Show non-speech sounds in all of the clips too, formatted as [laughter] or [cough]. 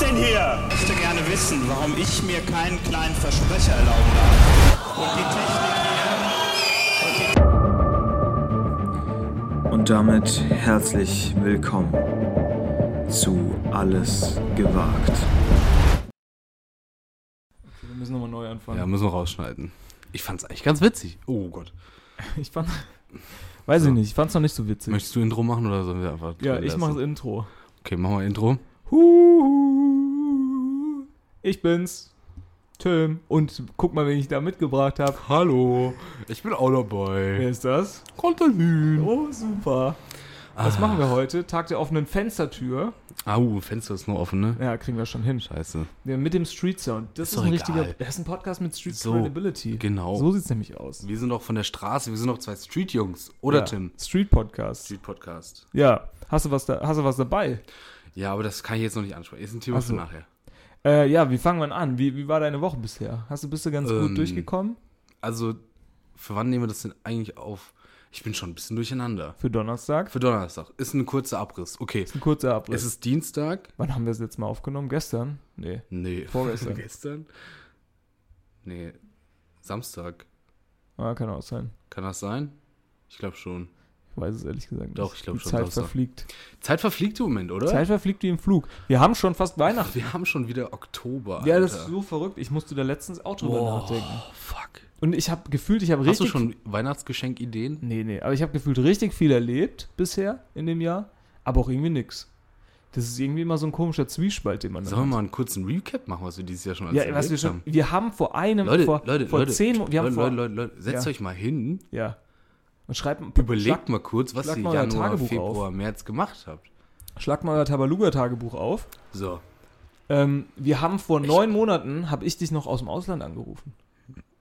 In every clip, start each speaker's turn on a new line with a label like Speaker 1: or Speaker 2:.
Speaker 1: denn hier? Ich möchte gerne wissen, warum ich mir keinen kleinen Versprecher erlauben darf. Und die Technik hier.
Speaker 2: Und damit herzlich willkommen zu Alles gewagt.
Speaker 3: Wir müssen nochmal neu anfangen.
Speaker 4: Ja, müssen wir rausschneiden. Ich fand's eigentlich ganz witzig. Oh Gott.
Speaker 3: [laughs] Ich fand. Weiß ich nicht, ich fand's noch nicht so witzig.
Speaker 4: Möchtest du Intro machen oder sollen wir einfach.
Speaker 3: ja,
Speaker 4: drin
Speaker 3: ich
Speaker 4: lassen?
Speaker 3: mache das Intro.
Speaker 4: Okay, machen wir Intro.
Speaker 3: Huhu, ich bin's, Tim. Und guck mal, wen ich da mitgebracht habe.
Speaker 4: Hallo, ich bin auch
Speaker 3: Wer
Speaker 4: dabei.
Speaker 3: ist das?
Speaker 4: Konstantin.
Speaker 3: Oh, super. Was
Speaker 4: Ah.
Speaker 3: machen wir heute? Tag der offenen Fenstertür.
Speaker 4: Au, Fenster ist noch offen, ne?
Speaker 3: Ja, kriegen wir schon hin.
Speaker 4: Scheiße.
Speaker 3: Ja, Mit dem Street Sound. Das
Speaker 4: Ist
Speaker 3: ist,
Speaker 4: doch
Speaker 3: ein
Speaker 4: egal.
Speaker 3: richtiger. Das ist ein Podcast mit Street
Speaker 4: So,
Speaker 3: Credibility.
Speaker 4: genau.
Speaker 3: So sieht's nämlich aus.
Speaker 4: Wir sind doch von der Straße, wir sind doch zwei Street-Jungs. Oder
Speaker 3: ja.
Speaker 4: Tim?
Speaker 3: Street Podcast.
Speaker 4: Street-Podcast.
Speaker 3: Ja. Hast du was, da, hast du was dabei?
Speaker 4: Ja, aber das kann ich jetzt noch nicht ansprechen. Ist ein Thema
Speaker 3: Ach so.
Speaker 4: für nachher.
Speaker 3: Äh, ja, wie fangen wir an? Wie, wie war deine Woche bisher? Hast du bist du ganz
Speaker 4: Ähm,
Speaker 3: gut durchgekommen?
Speaker 4: Also, für wann nehmen wir das denn eigentlich auf? Ich bin schon ein bisschen durcheinander.
Speaker 3: Für Donnerstag?
Speaker 4: Für Donnerstag. Ist ein kurzer Abriss. Okay.
Speaker 3: Ein kurzer Abriss.
Speaker 4: Es ist Dienstag.
Speaker 3: Wann haben wir das letzte Mal aufgenommen? Gestern? Nee.
Speaker 4: Nee. [laughs]
Speaker 3: Vorgestern.
Speaker 4: Gestern? Nee. Samstag.
Speaker 3: Ah, kann auch sein.
Speaker 4: Kann das sein? Ich glaube schon.
Speaker 3: Ich weiß es ehrlich gesagt nicht.
Speaker 4: Doch, ich glaub
Speaker 3: Die
Speaker 4: schon,
Speaker 3: Zeit
Speaker 4: Samstag.
Speaker 3: verfliegt.
Speaker 4: Zeit verfliegt im Moment, oder?
Speaker 3: Zeit verfliegt wie im Flug. Wir haben schon fast Weihnachten.
Speaker 4: Wir haben schon wieder Oktober.
Speaker 3: Ja, das ist
Speaker 4: Alter.
Speaker 3: so verrückt. Ich musste da letztens auch drüber
Speaker 4: Boah,
Speaker 3: nachdenken.
Speaker 4: fuck.
Speaker 3: Und ich habe gefühlt, ich habe
Speaker 4: Hast du
Speaker 3: richtig.
Speaker 4: schon Weihnachtsgeschenkideen?
Speaker 3: Nee, nee. Aber ich habe gefühlt richtig viel erlebt bisher in dem Jahr. Aber auch irgendwie nix. Das ist irgendwie immer so ein komischer Zwiespalt, den man da
Speaker 4: Sollen wir
Speaker 3: hat.
Speaker 4: mal einen kurzen Recap machen, was wir dieses Jahr schon alles
Speaker 3: Ja, was wir
Speaker 4: erlebt
Speaker 3: schon.
Speaker 4: haben?
Speaker 3: Wir haben vor einem.
Speaker 4: Leute,
Speaker 3: vor,
Speaker 4: Leute,
Speaker 3: vor
Speaker 4: Leute,
Speaker 3: zehn. Mo- Wir haben
Speaker 4: Leute,
Speaker 3: vor,
Speaker 4: Leute, Leute, Leute, setzt
Speaker 3: Ja.
Speaker 4: euch mal hin,
Speaker 3: Ja. Und schreibt.
Speaker 4: überlegt mal kurz, was
Speaker 3: schlag
Speaker 4: ihr
Speaker 3: mal euer
Speaker 4: Januar,
Speaker 3: Tagebuch
Speaker 4: Februar, März gemacht habt.
Speaker 3: Schlag, schlag mal euer Tabaluga-Tagebuch auf.
Speaker 4: So,
Speaker 3: Ähm, wir haben vor neun Monaten, habe ich dich noch aus dem Ausland angerufen.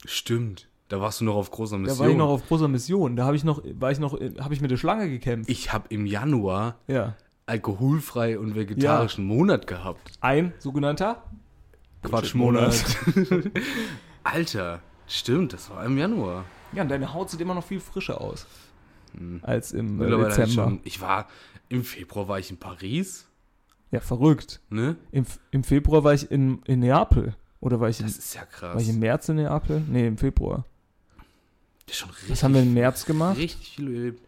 Speaker 4: stimmt. Da warst du noch auf großer
Speaker 3: Da
Speaker 4: Mission.
Speaker 3: war ich noch auf großer Mission. Da habe ich noch, war ich noch, habe ich mit der Schlange gekämpft.
Speaker 4: ich habe im Januar
Speaker 3: Ja.
Speaker 4: alkoholfrei und vegetarischen Monat gehabt.
Speaker 3: Ein sogenannter Quatschmonat.
Speaker 4: [laughs] Alter, stimmt, das war im Januar.
Speaker 3: Ja, und deine Haut sieht immer noch viel frischer aus. Als im äh,
Speaker 4: Hm. Mittlerweile hatte ich
Speaker 3: Dezember.
Speaker 4: schon- Ich war, im Februar war ich in Paris,
Speaker 3: Ja, verrückt.
Speaker 4: ne?
Speaker 3: Im, F- Im Februar war ich in, in Neapel. Oder war ich, in,
Speaker 4: Das ist ja
Speaker 3: war
Speaker 4: krass.
Speaker 3: ich im März in Neapel? Nee, im Februar.
Speaker 4: Das ist schon richtig,
Speaker 3: Was haben wir im März gemacht?
Speaker 4: richtig viel erlebt.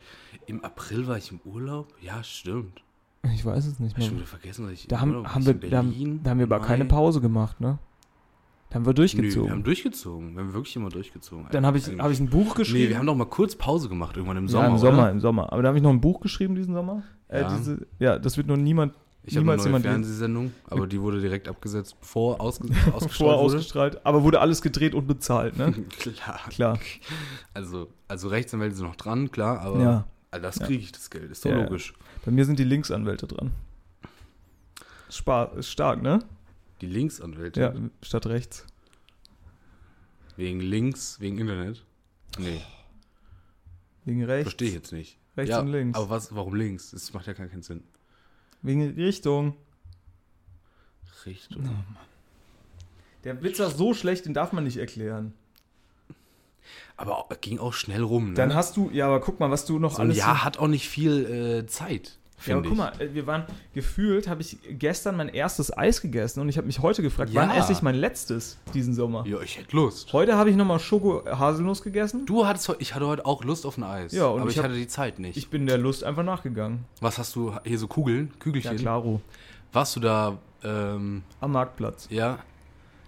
Speaker 4: Im April war ich im Urlaub. Ja, stimmt.
Speaker 3: Ich weiß es nicht
Speaker 4: Hab ich schon
Speaker 3: mehr.
Speaker 4: wieder vergessen, dass ich
Speaker 3: Da
Speaker 4: im
Speaker 3: haben,
Speaker 4: Urlaub war.
Speaker 3: haben
Speaker 4: Ich
Speaker 3: wir,
Speaker 4: in
Speaker 3: da, haben,
Speaker 4: Berlin,
Speaker 3: da haben wir aber
Speaker 4: Mai.
Speaker 3: keine Pause gemacht, ne? Da haben wir
Speaker 4: Nö,
Speaker 3: durchgezogen.
Speaker 4: wir haben durchgezogen. Wir haben wirklich immer durchgezogen.
Speaker 3: Dann habe ich,
Speaker 4: Eigentlich.
Speaker 3: hab ich ein Buch geschrieben.
Speaker 4: Nee, wir haben doch mal kurz Pause gemacht, irgendwann im
Speaker 3: Sommer, ja,
Speaker 4: Sommer.
Speaker 3: im
Speaker 4: oder?
Speaker 3: Sommer, im Sommer. Aber da habe ich noch ein Buch geschrieben diesen Sommer. Äh,
Speaker 4: Ja.
Speaker 3: diese, ja das wird noch niemand,
Speaker 4: Ich habe eine
Speaker 3: niemals
Speaker 4: neue
Speaker 3: jemand lesen.
Speaker 4: Fernsehsendung, aber die wurde direkt abgesetzt, bevor ausge
Speaker 3: [laughs] Vorher
Speaker 4: ausgestrahlt wurde.
Speaker 3: ausgestrahlt, aber wurde alles gedreht und bezahlt, ne?
Speaker 4: [laughs] Klar.
Speaker 3: Klar.
Speaker 4: Also, also Rechtsanwälte sind noch dran, klar, aber
Speaker 3: Ja.
Speaker 4: also das kriege ich das Geld, ist doch
Speaker 3: Ja, ja.
Speaker 4: logisch.
Speaker 3: Bei mir sind die Linksanwälte dran. Spar ist stark, ne?
Speaker 4: Die Linksanwälte,
Speaker 3: Ja, statt rechts.
Speaker 4: wegen Links, wegen Internet. Nee,
Speaker 3: Wegen rechts.
Speaker 4: verstehe ich jetzt nicht.
Speaker 3: Rechts
Speaker 4: ja,
Speaker 3: und links.
Speaker 4: Aber was, warum links? Das macht ja gar keinen Sinn.
Speaker 3: Wegen Richtung.
Speaker 4: Richtung.
Speaker 3: Der Witz war so schlecht, den darf man nicht erklären.
Speaker 4: Aber auch- ging auch schnell rum. Ne?
Speaker 3: Dann hast du, ja, aber guck mal, was du noch
Speaker 4: so ein
Speaker 3: alles.
Speaker 4: Jahr hat auch nicht viel äh, Zeit.
Speaker 3: Ja, aber
Speaker 4: finde
Speaker 3: guck mal, äh, wir waren gefühlt, habe ich gestern mein erstes Eis gegessen und ich habe mich heute gefragt,
Speaker 4: Ja.
Speaker 3: wann esse ich mein letztes diesen Sommer?
Speaker 4: ich. Ja, ich hätte Lust.
Speaker 3: Heute habe ich nochmal Schoko-Haselnuss äh, gegessen.
Speaker 4: Du hattest heu- ich hatte heute auch Lust auf ein Eis.
Speaker 3: Ja, und
Speaker 4: aber
Speaker 3: ich
Speaker 4: ich,
Speaker 3: hab-
Speaker 4: hatte die Zeit nicht.
Speaker 3: Ich bin der Lust einfach nachgegangen.
Speaker 4: was hast du hier so Kugeln, Kügelchen?
Speaker 3: klaro.
Speaker 4: Warst du da, ähm,
Speaker 3: Am Marktplatz.
Speaker 4: ja,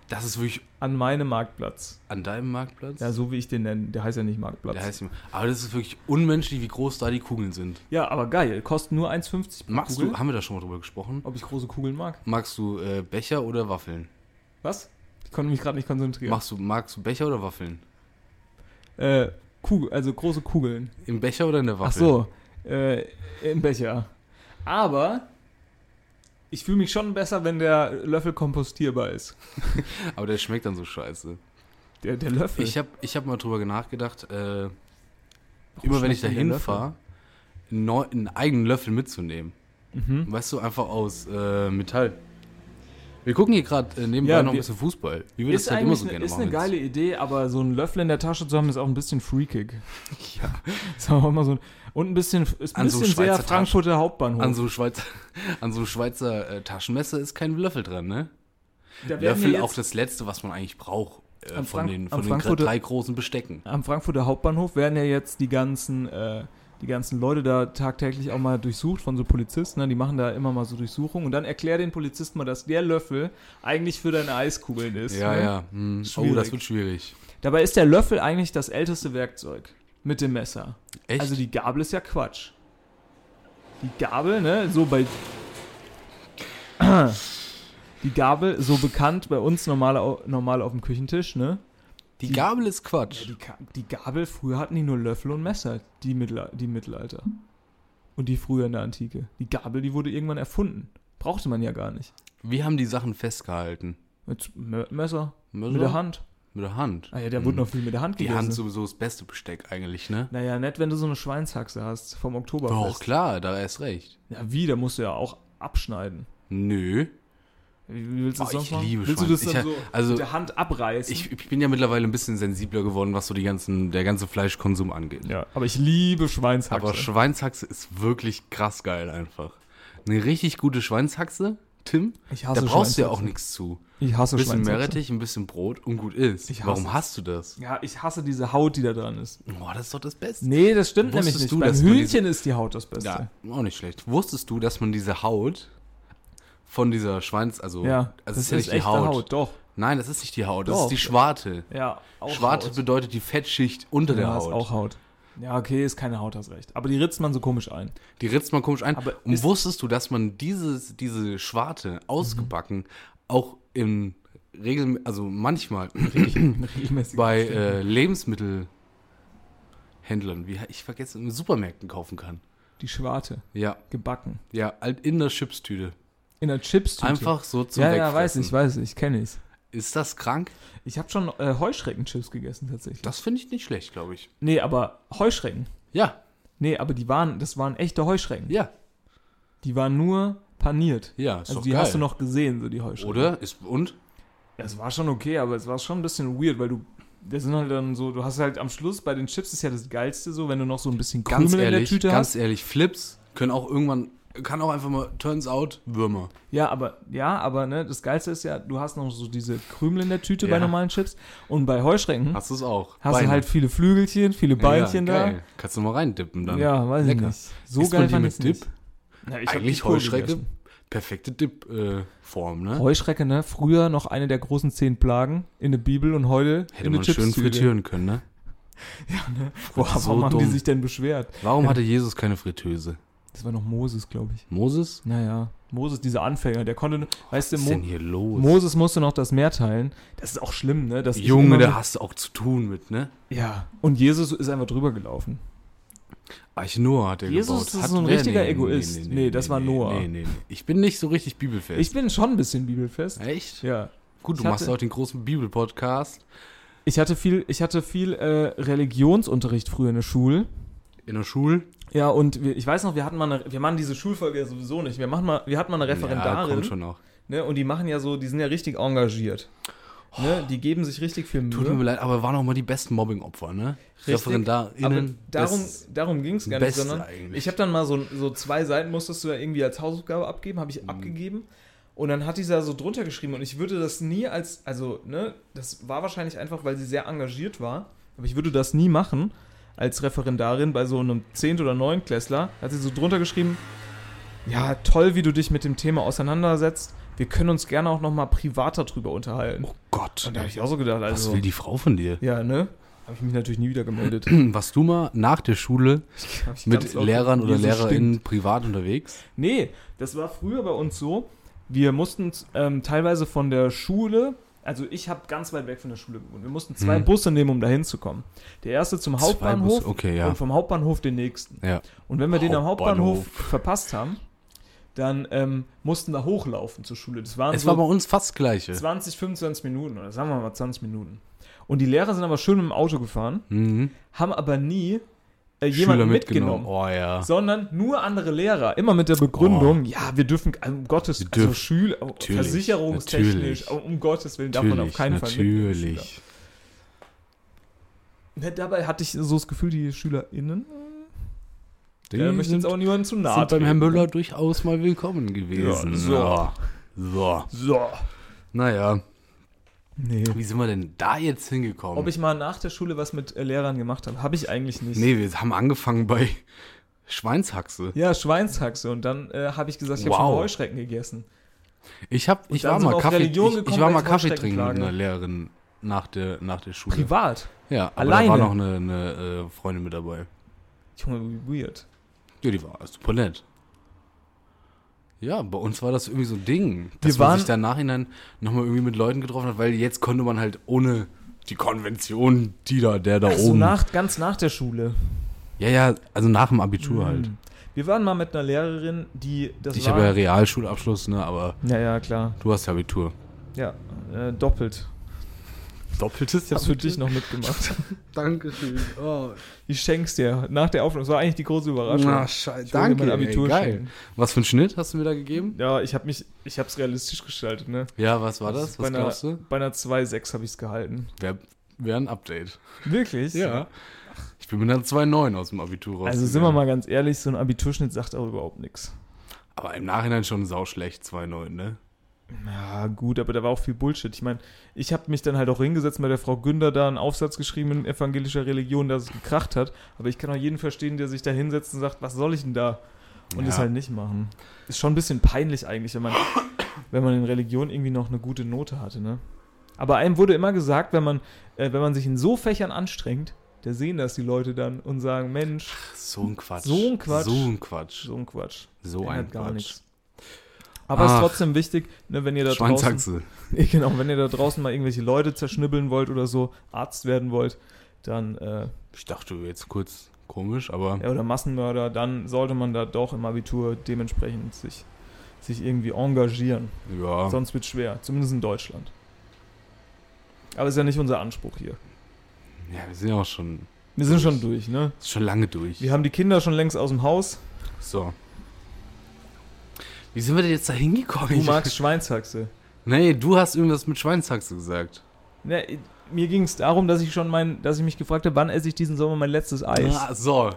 Speaker 4: das ist wirklich
Speaker 3: An meinem Marktplatz.
Speaker 4: an deinem Marktplatz?
Speaker 3: Ja, so wie ich den nenne. Der heißt ja nicht Marktplatz.
Speaker 4: Der heißt nicht mehr. Aber das ist wirklich unmenschlich, wie groß da die Kugeln sind.
Speaker 3: ja, aber geil. Kostet nur 1,50 pro
Speaker 4: Magst
Speaker 3: Kugel.
Speaker 4: du, haben wir da schon mal drüber gesprochen?
Speaker 3: Ob ich große Kugeln mag?
Speaker 4: Magst du äh, Becher oder Waffeln?
Speaker 3: Was? Ich konnte mich gerade nicht konzentrieren.
Speaker 4: Machst du, magst du Becher oder Waffeln?
Speaker 3: Äh, Kugel, also große Kugeln.
Speaker 4: Im Becher oder in der
Speaker 3: Ach
Speaker 4: Waffel?
Speaker 3: so. Äh, Im Becher. Aber ich fühle mich schon besser, wenn der Löffel kompostierbar ist.
Speaker 4: Aber der schmeckt dann so scheiße.
Speaker 3: Äh. Der, der Löffel.
Speaker 4: Ich habe ich hab mal drüber nachgedacht, äh, immer wenn ich da
Speaker 3: schmeckt denn der
Speaker 4: hinfahre, einen, neu-
Speaker 3: Mhm.
Speaker 4: einen eigenen Löffel mitzunehmen. Weißt du, einfach aus äh, Metall. Wir gucken hier gerade äh, nebenbei
Speaker 3: Ja,
Speaker 4: noch ein
Speaker 3: wir-
Speaker 4: bisschen Fußball. Wie wir das
Speaker 3: Ist
Speaker 4: halt immer
Speaker 3: eigentlich
Speaker 4: so
Speaker 3: eine,
Speaker 4: gerne
Speaker 3: ist
Speaker 4: machen.
Speaker 3: eine geile Idee, aber so einen Löffel in der Tasche zu haben, ist auch ein bisschen
Speaker 4: [laughs]
Speaker 3: freakig. ja. Ist auch immer so ein, und ein bisschen, ist ein
Speaker 4: An so
Speaker 3: bisschen sehr
Speaker 4: Schweizer Taschen.
Speaker 3: Frankfurter Hauptbahnhof.
Speaker 4: An so Schweizer, [laughs] an so Schweizer äh, Taschenmesser ist kein Löffel dran, ne?
Speaker 3: da werden wir
Speaker 4: Löffel
Speaker 3: jetzt-
Speaker 4: auch das Letzte, was man eigentlich braucht äh,
Speaker 3: Am
Speaker 4: von
Speaker 3: Frank-
Speaker 4: den,
Speaker 3: am
Speaker 4: von den gr-
Speaker 3: Frankfurter-
Speaker 4: drei großen Bestecken.
Speaker 3: am Frankfurter Hauptbahnhof werden ja jetzt die ganzen, äh, die ganzen Leute da tagtäglich auch mal durchsucht von so Polizisten. Ne? Die machen da immer mal so Durchsuchungen. Und dann erklär den Polizisten mal, dass der Löffel eigentlich für deine Eiskugeln ist.
Speaker 4: Ja,
Speaker 3: ne?
Speaker 4: ja. Hm. Oh,
Speaker 3: Schwierig.
Speaker 4: das wird schwierig.
Speaker 3: Dabei ist der Löffel eigentlich das älteste Werkzeug mit dem Messer.
Speaker 4: Echt?
Speaker 3: Also die Gabel ist ja Quatsch. Die Gabel, ne, so bei. [clears throat] Die Gabel, so bekannt bei uns normal, au- normal auf dem Küchentisch, ne?
Speaker 4: die Gabel ist Quatsch.
Speaker 3: Die, Ka- die Gabel, früher hatten die nur Löffel und Messer, die, Mittel, die Mittelalter. Und die früher in der Antike. Die Gabel, die wurde irgendwann erfunden. Brauchte man ja gar nicht.
Speaker 4: Wie haben die Sachen festgehalten?
Speaker 3: Mit Me- Messer,
Speaker 4: Messer?
Speaker 3: mit der Hand.
Speaker 4: Mit der Hand.
Speaker 3: Ah ja, da wurde noch viel mit der Hand
Speaker 4: Die
Speaker 3: gegessen.
Speaker 4: Hand sowieso das beste Besteck eigentlich, ne?
Speaker 3: Naja, nett, wenn du so eine Schweinshaxe hast vom Oktoberfest.
Speaker 4: Doch, klar, da erst recht.
Speaker 3: Ja, wie? Da musst du ja auch abschneiden.
Speaker 4: Nö.
Speaker 3: Wie wie willst du das
Speaker 4: Boah,
Speaker 3: sonst
Speaker 4: ich
Speaker 3: machen?
Speaker 4: liebe
Speaker 3: willst du das
Speaker 4: Schweins.
Speaker 3: dann
Speaker 4: Ich
Speaker 3: so
Speaker 4: ha- also-
Speaker 3: mit der Hand abreißen?
Speaker 4: Ich, ich bin ja mittlerweile ein bisschen sensibler geworden, was so die ganzen, der ganze Fleischkonsum angeht.
Speaker 3: ja, aber ich liebe Schweinshaxe.
Speaker 4: Aber Schweinshaxe ist wirklich krass geil einfach. Eine richtig gute Schweinshaxe, Tim,
Speaker 3: Ich hasse
Speaker 4: da brauchst du ja
Speaker 3: Schweinshaxe.
Speaker 4: auch nichts zu.
Speaker 3: ich hasse
Speaker 4: Ein bisschen
Speaker 3: Schweinshaxe.
Speaker 4: Meerrettich, ein bisschen Brot und gut ist.
Speaker 3: Ich hasse
Speaker 4: Warum
Speaker 3: es.
Speaker 4: hast du das?
Speaker 3: Ja, ich hasse diese Haut, die da dran ist.
Speaker 4: Boah, das ist doch das Beste.
Speaker 3: Nee, das stimmt
Speaker 4: Wusstest
Speaker 3: nämlich nicht.
Speaker 4: du,
Speaker 3: Beim
Speaker 4: dass man
Speaker 3: Hühnchen ist die Haut das Beste.
Speaker 4: Ja, auch nicht schlecht. Wusstest du, dass man diese Haut von dieser Schweins, also,
Speaker 3: Ja,
Speaker 4: also das ist ja nicht die Haut.
Speaker 3: doch.
Speaker 4: Nein, das ist nicht die Haut, das
Speaker 3: Doch.
Speaker 4: ist die Schwarte.
Speaker 3: Ja, auch
Speaker 4: Schwarte
Speaker 3: Haut.
Speaker 4: bedeutet die Fettschicht unter der
Speaker 3: ja,
Speaker 4: Haut.
Speaker 3: ist auch Haut. Ja, okay, ist keine Haut, hast recht. Aber die ritzt man so komisch ein.
Speaker 4: Die ritzt man komisch ein.
Speaker 3: Aber
Speaker 4: und
Speaker 3: ist-
Speaker 4: wusstest du, dass man dieses, diese Schwarte ausgebacken auch in Regel, also [laughs] manchmal
Speaker 3: Regelmäßig.
Speaker 4: Hm. bei äh, Lebensmittelhändlern, wie he- ich vergesse, in Supermärkten kaufen kann?
Speaker 3: die Schwarte,
Speaker 4: Ja,
Speaker 3: gebacken.
Speaker 4: ja, alt in der Chipstüte.
Speaker 3: In der Chips-Tüte.
Speaker 4: Einfach so zum
Speaker 3: Ja,
Speaker 4: Wegfressen.
Speaker 3: ja, weiß ich, weiß ich, kenne ich.
Speaker 4: Ist das krank?
Speaker 3: Ich habe schon äh, Heuschreckenchips gegessen tatsächlich.
Speaker 4: Das finde ich nicht schlecht, glaube ich.
Speaker 3: Nee, aber Heuschrecken.
Speaker 4: Ja,
Speaker 3: Nee, aber die waren, das waren echte Heuschrecken.
Speaker 4: ja,
Speaker 3: Die waren nur paniert.
Speaker 4: ja, ist
Speaker 3: also
Speaker 4: doch
Speaker 3: die
Speaker 4: geil.
Speaker 3: hast du noch gesehen, so die Heuschrecken.
Speaker 4: Oder? Ist, und?
Speaker 3: Ja, es war schon okay, aber es war schon ein bisschen weird, weil du, das sind halt dann so, du hast halt am Schluss bei den Chips ist ja das Geilste so, wenn du noch so ein bisschen Krümel
Speaker 4: Ganz
Speaker 3: in der
Speaker 4: ehrlich,
Speaker 3: Tüte
Speaker 4: ganz
Speaker 3: hast.
Speaker 4: ehrlich, Flips können auch irgendwann, kann auch einfach mal, turns out, Würmer.
Speaker 3: Ja, aber, ja, aber ne, das Geilste ist ja, du hast noch so diese Krümel in der Tüte bei
Speaker 4: Ja.
Speaker 3: normalen Chips und bei Heuschrecken hast,
Speaker 4: Hast du es auch?
Speaker 3: du
Speaker 4: Beine.
Speaker 3: halt viele Flügelchen, viele Beinchen
Speaker 4: ja,
Speaker 3: da.
Speaker 4: geil. Kannst du mal reindippen dann.
Speaker 3: Ja, weiß
Speaker 4: Lecker.
Speaker 3: ich nicht. So
Speaker 4: Isst man
Speaker 3: geil
Speaker 4: die
Speaker 3: fand
Speaker 4: mit
Speaker 3: ich nicht.
Speaker 4: Dip?
Speaker 3: Ja, ich hab die
Speaker 4: Eigentlich
Speaker 3: pur
Speaker 4: Heuschrecke,
Speaker 3: gegessen.
Speaker 4: perfekte Dip-Form, ne?
Speaker 3: Heuschrecke, ne? Früher noch eine der großen zehn Plagen in der Bibel und heute
Speaker 4: Hätte
Speaker 3: in der
Speaker 4: man schön
Speaker 3: Chipstüte.
Speaker 4: frittieren können, ne?
Speaker 3: Boah, warum
Speaker 4: So
Speaker 3: haben die
Speaker 4: dumm.
Speaker 3: sich denn beschwert?
Speaker 4: Warum hatte Jesus keine Fritteuse?
Speaker 3: Das war noch Moses, glaube ich.
Speaker 4: Moses?
Speaker 3: Naja, Moses, dieser Anfänger, der konnte, weißt du,
Speaker 4: Was ist denn
Speaker 3: Mo
Speaker 4: hier los?
Speaker 3: Moses musste noch das Meer teilen. Das ist auch schlimm, ne? Dass ich
Speaker 4: Junge,
Speaker 3: immer
Speaker 4: da
Speaker 3: mit-
Speaker 4: hast du auch zu tun mit, ne?
Speaker 3: Ja, und Jesus ist einfach drüber gelaufen.
Speaker 4: Arche Noah hat er
Speaker 3: Jesus
Speaker 4: gebaut.
Speaker 3: ist
Speaker 4: hat,
Speaker 3: so ein
Speaker 4: wer?
Speaker 3: richtiger Egoist. Nee, das war Noah.
Speaker 4: Nee, nee, nee. Ich bin nicht so richtig bibelfest.
Speaker 3: Ich bin schon ein bisschen bibelfest.
Speaker 4: Echt?
Speaker 3: Ja.
Speaker 4: Gut, du
Speaker 3: ich
Speaker 4: machst
Speaker 3: hatte-
Speaker 4: auch den großen Bibel-Podcast
Speaker 3: Ich hatte viel, ich hatte viel äh, Religionsunterricht früher in der Schule.
Speaker 4: in der Schule.
Speaker 3: Ja, und wir, ich weiß noch, wir hatten mal eine, wir machen diese Schulfolge ja sowieso nicht. Wir machen mal, wir hatten mal eine
Speaker 4: Ja,
Speaker 3: Referendarin.
Speaker 4: kommt schon noch.
Speaker 3: Ne? Und die machen ja so, die sind ja richtig engagiert. Ne? Die geben sich richtig viel
Speaker 4: Oh. Tut mir
Speaker 3: Mühe.
Speaker 4: leid, aber waren auch mal die besten Mobbing-Opfer, ne?
Speaker 3: Richtig, Aber
Speaker 4: Referendarinnen.
Speaker 3: darum
Speaker 4: das-
Speaker 3: darum ging es gar nicht,
Speaker 4: Beste
Speaker 3: sondern
Speaker 4: eigentlich.
Speaker 3: ich habe dann mal so, so zwei Seiten, musstest du ja irgendwie als Hausaufgabe abgeben, habe
Speaker 4: Mhm.
Speaker 3: ich abgegeben. Und dann hat dieser so drunter geschrieben und ich würde das nie als, also, ne, das war wahrscheinlich einfach, weil sie sehr engagiert war, aber ich würde das nie machen als Referendarin bei so einem Zehnt- oder Neunklässler. Da hat sie so drunter geschrieben, ja, toll, wie du dich mit dem Thema auseinandersetzt. Wir können uns gerne auch nochmal privater drüber unterhalten.
Speaker 4: Oh Gott.
Speaker 3: Und da habe ich auch so gedacht,
Speaker 4: Was
Speaker 3: also.
Speaker 4: will die Frau von dir? [clears throat]
Speaker 3: Ja, ne? Habe ich mich natürlich nie wieder gemeldet.
Speaker 4: Warst du mal nach der Schule
Speaker 3: Hab ich
Speaker 4: mit
Speaker 3: ganz laut
Speaker 4: Lehrern oder
Speaker 3: gesagt, Jesus
Speaker 4: Lehrerinnen
Speaker 3: stinkt.
Speaker 4: privat unterwegs?
Speaker 3: Nee, das war früher bei uns so. Wir mussten ähm, teilweise von der Schule, also ich habe ganz weit weg von der Schule gewohnt. Wir mussten zwei
Speaker 4: Hm.
Speaker 3: Busse nehmen, um da hinzukommen. Der erste zum
Speaker 4: Zwei
Speaker 3: Hauptbahnhof
Speaker 4: Busse, okay, ja.
Speaker 3: und vom Hauptbahnhof den nächsten.
Speaker 4: Ja.
Speaker 3: Und wenn wir den am
Speaker 4: Hauptbahnhof.
Speaker 3: Hauptbahnhof verpasst haben, dann ähm, mussten wir hochlaufen zur Schule. Das waren
Speaker 4: Es
Speaker 3: so
Speaker 4: war bei uns fast das Gleiche.
Speaker 3: 20, 25 Minuten oder sagen wir
Speaker 4: Hm.
Speaker 3: mal 20 Minuten. Und die Lehrer sind aber schön im Auto gefahren
Speaker 4: Mhm.
Speaker 3: haben aber nie äh, jemanden mitgenommen.
Speaker 4: Oh ja.
Speaker 3: sondern nur andere Lehrer. Immer mit der Begründung, ja, wir dürfen, also um Gottes Willen, also
Speaker 4: dürfen-
Speaker 3: Schüler, versicherungstechnisch,
Speaker 4: natürlich.
Speaker 3: um Gottes Willen darf man
Speaker 4: natürlich,
Speaker 3: auf keinen Fall mitnehmen, Schüler.
Speaker 4: natürlich.
Speaker 3: Ne, Dabei hatte ich so das Gefühl, die SchülerInnen,
Speaker 4: Die
Speaker 3: ja, möchte jetzt
Speaker 4: sind,
Speaker 3: auch niemanden zu nahe
Speaker 4: sind beim
Speaker 3: treten.
Speaker 4: Herrn Müller durchaus mal willkommen gewesen.
Speaker 3: Ja, so.
Speaker 4: Ja. so.
Speaker 3: So.
Speaker 4: Naja,
Speaker 3: Nee.
Speaker 4: wie sind wir denn da jetzt hingekommen?
Speaker 3: Ob ich mal nach der Schule was mit äh, Lehrern gemacht habe, habe ich eigentlich nicht.
Speaker 4: nee, wir haben angefangen bei Schweinshaxe.
Speaker 3: Ja, Schweinshaxe. Und dann äh, habe ich gesagt, ich habe
Speaker 4: Wow.
Speaker 3: schon Heuschrecken gegessen.
Speaker 4: Ich, hab, ich,
Speaker 3: dann
Speaker 4: war
Speaker 3: sind wir
Speaker 4: mal
Speaker 3: auf
Speaker 4: Kaffee,
Speaker 3: Religion
Speaker 4: ich, ich
Speaker 3: gekommen,
Speaker 4: war
Speaker 3: weil
Speaker 4: mal
Speaker 3: ich
Speaker 4: Kaffee
Speaker 3: Heuschrecken
Speaker 4: trinken mit
Speaker 3: plage.
Speaker 4: einer Lehrerin nach der, nach der Schule.
Speaker 3: Privat.
Speaker 4: Ja, aber
Speaker 3: Alleine.
Speaker 4: da war noch eine, eine äh, Freundin mit dabei.
Speaker 3: Junge, wie weird.
Speaker 4: Ja, die war super nett. Ja, bei uns war das irgendwie so ein Ding,
Speaker 3: Wir
Speaker 4: dass man
Speaker 3: waren-
Speaker 4: sich dann nachhinein nochmal irgendwie mit Leuten getroffen hat, weil jetzt konnte man halt ohne die Konvention, die da, der da
Speaker 3: Ach, so
Speaker 4: oben.
Speaker 3: nach, ganz nach der Schule.
Speaker 4: ja, ja, also nach dem Abitur halt.
Speaker 3: Wir waren mal mit einer Lehrerin, die Hm, das
Speaker 4: Ich
Speaker 3: war.
Speaker 4: habe ja Realschulabschluss, ne, aber
Speaker 3: ja, ja, klar.
Speaker 4: du hast ja Abitur.
Speaker 3: Ja, äh, doppelt.
Speaker 4: Doppeltes
Speaker 3: Ich hab's für dich noch mitgemacht.
Speaker 4: [laughs] Dankeschön. Oh,
Speaker 3: Ich schenk's dir nach der Aufnahme. Das war eigentlich die große Überraschung.
Speaker 4: Na, scheiße.
Speaker 3: Ich wollte
Speaker 4: Danke,
Speaker 3: dir mein Abitur
Speaker 4: ey, geil.
Speaker 3: schenken.
Speaker 4: Was für einen Schnitt hast du mir da gegeben?
Speaker 3: Ja, ich habe mich, ich hab's realistisch gestaltet, ne?
Speaker 4: Ja, was war das?
Speaker 3: Bei
Speaker 4: Was
Speaker 3: einer,
Speaker 4: glaubst du?
Speaker 3: bei einer 2,6 habe ich's gehalten.
Speaker 4: Wäre wär ein Update.
Speaker 3: Wirklich?
Speaker 4: Ich bin mit einer 2,9 aus dem Abitur raus.
Speaker 3: Also sind wir mal ganz ehrlich, so ein Abiturschnitt sagt auch überhaupt nichts.
Speaker 4: Aber im Nachhinein schon sauschlecht, 2,9, ne?
Speaker 3: Ja, gut, aber da war auch viel Bullshit. Ich meine, ich habe mich dann halt auch hingesetzt bei der Frau Günder da einen Aufsatz geschrieben in evangelischer Religion, dass es gekracht hat. Aber ich kann auch jeden verstehen, der sich da hinsetzt und sagt, was soll ich denn da? Und
Speaker 4: Ja.
Speaker 3: es halt nicht machen. Ist schon ein bisschen peinlich eigentlich, wenn man, wenn man in Religion irgendwie noch eine gute Note hatte, ne? Aber einem wurde immer gesagt, wenn man, äh, wenn man sich in so Fächern anstrengt, da sehen das die Leute dann und sagen, Mensch,
Speaker 4: So ein Quatsch.
Speaker 3: So ein Quatsch.
Speaker 4: So ein Quatsch.
Speaker 3: so ein Quatsch.
Speaker 4: So
Speaker 3: Ändert
Speaker 4: ein Quatsch.
Speaker 3: nichts. Aber es ist
Speaker 4: Ach.
Speaker 3: trotzdem wichtig, ne, wenn ihr da draußen...
Speaker 4: Schwanzachse.
Speaker 3: Nee, [laughs] genau, wenn ihr da draußen mal irgendwelche Leute zerschnibbeln wollt oder so, Arzt werden wollt, dann, äh,
Speaker 4: Ich dachte jetzt kurz komisch, aber
Speaker 3: ja, oder Massenmörder, dann sollte man da doch im Abitur dementsprechend sich, sich irgendwie engagieren.
Speaker 4: ja.
Speaker 3: Sonst wird schwer, zumindest in Deutschland. Aber ist ja nicht unser Anspruch hier.
Speaker 4: Ja, wir sind ja auch schon,
Speaker 3: Wir sind schon durch, ne?
Speaker 4: ist schon lange durch.
Speaker 3: Wir haben die Kinder schon längst aus dem Haus.
Speaker 4: So. Wie sind wir denn jetzt da hingekommen?
Speaker 3: Du magst Schweinshaxe.
Speaker 4: Nee, du hast irgendwas mit Schweinshaxe gesagt.
Speaker 3: Ne, i- mir ging es darum, dass ich schon mein, dass ich mich gefragt habe, wann esse ich diesen Sommer mein letztes Eis?
Speaker 4: Ah, so.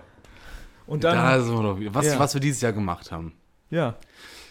Speaker 3: Und dann
Speaker 4: da sind wir doch wieder. Was,
Speaker 3: Ja.
Speaker 4: was wir dieses Jahr gemacht haben.
Speaker 3: Ja.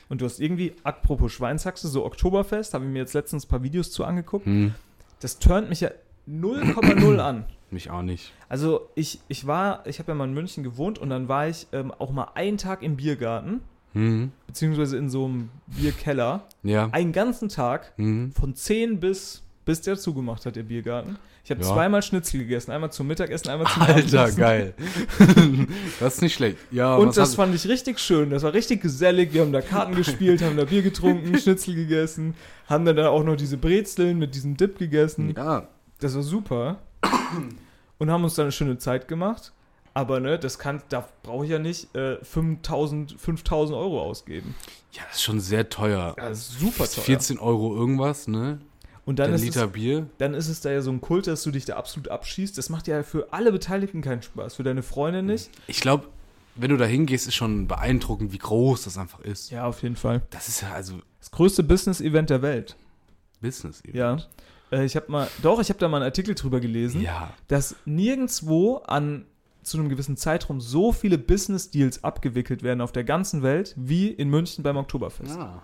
Speaker 3: Und du hast irgendwie, apropos Schweinshaxe, so Oktoberfest, habe ich mir jetzt letztens ein paar Videos zu angeguckt.
Speaker 4: Hm,
Speaker 3: Das turnt mich ja 0,0 an.
Speaker 4: mich auch nicht.
Speaker 3: Also ich, ich war, ich habe ja mal in München gewohnt und dann war ich ähm, auch mal einen Tag im Biergarten,
Speaker 4: Hm,
Speaker 3: beziehungsweise in so einem Bierkeller.
Speaker 4: ja.
Speaker 3: Einen ganzen Tag,
Speaker 4: Hm,
Speaker 3: von 10 bis, bis der zugemacht hat, der Biergarten. Ich habe
Speaker 4: Ja.
Speaker 3: zweimal Schnitzel gegessen, einmal zum Mittagessen, einmal zum
Speaker 4: Alter,
Speaker 3: Abendessen.
Speaker 4: geil. [laughs] das ist nicht schlecht. Ja,
Speaker 3: Und
Speaker 4: was
Speaker 3: das
Speaker 4: hat-
Speaker 3: fand ich richtig schön. Das war richtig gesellig. Wir haben da Karten [laughs] gespielt, haben da Bier [laughs] getrunken, Schnitzel gegessen, haben dann da auch noch diese Brezeln mit diesem Dip gegessen.
Speaker 4: Ja,
Speaker 3: Das war [coughs] super. Und haben uns dann eine schöne Zeit gemacht. Aber ne, das kann, da brauche ich ja nicht äh, 5000, 5000 Euro ausgeben.
Speaker 4: ja, das ist schon sehr teuer.
Speaker 3: Das ist super teuer.
Speaker 4: 14 Euro irgendwas, ne?
Speaker 3: Und
Speaker 4: Ein
Speaker 3: dann ist,
Speaker 4: Liter
Speaker 3: es,
Speaker 4: Bier.
Speaker 3: dann ist es da ja so ein Kult, dass du dich da absolut abschießt. Das macht ja für alle Beteiligten keinen Spaß. Für deine Freundin nicht.
Speaker 4: Ich glaube, wenn du da hingehst, ist schon beeindruckend, wie groß das einfach ist.
Speaker 3: Ja, auf jeden Fall.
Speaker 4: Das ist ja also
Speaker 3: Das größte Business-Event der Welt.
Speaker 4: Business eben.
Speaker 3: Ja. Mhm. Äh, Ich habe mal, doch, ich habe da mal einen Artikel drüber gelesen,
Speaker 4: Ja.
Speaker 3: dass nirgendwo an zu einem gewissen Zeitraum so viele Business Deals abgewickelt werden auf der ganzen Welt wie in München beim Oktoberfest.
Speaker 4: Ah.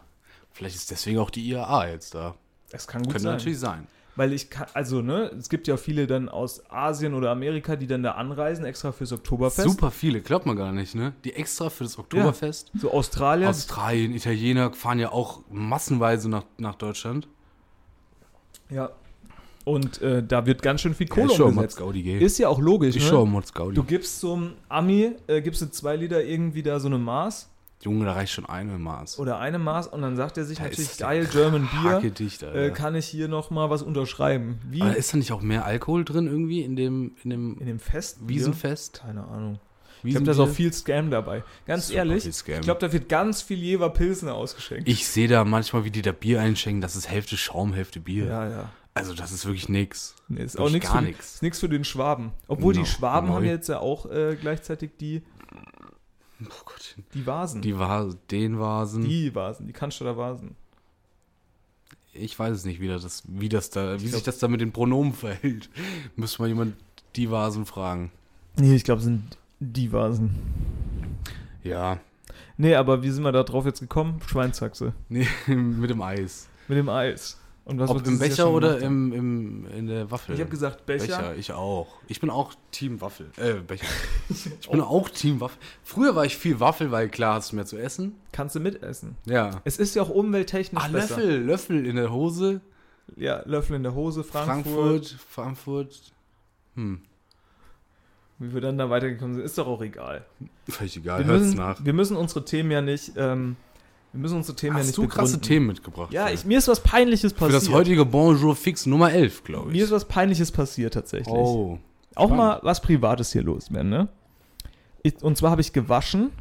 Speaker 4: Vielleicht ist deswegen auch die IAA jetzt da.
Speaker 3: Das kann gut
Speaker 4: Könnte
Speaker 3: sein.
Speaker 4: natürlich sein.
Speaker 3: Weil ich kann, also, ne, es gibt ja viele dann aus Asien oder Amerika, die dann da anreisen, extra fürs Oktoberfest.
Speaker 4: Super viele, glaubt man gar nicht, ne? Die extra für das Oktoberfest.
Speaker 3: So Australien.
Speaker 4: Australien, Italiener fahren ja auch massenweise nach, nach Deutschland.
Speaker 3: ja. Und äh, da wird ganz schön viel
Speaker 4: Ja,
Speaker 3: Kohle
Speaker 4: ist schon
Speaker 3: umgesetzt.
Speaker 4: Motzgaudi, gell?
Speaker 3: Ist ja auch logisch,
Speaker 4: Ich
Speaker 3: ne?
Speaker 4: schaue Mods Gaudi.
Speaker 3: Du gibst so einem Ami, äh, gibst du zwei Liter irgendwie da so eine Maß
Speaker 4: Junge, da reicht schon eine Maß.
Speaker 3: oder eine Maß und dann sagt er sich
Speaker 4: Da
Speaker 3: natürlich,
Speaker 4: ist der
Speaker 3: geil, German
Speaker 4: Hacke
Speaker 3: Bier,
Speaker 4: dicht, Alter.
Speaker 3: äh, kann ich hier nochmal was unterschreiben. Wie
Speaker 4: Aber Ah, ist da nicht auch mehr Alkohol drin irgendwie in dem, in dem
Speaker 3: in dem Fest?
Speaker 4: Wiesenfest?
Speaker 3: Keine Ahnung. Ich glaube,
Speaker 4: Wiesenbier?
Speaker 3: da ist auch viel Scam dabei. Ganz
Speaker 4: Super
Speaker 3: ehrlich,
Speaker 4: viel Scam.
Speaker 3: ich glaube, da wird ganz viel Jever Pilsner ausgeschenkt.
Speaker 4: Ich sehe da manchmal, wie die da Bier einschenken, das ist Hälfte Schaum, Hälfte Bier.
Speaker 3: ja, ja.
Speaker 4: Also das ist wirklich nix.
Speaker 3: Nee, ist auch
Speaker 4: Wirklich
Speaker 3: nichts
Speaker 4: gar
Speaker 3: für, die-
Speaker 4: nix.
Speaker 3: Ist nix für den Schwaben. Obwohl
Speaker 4: No,
Speaker 3: die Schwaben haben
Speaker 4: neu.
Speaker 3: jetzt ja auch äh, gleichzeitig die,
Speaker 4: Oh Gott.
Speaker 3: die Vasen.
Speaker 4: Die Vase, den Vasen.
Speaker 3: Die Vasen, die Cannstatter Vasen.
Speaker 4: Ich weiß es nicht, wie das, wie das da, wie sich
Speaker 3: glaub-
Speaker 4: das da mit den Pronomen verhält. [laughs] Müsste mal jemand die Vasen fragen.
Speaker 3: Nee, ich glaube, sind die Vasen.
Speaker 4: Ja. [laughs]
Speaker 3: Nee, aber wie sind wir da drauf jetzt gekommen? Schweinshaxe.
Speaker 4: Nee, mit dem Eis.
Speaker 3: Mit dem Eis. Und was
Speaker 4: Ob
Speaker 3: wir
Speaker 4: im
Speaker 3: dieses Jahr
Speaker 4: Becher
Speaker 3: schon
Speaker 4: oder
Speaker 3: gemacht haben.
Speaker 4: im, im, in der Waffel?
Speaker 3: Ich habe gesagt Becher.
Speaker 4: Becher, ich auch. Ich bin auch Team Waffel. Äh, Becher. [laughs] Ich bin auch Team Waffel. Früher war ich viel Waffel, weil klar hast du mehr zu essen.
Speaker 3: Kannst du mitessen.
Speaker 4: Ja.
Speaker 3: Es ist ja auch umwelttechnisch
Speaker 4: Ah,
Speaker 3: besser.
Speaker 4: Löffel, Löffel in der Hose.
Speaker 3: Ja, Löffel in der Hose, Frankfurt.
Speaker 4: Frankfurt, Frankfurt. Hm,
Speaker 3: Wie wir dann da weitergekommen sind, ist doch auch egal.
Speaker 4: völlig egal,
Speaker 3: Wir
Speaker 4: hört's
Speaker 3: müssen,
Speaker 4: nach.
Speaker 3: wir müssen unsere Themen ja nicht, ähm, wir müssen unsere Themen ja
Speaker 4: Hast
Speaker 3: nicht
Speaker 4: du krasse
Speaker 3: begründen.
Speaker 4: Themen mitgebracht?
Speaker 3: Ja,
Speaker 4: Phil?
Speaker 3: ich, mir ist was Peinliches
Speaker 4: Für
Speaker 3: passiert.
Speaker 4: das heutige Bonjour Fix Nummer 11, glaube
Speaker 3: mir ist
Speaker 4: ich.
Speaker 3: was Peinliches passiert tatsächlich.
Speaker 4: Oh.
Speaker 3: Auch
Speaker 4: spannend.
Speaker 3: mal was Privates hier loswerden, ne? Ich, und zwar habe ich gewaschen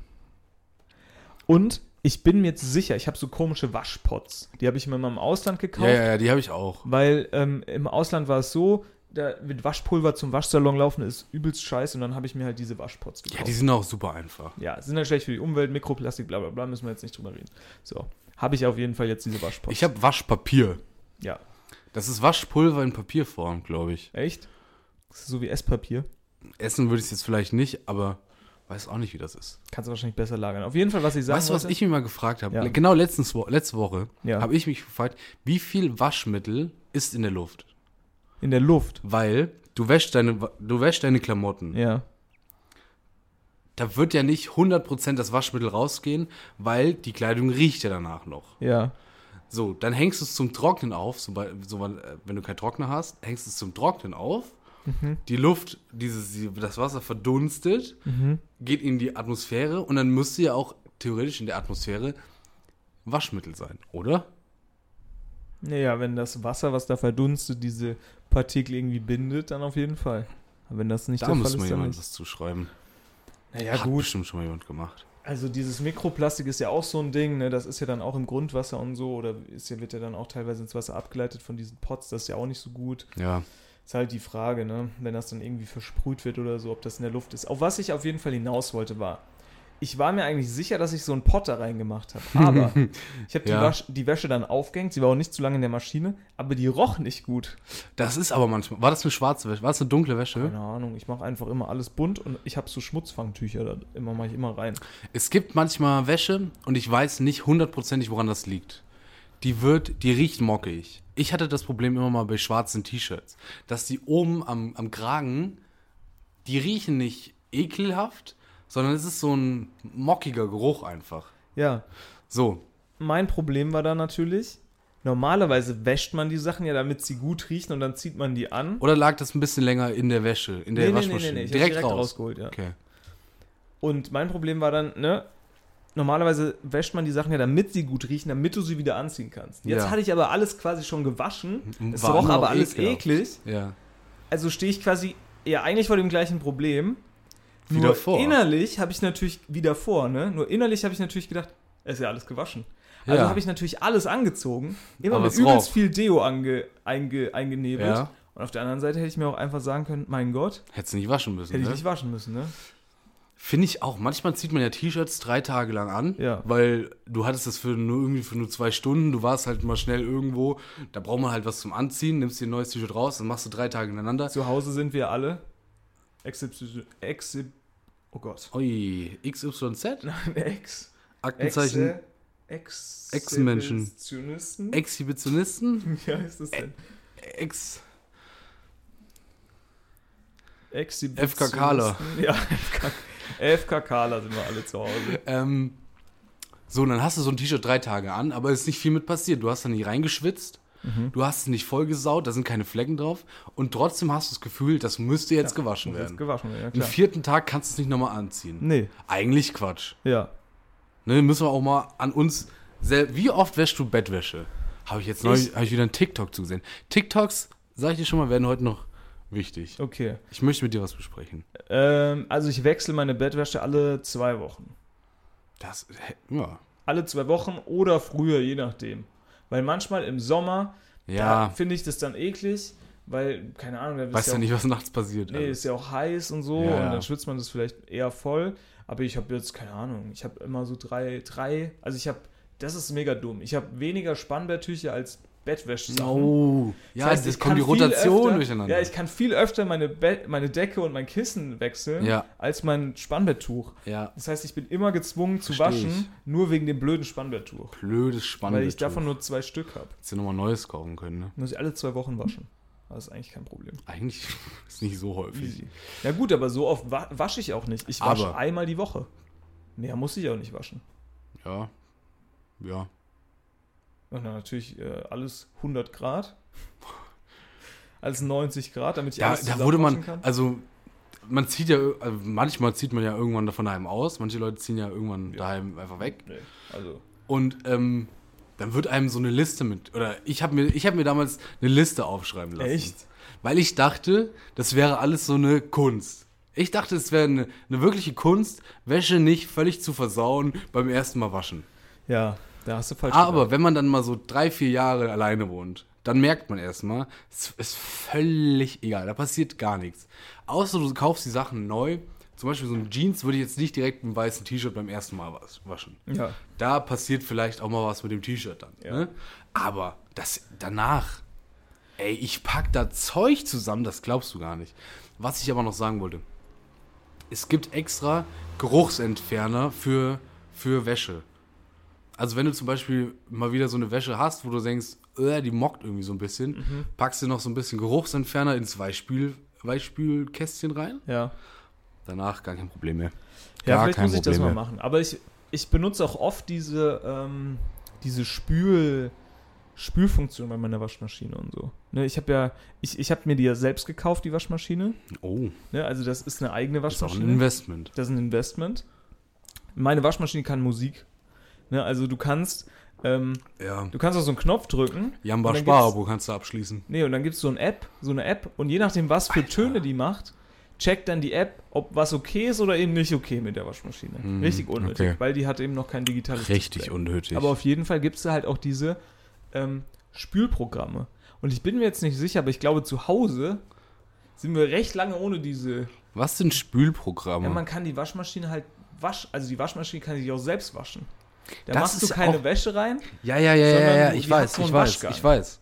Speaker 3: und ich bin mir jetzt sicher, ich habe so komische Waschpots. Die habe ich mir mal im Ausland gekauft.
Speaker 4: Ja, ja, ja, die habe ich auch.
Speaker 3: Weil ähm, im Ausland war es so, da mit Waschpulver zum Waschsalon laufen ist übelst scheiße und dann habe ich mir halt diese Waschpots gekauft.
Speaker 4: Ja, die sind auch super einfach.
Speaker 3: Ja, sind dann schlecht für die Umwelt, Mikroplastik, bla bla bla, müssen wir jetzt nicht drüber reden. So, habe ich auf jeden Fall jetzt diese Waschpots.
Speaker 4: Ich habe Waschpapier.
Speaker 3: ja,
Speaker 4: Das ist Waschpulver in Papierform, glaube ich.
Speaker 3: echt? Das ist so wie Esspapier.
Speaker 4: Essen würde ich es jetzt vielleicht nicht, aber weiß auch nicht, wie das ist.
Speaker 3: Kannst du wahrscheinlich besser lagern. Auf jeden Fall, was ich sagen
Speaker 4: weißt du, was
Speaker 3: wollte-
Speaker 4: ich mir mal gefragt habe?
Speaker 3: Ja.
Speaker 4: Genau letztens, wo- letzte Woche
Speaker 3: Ja.
Speaker 4: habe ich mich gefragt, wie viel Waschmittel ist in der Luft?
Speaker 3: In der Luft.
Speaker 4: Weil du wäschst deine, Wa- du wäschst deine Klamotten.
Speaker 3: Ja.
Speaker 4: Da wird ja nicht 100% das Waschmittel rausgehen, weil die Kleidung riecht ja danach noch.
Speaker 3: Ja.
Speaker 4: So, dann hängst du es zum Trocknen auf, sobald, sobald, äh, wenn du keinen Trockner hast, hängst du es zum Trocknen auf.
Speaker 3: Mhm.
Speaker 4: Die Luft, dieses, die, das Wasser verdunstet,
Speaker 3: Mhm.
Speaker 4: geht in die Atmosphäre und dann müsste ja auch theoretisch in der Atmosphäre Waschmittel sein, oder?
Speaker 3: Naja, wenn das Wasser, was da verdunstet, diese Partikel irgendwie bindet, dann auf jeden Fall. Aber wenn das nicht
Speaker 4: Da
Speaker 3: der Fall
Speaker 4: muss
Speaker 3: ist,
Speaker 4: mal
Speaker 3: dann
Speaker 4: jemand
Speaker 3: nicht.
Speaker 4: was zuschreiben.
Speaker 3: Naja,
Speaker 4: Hat
Speaker 3: gut.
Speaker 4: bestimmt schon mal jemand gemacht.
Speaker 3: Also dieses Mikroplastik ist ja auch so ein Ding, ne? das ist ja dann auch im Grundwasser und so, oder ist ja, wird ja dann auch teilweise ins Wasser abgeleitet von diesen Pots, das ist ja auch nicht so gut.
Speaker 4: Ja.
Speaker 3: Ist halt die Frage, ne? wenn das dann irgendwie versprüht wird oder so, ob das in der Luft ist. Auf was ich auf jeden Fall hinaus wollte war, ich war mir eigentlich sicher, dass ich so einen Pot da reingemacht habe, aber ich habe die,
Speaker 4: Ja.
Speaker 3: Wasch- die Wäsche dann aufgehängt, sie war auch nicht zu lange in der Maschine, aber die roch nicht gut.
Speaker 4: Das ist aber manchmal. War das eine schwarze Wäsche? War das eine dunkle Wäsche?
Speaker 3: Keine Ahnung, ich mache einfach immer alles bunt und ich habe so Schmutzfangtücher, da immer mache ich immer rein.
Speaker 4: Es gibt manchmal Wäsche und ich weiß nicht hundertprozentig, woran das liegt. Die wird, die riecht mockig. Ich hatte das Problem immer mal bei schwarzen T-Shirts, dass die oben am, am Kragen, die riechen nicht ekelhaft, sondern es ist so ein mockiger Geruch einfach.
Speaker 3: Ja,
Speaker 4: So,
Speaker 3: mein Problem war da natürlich, normalerweise wäscht man die Sachen ja, damit sie gut riechen und dann zieht man die an.
Speaker 4: oder lag das ein bisschen länger in der Wäsche, in der Waschmaschine?
Speaker 3: ich direkt,
Speaker 4: direkt,
Speaker 3: direkt
Speaker 4: raus.
Speaker 3: rausgeholt, ja.
Speaker 4: Okay.
Speaker 3: Und mein Problem war dann, ne, normalerweise wäscht man die Sachen ja, damit sie gut riechen, damit du sie wieder anziehen kannst. Jetzt
Speaker 4: Ja.
Speaker 3: hatte ich aber alles quasi schon gewaschen, es
Speaker 4: War
Speaker 3: roch
Speaker 4: immer
Speaker 3: aber
Speaker 4: auch
Speaker 3: alles
Speaker 4: ekelhaft.
Speaker 3: eklig,
Speaker 4: Ja.
Speaker 3: also stehe ich quasi ja eigentlich vor dem gleichen Problem.
Speaker 4: Wieder
Speaker 3: Nur
Speaker 4: vor.
Speaker 3: innerlich habe ich natürlich wieder vor, ne? Nur innerlich habe ich natürlich gedacht, es ist ja alles gewaschen. Also
Speaker 4: Ja.
Speaker 3: habe ich natürlich alles angezogen, immer
Speaker 4: Aber
Speaker 3: mit
Speaker 4: es
Speaker 3: übelst
Speaker 4: roch.
Speaker 3: viel Deo ange, einge, eingenebelt.
Speaker 4: Ja.
Speaker 3: Und auf der anderen Seite hätte ich mir auch einfach sagen können, mein Gott,
Speaker 4: Hättest du nicht waschen müssen.
Speaker 3: hätte ich
Speaker 4: ne?
Speaker 3: nicht waschen müssen, ne?
Speaker 4: Finde ich auch. Manchmal zieht man ja T-Shirts drei Tage lang an,
Speaker 3: Ja.
Speaker 4: weil du hattest das für nur irgendwie für nur zwei Stunden, du warst halt mal schnell irgendwo, da braucht man halt was zum Anziehen, nimmst dir ein neues T-Shirt raus, dann machst du drei Tage ineinander.
Speaker 3: Zu Hause sind wir alle. Exib. Exib. Oh Gott. [laughs]
Speaker 4: Ui, XYZ?
Speaker 3: Nein, Ex.
Speaker 4: Aktenzeichen.
Speaker 3: Ex.
Speaker 4: Ex-Menschen.
Speaker 3: Exhibitionisten?
Speaker 4: Exhibitionisten?
Speaker 3: [laughs] Wie heißt das denn?
Speaker 4: Ex.
Speaker 3: Exhibitionisten.
Speaker 4: FKKler.
Speaker 3: [laughs] Ja, FK FKKler sind wir alle zu Hause.
Speaker 4: Ähm, so, und dann hast du so ein T-Shirt drei Tage an, aber es ist nicht viel mit passiert. Du hast da nicht reingeschwitzt,
Speaker 3: Mhm.
Speaker 4: du hast es nicht vollgesaut, da sind keine Flecken drauf und trotzdem hast du das Gefühl, das müsste jetzt gewaschen
Speaker 3: Das
Speaker 4: werden.
Speaker 3: ist gewaschen, ja
Speaker 4: Am
Speaker 3: klar.
Speaker 4: vierten Tag kannst du es nicht nochmal anziehen.
Speaker 3: Nee,
Speaker 4: Eigentlich Quatsch.
Speaker 3: ja.
Speaker 4: Ne, müssen wir auch mal an uns sel- Wie oft wäschst du Bettwäsche? Habe ich jetzt neulich, habe ich wieder einen TikTok zugesehen. TikToks, sage ich dir schon mal, werden heute noch wichtig.
Speaker 3: Okay.
Speaker 4: Ich möchte mit dir was besprechen.
Speaker 3: Ähm, also ich wechsle meine Bettwäsche alle zwei Wochen.
Speaker 4: Das, hä, ja.
Speaker 3: Alle zwei Wochen oder früher, je nachdem. Weil manchmal im Sommer
Speaker 4: Ja.
Speaker 3: Da finde ich das dann eklig, weil, keine Ahnung, da bist
Speaker 4: Weißt
Speaker 3: ja
Speaker 4: ja
Speaker 3: auch,
Speaker 4: nicht, was nachts passiert. Also.
Speaker 3: Nee, ist ja auch heiß und so
Speaker 4: Ja,
Speaker 3: und
Speaker 4: ja.
Speaker 3: dann schwitzt man das vielleicht eher voll. Aber ich habe jetzt, keine Ahnung, ich habe immer so drei, drei, also ich habe, das ist mega dumm. Ich habe weniger Spannbetttücher als Bettwäsche.
Speaker 4: oh. Ja, das
Speaker 3: ich
Speaker 4: kommt die
Speaker 3: kann viel
Speaker 4: Rotation
Speaker 3: öfter,
Speaker 4: durcheinander.
Speaker 3: Ja, ich kann viel öfter meine, Bett- meine Decke und mein Kissen wechseln,
Speaker 4: Ja.
Speaker 3: als mein Spannbetttuch.
Speaker 4: ja.
Speaker 3: Das heißt, ich bin immer gezwungen zu
Speaker 4: Versteh
Speaker 3: waschen, nur wegen dem blöden Spannbetttuch.
Speaker 4: Blödes Spannbetttuch.
Speaker 3: Weil ich davon nur zwei Stück habe.
Speaker 4: Hättest du nochmal Neues kaufen können, ne?
Speaker 3: Muss ich alle zwei Wochen waschen. Das ist eigentlich kein Problem.
Speaker 4: Eigentlich [laughs] ist nicht so häufig.
Speaker 3: Easy. Ja gut, aber so oft wa wasche ich auch nicht. Ich wasche
Speaker 4: Aber-
Speaker 3: einmal die Woche. Mehr muss ich auch nicht waschen.
Speaker 4: Ja. Ja.
Speaker 3: Und dann natürlich äh, alles 100 Grad. Alles 90 Grad, damit ich
Speaker 4: Ja,
Speaker 3: alles
Speaker 4: da
Speaker 3: zusammen
Speaker 4: wurde man,
Speaker 3: waschen kann.
Speaker 4: also man zieht ja, also manchmal zieht man ja irgendwann von daheim aus, manche Leute ziehen ja irgendwann daheim einfach weg.
Speaker 3: Nee, also
Speaker 4: Und ähm, dann wird einem so eine Liste mit, oder ich habe mir, ich hab mir damals eine Liste aufschreiben lassen.
Speaker 3: Echt?
Speaker 4: Weil ich dachte, das wäre alles so eine Kunst. Ich dachte, es wäre eine, eine wirkliche Kunst, Wäsche nicht völlig zu versauen beim ersten Mal waschen.
Speaker 3: ja, da hast du falsch
Speaker 4: Ah, Aber
Speaker 3: gedacht.
Speaker 4: wenn man dann mal so drei, vier Jahre alleine wohnt, dann merkt man erstmal, es ist völlig egal, da passiert gar nichts. Außer du kaufst die Sachen neu. Zum Beispiel so ein Jeans würde ich jetzt nicht direkt mit einem weißen T-Shirt beim ersten Mal was- waschen.
Speaker 3: Ja.
Speaker 4: Da passiert vielleicht auch mal was mit dem T-Shirt dann.
Speaker 3: Ja.
Speaker 4: Ne? Aber das danach, ey, ich pack da Zeug zusammen, das glaubst du gar nicht. Was ich aber noch sagen wollte, es gibt extra Geruchsentferner für, für Wäsche. Also wenn du zum Beispiel mal wieder so eine Wäsche hast, wo du denkst, äh, die mockt irgendwie so ein bisschen,
Speaker 3: Mhm.
Speaker 4: packst du noch so ein bisschen Geruchsentferner ins Weichspül, Weichspülkästchen rein.
Speaker 3: Ja.
Speaker 4: Danach gar kein Problem mehr.
Speaker 3: Ja,
Speaker 4: Gar
Speaker 3: vielleicht
Speaker 4: kein
Speaker 3: muss ich das
Speaker 4: Problem
Speaker 3: mal
Speaker 4: mehr.
Speaker 3: machen. Aber ich, ich benutze auch oft diese, ähm, diese Spül, Spülfunktion bei meiner Waschmaschine und so. Ne, ich habe ja, ich, ich habe mir die ja selbst gekauft, die Waschmaschine.
Speaker 4: Oh,
Speaker 3: Ne, also das ist eine eigene
Speaker 4: ist auch ein
Speaker 3: Waschmaschine.
Speaker 4: Investment.
Speaker 3: das ist ein Investment. Meine Waschmaschine kann Musik. Ne, also du kannst, ähm,
Speaker 4: Ja.
Speaker 3: du kannst auf so einen Knopf drücken.
Speaker 4: Jamba
Speaker 3: und dann gibt's-
Speaker 4: Sparabo kannst du abschließen.
Speaker 3: Nee, und dann gibt es so eine App, so eine App, und je nachdem, was für Töne die macht, checkt dann die App, ob was okay ist oder eben nicht okay mit der Waschmaschine. Richtig unnötig,
Speaker 4: Hm, okay.
Speaker 3: weil die hat eben noch kein digitales
Speaker 4: Richtig
Speaker 3: Display.
Speaker 4: unnötig.
Speaker 3: Äh, Aber auf jeden Fall gibt es da halt auch diese ähm, Spülprogramme. Und ich bin mir jetzt nicht sicher, aber ich glaube, zu Hause sind wir recht lange ohne diese.
Speaker 4: Was sind Spülprogramme?
Speaker 3: Ja, man kann die Waschmaschine halt wasch, also die Waschmaschine kann sich auch selbst waschen. Da
Speaker 4: Das
Speaker 3: machst du
Speaker 4: ist
Speaker 3: keine
Speaker 4: auch-
Speaker 3: Wäsche rein.
Speaker 4: ja, ja, ja,
Speaker 3: sondern du-
Speaker 4: ich
Speaker 3: die hat
Speaker 4: weiß,
Speaker 3: so
Speaker 4: ich
Speaker 3: einen
Speaker 4: weiß,
Speaker 3: Waschgang.
Speaker 4: ich weiß.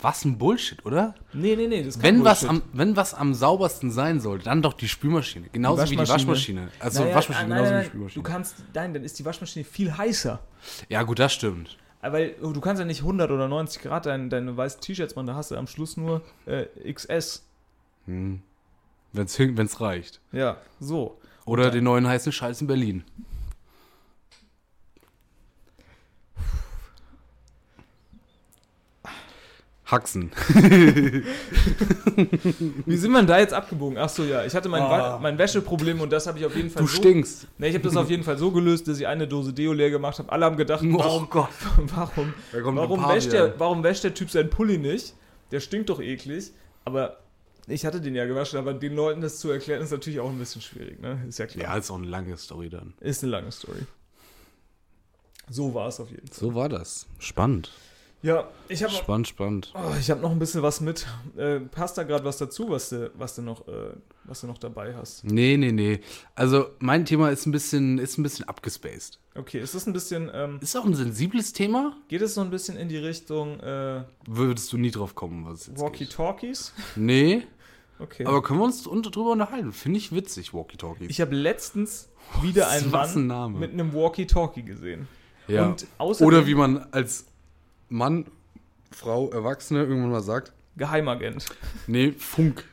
Speaker 4: Was ein Bullshit, oder?
Speaker 3: Nee, nee, nee, das ist kein
Speaker 4: Wenn was,
Speaker 3: Bullshit.
Speaker 4: am, wenn was am saubersten sein soll, dann doch die Spülmaschine. Genauso wie die Waschmaschine. Also
Speaker 3: Naja,
Speaker 4: Waschmaschine,
Speaker 3: nein, nein,
Speaker 4: genauso wie die
Speaker 3: nein, Du
Speaker 4: Spülmaschine.
Speaker 3: kannst, nein, dann ist die Waschmaschine viel heißer. Ah,
Speaker 4: ja, gut, das stimmt.
Speaker 3: Weil oh, du kannst ja nicht 100 oder 90 Grad dein, deine weißen T-Shirts machen, da hast du am Schluss nur äh, XS.
Speaker 4: Wenn's, hin- wenn's reicht.
Speaker 3: Ja, so.
Speaker 4: Oder den neuen heißen Scheiß in Berlin. Haxen.
Speaker 3: Wie sind wir denn da jetzt abgebogen? Ach so, ja, ich hatte mein, Wa
Speaker 4: Ah.
Speaker 3: mein Wäscheproblem und das habe ich auf jeden Fall
Speaker 4: Du
Speaker 3: so...
Speaker 4: stinkst.
Speaker 3: Ne, ich habe das auf jeden Fall so gelöst, dass ich eine Dose Deo leer gemacht habe. Alle haben gedacht, warum, [laughs]
Speaker 4: Gott.
Speaker 3: warum,
Speaker 4: Da kommt ein
Speaker 3: warum,
Speaker 4: Pavian.
Speaker 3: wäscht der, warum wäscht der Typ seinen Pulli nicht? Der stinkt doch eklig. Aber ich hatte den ja gewaschen, aber den Leuten das zu erklären, ist natürlich auch ein bisschen schwierig, ne? Ist ja klar.
Speaker 4: Ja, ist auch eine lange Story dann.
Speaker 3: Ist eine lange Story. So war es auf jeden Fall.
Speaker 4: So war das. Spannend.
Speaker 3: Ja, ich habe
Speaker 4: Spannend, spannend.
Speaker 3: oh, ich hab noch ein bisschen was mit. Äh, passt da gerade was dazu, was du, was, du noch, äh, was du noch dabei hast?
Speaker 4: Nee, nee, nee. Also mein Thema ist ein bisschen, ist ein bisschen abgespaced.
Speaker 3: Okay, ist das ein bisschen, ähm,
Speaker 4: Ist auch ein sensibles Thema.
Speaker 3: geht es so ein bisschen in die Richtung äh,
Speaker 4: Würdest du nie drauf kommen, was es jetzt geht.
Speaker 3: Walkie-Talkies?
Speaker 4: Nee,
Speaker 3: Okay.
Speaker 4: aber können wir uns unter, drüber unterhalten? Finde ich witzig, Walkie-Talkies.
Speaker 3: ich habe letztens wieder einen
Speaker 4: Was ein
Speaker 3: Mann
Speaker 4: Name.
Speaker 3: mit einem Walkie-Talkie gesehen.
Speaker 4: Ja.
Speaker 3: Und außerdem
Speaker 4: Oder wie man als Mann, Frau, Erwachsene irgendwann mal sagt,
Speaker 3: Geheimagent.
Speaker 4: nee, Funkgerät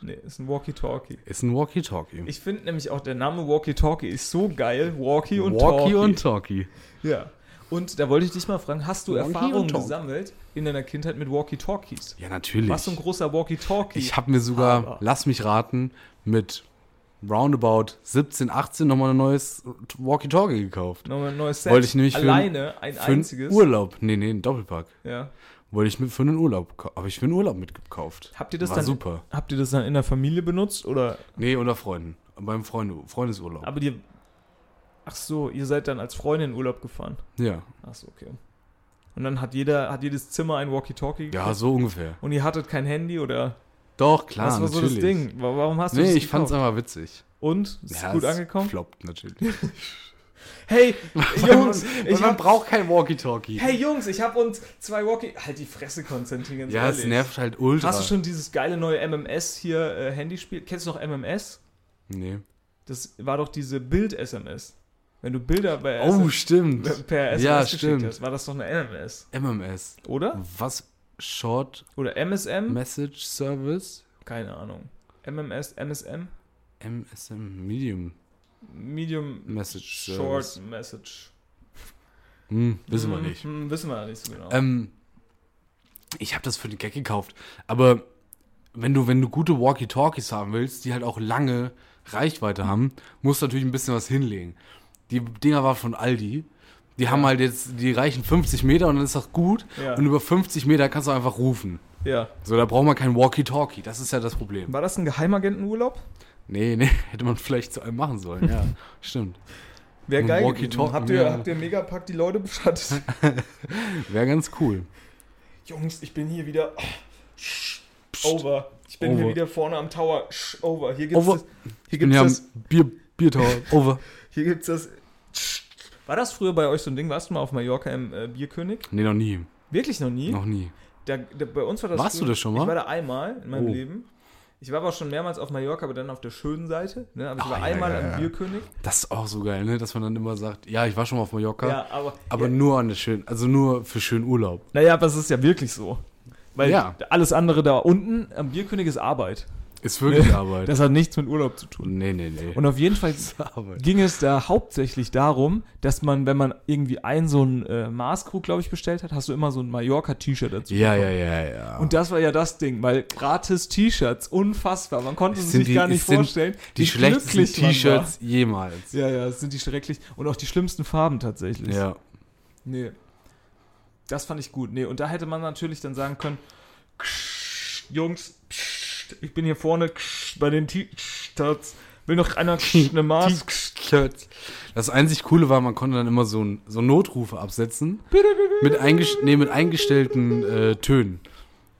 Speaker 3: Nee, ist ein Walkie-Talkie.
Speaker 4: ist ein Walkie-Talkie.
Speaker 3: Ich finde nämlich auch der Name Walkie-Talkie ist so geil. Walkie und Talkie.
Speaker 4: Walkie und Talkie.
Speaker 3: Ja. Und da wollte ich dich mal fragen, hast du
Speaker 4: Walkie
Speaker 3: Erfahrungen
Speaker 4: und Talk.
Speaker 3: gesammelt in deiner Kindheit mit Walkie-Talkies?
Speaker 4: Ja, natürlich.
Speaker 3: Warst du ein großer Walkie-Talkie?
Speaker 4: Ich habe mir sogar,
Speaker 3: Aber-
Speaker 4: lass mich raten, mit roundabout 17, 18 nochmal ein neues Walkie-Talkie gekauft.
Speaker 3: Nochmal ein neues Set.
Speaker 4: Wollte ich nämlich für-
Speaker 3: Alleine ein
Speaker 4: Für einen
Speaker 3: einziges.
Speaker 4: Urlaub. Nee, nee, einen Doppelpack.
Speaker 3: Ja.
Speaker 4: Wollte ich mir für einen Urlaub kau- Habe ich für einen Urlaub mitgekauft.
Speaker 3: Habt ihr das
Speaker 4: War
Speaker 3: dann
Speaker 4: super.
Speaker 3: Habt ihr das dann in der Familie benutzt? Oder
Speaker 4: Nee, unter Freunden. Beim Freunde, Freundesurlaub.
Speaker 3: aber ihr. Ach so, ihr seid dann als Freundin in Urlaub gefahren.
Speaker 4: ja.
Speaker 3: Ach so, okay. Und dann hat jeder, hat jedes Zimmer ein Walkie-Talkie.
Speaker 4: Ja, so ungefähr.
Speaker 3: Und ihr hattet kein Handy oder
Speaker 4: Doch, klar,
Speaker 3: was war so
Speaker 4: natürlich.
Speaker 3: das Ding? Wa- Warum hast du
Speaker 4: Nee,
Speaker 3: das
Speaker 4: ich fand's
Speaker 3: gekauft?
Speaker 4: einfach witzig.
Speaker 3: Und? Ist
Speaker 4: Ja,
Speaker 3: gut
Speaker 4: es
Speaker 3: angekommen? [laughs]
Speaker 4: Floppt natürlich. [laughs]
Speaker 3: Hey, Jungs, ich
Speaker 4: man
Speaker 3: hab,
Speaker 4: braucht kein Walkie-Talkie.
Speaker 3: hey Jungs, ich hab uns zwei Walkie... Halt die Fresse, Konstantin, ganz
Speaker 4: ja, es
Speaker 3: ehrlich.
Speaker 4: nervt halt ultra.
Speaker 3: Hast du schon dieses geile neue MMS hier, äh, Handyspiel? Kennst du noch MMS?
Speaker 4: Nee.
Speaker 3: Das war doch diese Bild-SMS. Wenn du Bilder bei
Speaker 4: Oh,
Speaker 3: SMS [laughs]
Speaker 4: stimmt.
Speaker 3: per SMS
Speaker 4: ja,
Speaker 3: geschickt
Speaker 4: stimmt.
Speaker 3: hast, war das doch eine MMS,
Speaker 4: MMS.
Speaker 3: oder?
Speaker 4: Was? Short
Speaker 3: Oder MSM?
Speaker 4: Message Service?
Speaker 3: Keine Ahnung. MMS, MSM?
Speaker 4: MSM Medium.
Speaker 3: Medium
Speaker 4: Message
Speaker 3: Short
Speaker 4: Service.
Speaker 3: Message.
Speaker 4: Hm, wissen wir
Speaker 3: Hm,
Speaker 4: nicht.
Speaker 3: Hm, wissen wir nicht so genau.
Speaker 4: Ähm, ich habe das für den Gag gekauft. Aber wenn du, wenn du gute Walkie-Talkies haben willst, die halt auch lange Reichweite haben, musst du natürlich ein bisschen was hinlegen. Die Dinger waren von Aldi. Die haben halt jetzt, die reichen 50 Meter und dann ist das gut.
Speaker 3: Ja.
Speaker 4: Und über 50 Meter kannst du einfach rufen.
Speaker 3: ja.
Speaker 4: So, da braucht man kein Walkie-Talkie. Das ist ja das Problem.
Speaker 3: War das ein Geheimagentenurlaub?
Speaker 4: Nee, [laughs] nee, hätte man vielleicht zu einem machen sollen. Ja, stimmt.
Speaker 3: Wäre
Speaker 4: Ein
Speaker 3: geil gewesen.
Speaker 4: Walkie-Talkie,
Speaker 3: Habt ihr,
Speaker 4: ja.
Speaker 3: habt ihr im Megapack die Leute beschattet?
Speaker 4: Wäre ganz cool.
Speaker 3: Jungs, ich bin hier wieder. Over. Ich bin hier
Speaker 4: Oh. Over.
Speaker 3: wieder vorne am Tower. Sch, Over. Hier gibt's
Speaker 4: Over.
Speaker 3: das. Hier
Speaker 4: Ich bin
Speaker 3: gibt's
Speaker 4: ja am
Speaker 3: das.
Speaker 4: Bier, Biertower. Over.
Speaker 3: Hier gibt's das. War das früher bei euch so ein Ding? Warst du mal auf Mallorca im äh, Bierkönig?
Speaker 4: [laughs] Nee, noch nie.
Speaker 3: Hm? Wirklich noch nie?
Speaker 4: Noch nie.
Speaker 3: Da, da, bei uns war das.
Speaker 4: Warst du
Speaker 3: früher-
Speaker 4: das schon mal?
Speaker 3: Ich war da einmal in meinem
Speaker 4: Oh.
Speaker 3: Leben. Ich war aber schon mehrmals auf Mallorca, aber dann auf der schönen Seite. Ne? Aber ich
Speaker 4: Ach,
Speaker 3: war
Speaker 4: Ah, ja,
Speaker 3: einmal
Speaker 4: ja,
Speaker 3: am
Speaker 4: ja.
Speaker 3: Bierkönig.
Speaker 4: Das ist auch so geil, ne? dass man dann immer sagt, ja, ich war schon mal auf Mallorca,
Speaker 3: Ja, aber.
Speaker 4: aber
Speaker 3: ja,
Speaker 4: nur an der schönen, also nur für schönen Urlaub.
Speaker 3: naja, aber es ist ja wirklich so. Weil
Speaker 4: Ja.
Speaker 3: alles andere da unten am Bierkönig ist Arbeit.
Speaker 4: Ist wirklich Arbeit.
Speaker 3: Das hat nichts mit Urlaub zu tun.
Speaker 4: nee, nee, nee.
Speaker 3: Und auf jeden
Speaker 4: [laughs]
Speaker 3: Fall
Speaker 4: Arbeit.
Speaker 3: ging es da hauptsächlich darum, dass man, wenn man irgendwie einen so einen äh, Maßkrug, glaube ich, bestellt hat, hast du immer so ein Mallorca-T-Shirt dazu.
Speaker 4: Ja, ja, ja, ja.
Speaker 3: Und das war ja das Ding, weil gratis T-Shirts, unfassbar. Man konnte es
Speaker 4: Sind
Speaker 3: sich gar
Speaker 4: die-
Speaker 3: nicht
Speaker 4: sind
Speaker 3: vorstellen.
Speaker 4: die
Speaker 3: wie
Speaker 4: schlechtesten
Speaker 3: glücklich man war.
Speaker 4: T-Shirts jemals.
Speaker 3: Ja, ja, es sind die schrecklich. Und auch die schlimmsten Farben tatsächlich.
Speaker 4: Ja.
Speaker 3: Nee. Das fand ich gut. Nee, und da hätte man natürlich dann sagen können, Jungs, ich bin hier vorne bei den T-Shirts. Will noch
Speaker 4: [laughs]
Speaker 3: einer eine Maß?
Speaker 4: Das einzig Coole war, man konnte dann immer so, ein, so Notrufe absetzen mit, eingest nee, mit eingestellten äh, Tönen.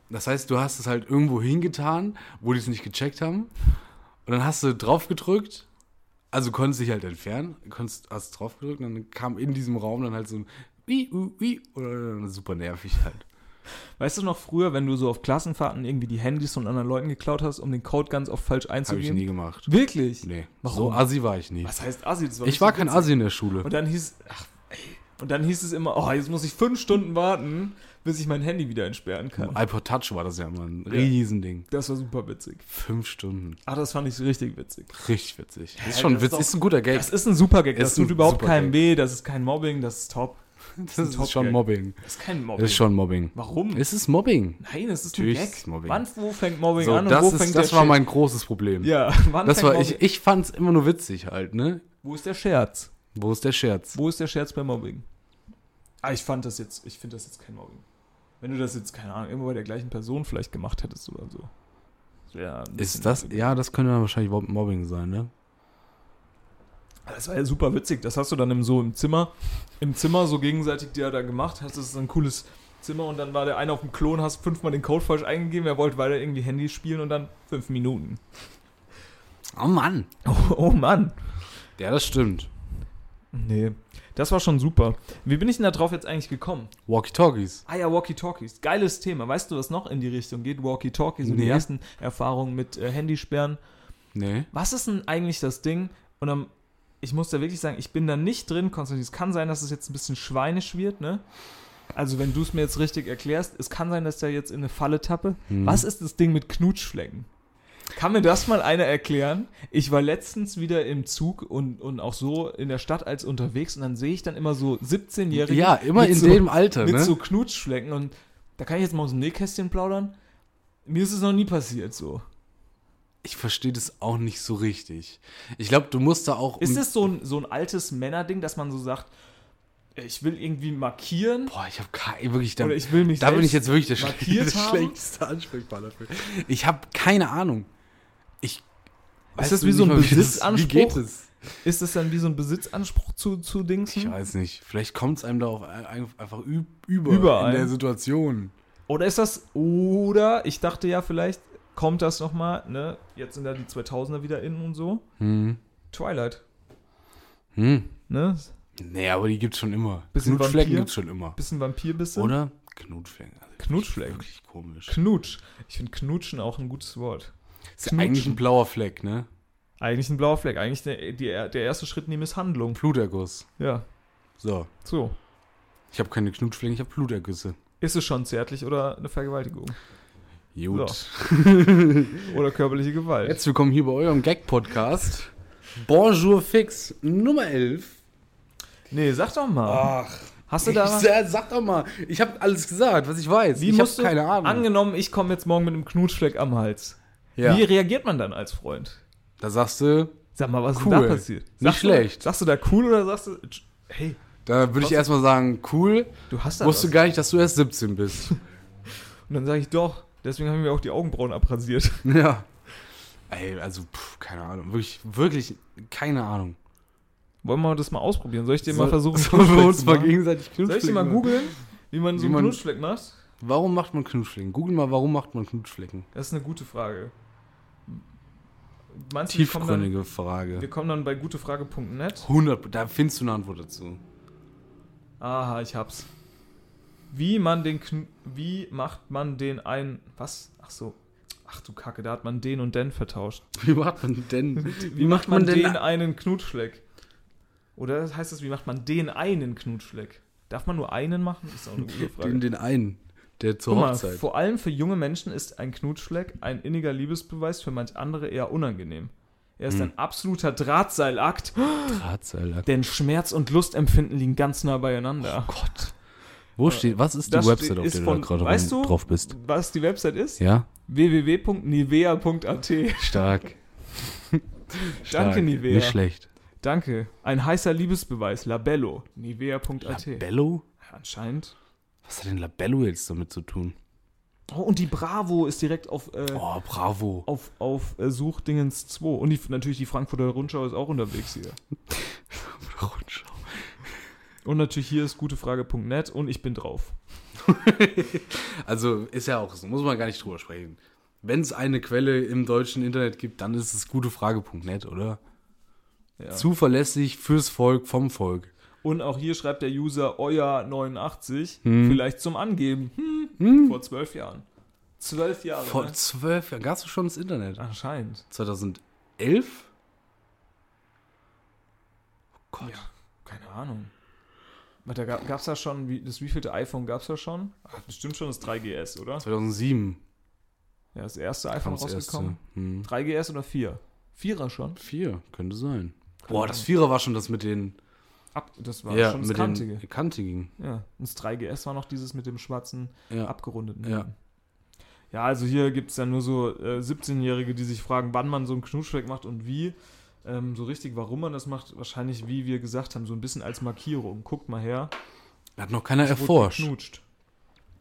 Speaker 4: Das heißt, du hast es halt irgendwo hingetan, wo die es nicht gecheckt haben. Und dann hast du drauf gedrückt, also konntest dich halt entfernen, konntest, hast drauf gedrückt und dann kam in diesem Raum dann halt so ein Ui, Ui, Ui, oder super nervig halt.
Speaker 3: Weißt du noch früher, wenn du so auf Klassenfahrten irgendwie die Handys von anderen Leuten geklaut hast, um den Code ganz oft falsch
Speaker 4: Habe ich
Speaker 3: einzugeben?
Speaker 4: nie gemacht.
Speaker 3: Wirklich?
Speaker 4: Nee,
Speaker 3: Warum?
Speaker 4: so assi war ich nie.
Speaker 3: Was heißt Assi? Das war
Speaker 4: Ich
Speaker 3: nicht so
Speaker 4: war kein
Speaker 3: witzig.
Speaker 4: Assi in der Schule.
Speaker 3: Und dann hieß, ach, ey. und dann hieß es immer, oh, jetzt muss ich fünf Stunden warten, bis ich mein Handy wieder entsperren kann.
Speaker 4: iPod Touch war das ja immer ein Riesending.
Speaker 3: Das war super witzig.
Speaker 4: Fünf Stunden.
Speaker 3: Ach, das fand ich richtig witzig.
Speaker 4: Richtig witzig. Das
Speaker 3: Hä,
Speaker 4: ist schon
Speaker 3: das ist
Speaker 4: witzig.
Speaker 3: doch-
Speaker 4: Ist, ein guter Gag.
Speaker 3: Das ist ein super Gag. Das
Speaker 4: Ist
Speaker 3: tut
Speaker 4: ein
Speaker 3: überhaupt
Speaker 4: super
Speaker 3: keinem
Speaker 4: Gag.
Speaker 3: weh. Das ist kein Mobbing. Das ist top.
Speaker 4: Das
Speaker 3: ein
Speaker 4: ist,
Speaker 3: Top-Gag.
Speaker 4: schon Mobbing.
Speaker 3: Das ist kein Mobbing.
Speaker 4: Das ist schon Mobbing.
Speaker 3: Warum?
Speaker 4: Es ist Mobbing.
Speaker 3: Nein, es ist ein
Speaker 4: Natürlich
Speaker 3: Gag.
Speaker 4: ist es Mobbing.
Speaker 3: Wann, wo fängt Mobbing
Speaker 4: So,
Speaker 3: an und
Speaker 4: das
Speaker 3: wo fängt
Speaker 4: ist, das
Speaker 3: der
Speaker 4: war
Speaker 3: Scherz?
Speaker 4: mein großes Problem.
Speaker 3: Ja, [laughs] wann
Speaker 4: Das
Speaker 3: fängt
Speaker 4: war,
Speaker 3: Mobbing?
Speaker 4: ich, ich fand es immer nur witzig halt, ne?
Speaker 3: Wo ist der Scherz?
Speaker 4: Wo ist der Scherz?
Speaker 3: Wo ist der Scherz bei Mobbing? Ah, ich fand das jetzt, ich finde das jetzt kein Mobbing. Wenn du das jetzt, keine Ahnung, immer bei der gleichen Person vielleicht gemacht hättest oder so. Ja, ein bisschen
Speaker 4: Ist das,
Speaker 3: Mobbing.
Speaker 4: ja, das könnte dann wahrscheinlich überhaupt Mobbing sein, ne?
Speaker 3: Das war ja super witzig. Das hast du dann im, so im Zimmer, im Zimmer so gegenseitig dir da gemacht. Hast das ist ein cooles Zimmer und dann war der eine auf dem Klon, hast fünfmal den Code falsch eingegeben, er wollte weiter irgendwie Handy spielen und dann fünf Minuten.
Speaker 4: Oh Mann.
Speaker 3: Oh, oh Mann.
Speaker 4: Ja, das stimmt.
Speaker 3: Nee. Das war schon super. Wie bin ich denn da drauf jetzt eigentlich gekommen?
Speaker 4: Walkie-Talkies.
Speaker 3: Ah ja, Walkie-Talkies. Geiles Thema. Weißt du, was noch in die Richtung geht? Walkie-Talkies und die
Speaker 4: Nee.
Speaker 3: ersten Erfahrungen mit äh, Handysperren.
Speaker 4: Nee.
Speaker 3: Was ist denn eigentlich das Ding? Und am, ich muss da wirklich sagen, ich bin da nicht drin, Konstantin. Es kann sein, dass es jetzt ein bisschen schweinisch wird, ne? Also, wenn du es mir jetzt richtig erklärst, es kann sein, dass ich da jetzt in eine Falle tappe.
Speaker 4: Hm.
Speaker 3: Was ist das Ding mit Knutschflecken? Kann mir das mal einer erklären? Ich war letztens wieder im Zug und, und auch so in der Stadt als unterwegs und dann sehe ich dann immer so 17-Jährige.
Speaker 4: Ja, immer
Speaker 3: mit
Speaker 4: in
Speaker 3: so-
Speaker 4: dem Alter,
Speaker 3: mit
Speaker 4: ne?
Speaker 3: so Knutschflecken und da kann ich jetzt mal aus dem Nähkästchen plaudern. Mir ist es noch nie passiert so.
Speaker 4: Ich verstehe das auch nicht so richtig. Ich glaube, du musst da auch.
Speaker 3: Ist es so ein, so ein altes Männerding, dass man so sagt, ich will irgendwie markieren?
Speaker 4: Boah, ich habe keine, wirklich, da,
Speaker 3: Oder ich will mich
Speaker 4: da bin
Speaker 3: selbst
Speaker 4: ich jetzt wirklich der
Speaker 3: markiert
Speaker 4: schle- [laughs] der
Speaker 3: haben?
Speaker 4: schlechteste Ansprechpartner für. Ich habe keine Ahnung. Ich weiß
Speaker 3: das
Speaker 4: nur
Speaker 3: wie so
Speaker 4: nicht
Speaker 3: ein
Speaker 4: mal, wie das-
Speaker 3: Besitzanspruch?
Speaker 4: Wie geht es?
Speaker 3: Ist das dann wie so ein Besitzanspruch zu, zu Dings?
Speaker 4: Ich weiß nicht. Vielleicht kommt es einem da auch ein- einfach üb- über
Speaker 3: Überall.
Speaker 4: in der Situation.
Speaker 3: Oder ist das, oder ich dachte ja, vielleicht kommt das nochmal, ne? Jetzt sind da die 2000er wieder in und so.
Speaker 4: Hm.
Speaker 3: Twilight,
Speaker 4: Hm.
Speaker 3: ne?
Speaker 4: Nee, aber die gibt's schon immer.
Speaker 3: Bisschen
Speaker 4: Knutschflecken
Speaker 3: Vampir?
Speaker 4: gibt's schon immer.
Speaker 3: Bisschen Vampir bist du.
Speaker 4: Oder? Knutschflecken. Also
Speaker 3: Knutschflecken.
Speaker 4: Wirklich komisch.
Speaker 3: Knutsch. Ich finde Knutschen auch ein gutes Wort.
Speaker 4: ist ja eigentlich ein blauer Fleck, ne?
Speaker 3: Eigentlich ein blauer Fleck. Eigentlich der, die, der erste Schritt in die Misshandlung.
Speaker 4: Bluterguss.
Speaker 3: Ja,
Speaker 4: So.
Speaker 3: so.
Speaker 4: Ich habe keine Knutschflecken, ich habe Blutergüsse.
Speaker 3: Ist es schon zärtlich oder eine Vergewaltigung?
Speaker 4: Gut.
Speaker 3: Oder körperliche Gewalt?
Speaker 4: Herzlich willkommen hier bei eurem Gag-Podcast. Bonjour Fix, Nummer 11.
Speaker 3: Nee, sag doch mal.
Speaker 4: Ach,
Speaker 3: Hast du
Speaker 4: Ah, ich,
Speaker 3: da was?
Speaker 4: sag sag doch mal, ich habe alles gesagt, was ich weiß. ich habe
Speaker 3: musst du-
Speaker 4: keine Ahnung.
Speaker 3: Angenommen, ich komme jetzt morgen mit einem Knutschfleck am Hals.
Speaker 4: ja.
Speaker 3: Wie reagiert man dann als Freund?
Speaker 4: Da sagst du,
Speaker 3: Sag mal, was
Speaker 4: Cool.
Speaker 3: ist denn da passiert?
Speaker 4: Nicht
Speaker 3: Sagst
Speaker 4: schlecht.
Speaker 3: Du, sagst du da cool oder sagst du, tsch, hey,
Speaker 4: da würde ich erstmal sagen, cool,
Speaker 3: du hast da
Speaker 4: wusste
Speaker 3: was.
Speaker 4: gar nicht, dass du erst
Speaker 3: [laughs]
Speaker 4: 17 bist.
Speaker 3: Und dann sage ich doch. Deswegen haben wir auch die Augenbrauen abrasiert. [laughs]
Speaker 4: ja. Ey, also, pff, keine Ahnung, wirklich, wirklich, keine Ahnung.
Speaker 3: Wollen wir das mal ausprobieren? Soll ich dir mal
Speaker 4: So-
Speaker 3: versuchen,
Speaker 4: sollen wir
Speaker 3: Knutschfleck
Speaker 4: uns
Speaker 3: zu
Speaker 4: mal
Speaker 3: machen?
Speaker 4: gegenseitig
Speaker 3: Soll ich dir
Speaker 4: Knutschflecken
Speaker 3: mal
Speaker 4: machen?
Speaker 3: googeln, wie man so
Speaker 4: Wie
Speaker 3: einen
Speaker 4: man-
Speaker 3: Knutschfleck macht?
Speaker 4: Warum macht man Knutschflecken? Google mal, warum macht man Knutschflecken?
Speaker 3: Das ist eine gute Frage. Meinst du, wir kommen dann,
Speaker 4: Tiefgründige Frage.
Speaker 3: wir kommen dann bei gutefrage.net?
Speaker 4: 100, da findest du eine Antwort dazu.
Speaker 3: Aha, ich hab's. Wie man den Kn wie macht man den ein was? Ach so. Ach du Kacke, da hat man den und den vertauscht.
Speaker 4: [laughs] Wie macht man denn? Wie, macht
Speaker 3: Man
Speaker 4: man, denn?
Speaker 3: den einen Knutschfleck. Oder das heißt es, wie macht man den einen Knutschfleck? Darf man nur einen machen? Ist auch eine gute Frage.
Speaker 4: den, den einen, der zur
Speaker 3: Guck mal,
Speaker 4: Hochzeit.
Speaker 3: vor allem für junge Menschen ist ein Knutschfleck ein inniger Liebesbeweis, für manch andere eher unangenehm. Er
Speaker 4: Hm.
Speaker 3: ist ein absoluter Drahtseilakt,
Speaker 4: Drahtseil.
Speaker 3: denn Schmerz und Lustempfinden liegen ganz nah beieinander. Oh Gott.
Speaker 4: Wo steht, was ist die
Speaker 3: das
Speaker 4: Website,
Speaker 3: steht-
Speaker 4: auf
Speaker 3: ist
Speaker 4: der
Speaker 3: von-
Speaker 4: du da gerade
Speaker 3: weißt
Speaker 4: rum-
Speaker 3: du?
Speaker 4: drauf bist?
Speaker 3: Was die Website ist?
Speaker 4: Ja?
Speaker 3: www.nivea.at.
Speaker 4: Stark.
Speaker 3: Danke, Nivea.
Speaker 4: Nicht schlecht.
Speaker 3: Danke. Ein heißer Liebesbeweis, Labello. Nivea.at.
Speaker 4: Labello?
Speaker 3: Anscheinend.
Speaker 4: Was hat denn Labello jetzt damit zu tun?
Speaker 3: Oh, und die Bravo ist direkt auf, äh,
Speaker 4: Oh, bravo.
Speaker 3: auf, auf äh, Suchdingens 2. Und die, natürlich die Frankfurter Rundschau ist auch unterwegs hier.
Speaker 4: Rundschau.
Speaker 3: Und natürlich hier ist gutefrage.net und ich bin drauf.
Speaker 4: Also ist ja auch so, muss man gar nicht drüber sprechen. Wenn es eine Quelle im deutschen Internet gibt, dann ist es gutefrage.net, oder?
Speaker 3: Ja.
Speaker 4: Zuverlässig fürs Volk, vom Volk.
Speaker 3: Und auch hier schreibt der User euer89,
Speaker 4: Hm.
Speaker 3: vielleicht zum Angeben. Hm, Vor zwölf Jahren. Zwölf Jahre.
Speaker 4: Vor
Speaker 3: ne?
Speaker 4: zwölf Jahren gab es schon das Internet.
Speaker 3: Anscheinend.
Speaker 4: 2011? Oh Gott.
Speaker 3: Ja, keine Ahnung. Warte, da gab es da schon, wie, das wievielte iPhone gab es da schon? Ach, bestimmt schon das 3GS, oder?
Speaker 4: 2007
Speaker 3: Ja, das erste
Speaker 4: kam
Speaker 3: iPhone
Speaker 4: das erste.
Speaker 3: rausgekommen.
Speaker 4: Hm.
Speaker 3: 3GS oder 4? Vierer schon?
Speaker 4: Vier, könnte sein. Boah, das Vierer war schon das mit den,
Speaker 3: Ab, das war
Speaker 4: ja,
Speaker 3: schon das
Speaker 4: mit
Speaker 3: Kantige.
Speaker 4: den Kantigen.
Speaker 3: Ja, und das 3GS war noch dieses mit dem schwarzen
Speaker 4: Ja.
Speaker 3: abgerundeten.
Speaker 4: Ja.
Speaker 3: Äh, ne? Ja, also hier gibt es ja nur so äh, 17-Jährige, die sich fragen, wann man so einen Knutschfleck macht und wie. Ähm, so richtig, warum man das macht, wahrscheinlich, wie wir gesagt haben, so ein bisschen als Markierung. Guckt mal her.
Speaker 4: Hat noch keiner
Speaker 3: Ich wurde
Speaker 4: erforscht.
Speaker 3: Geknutscht.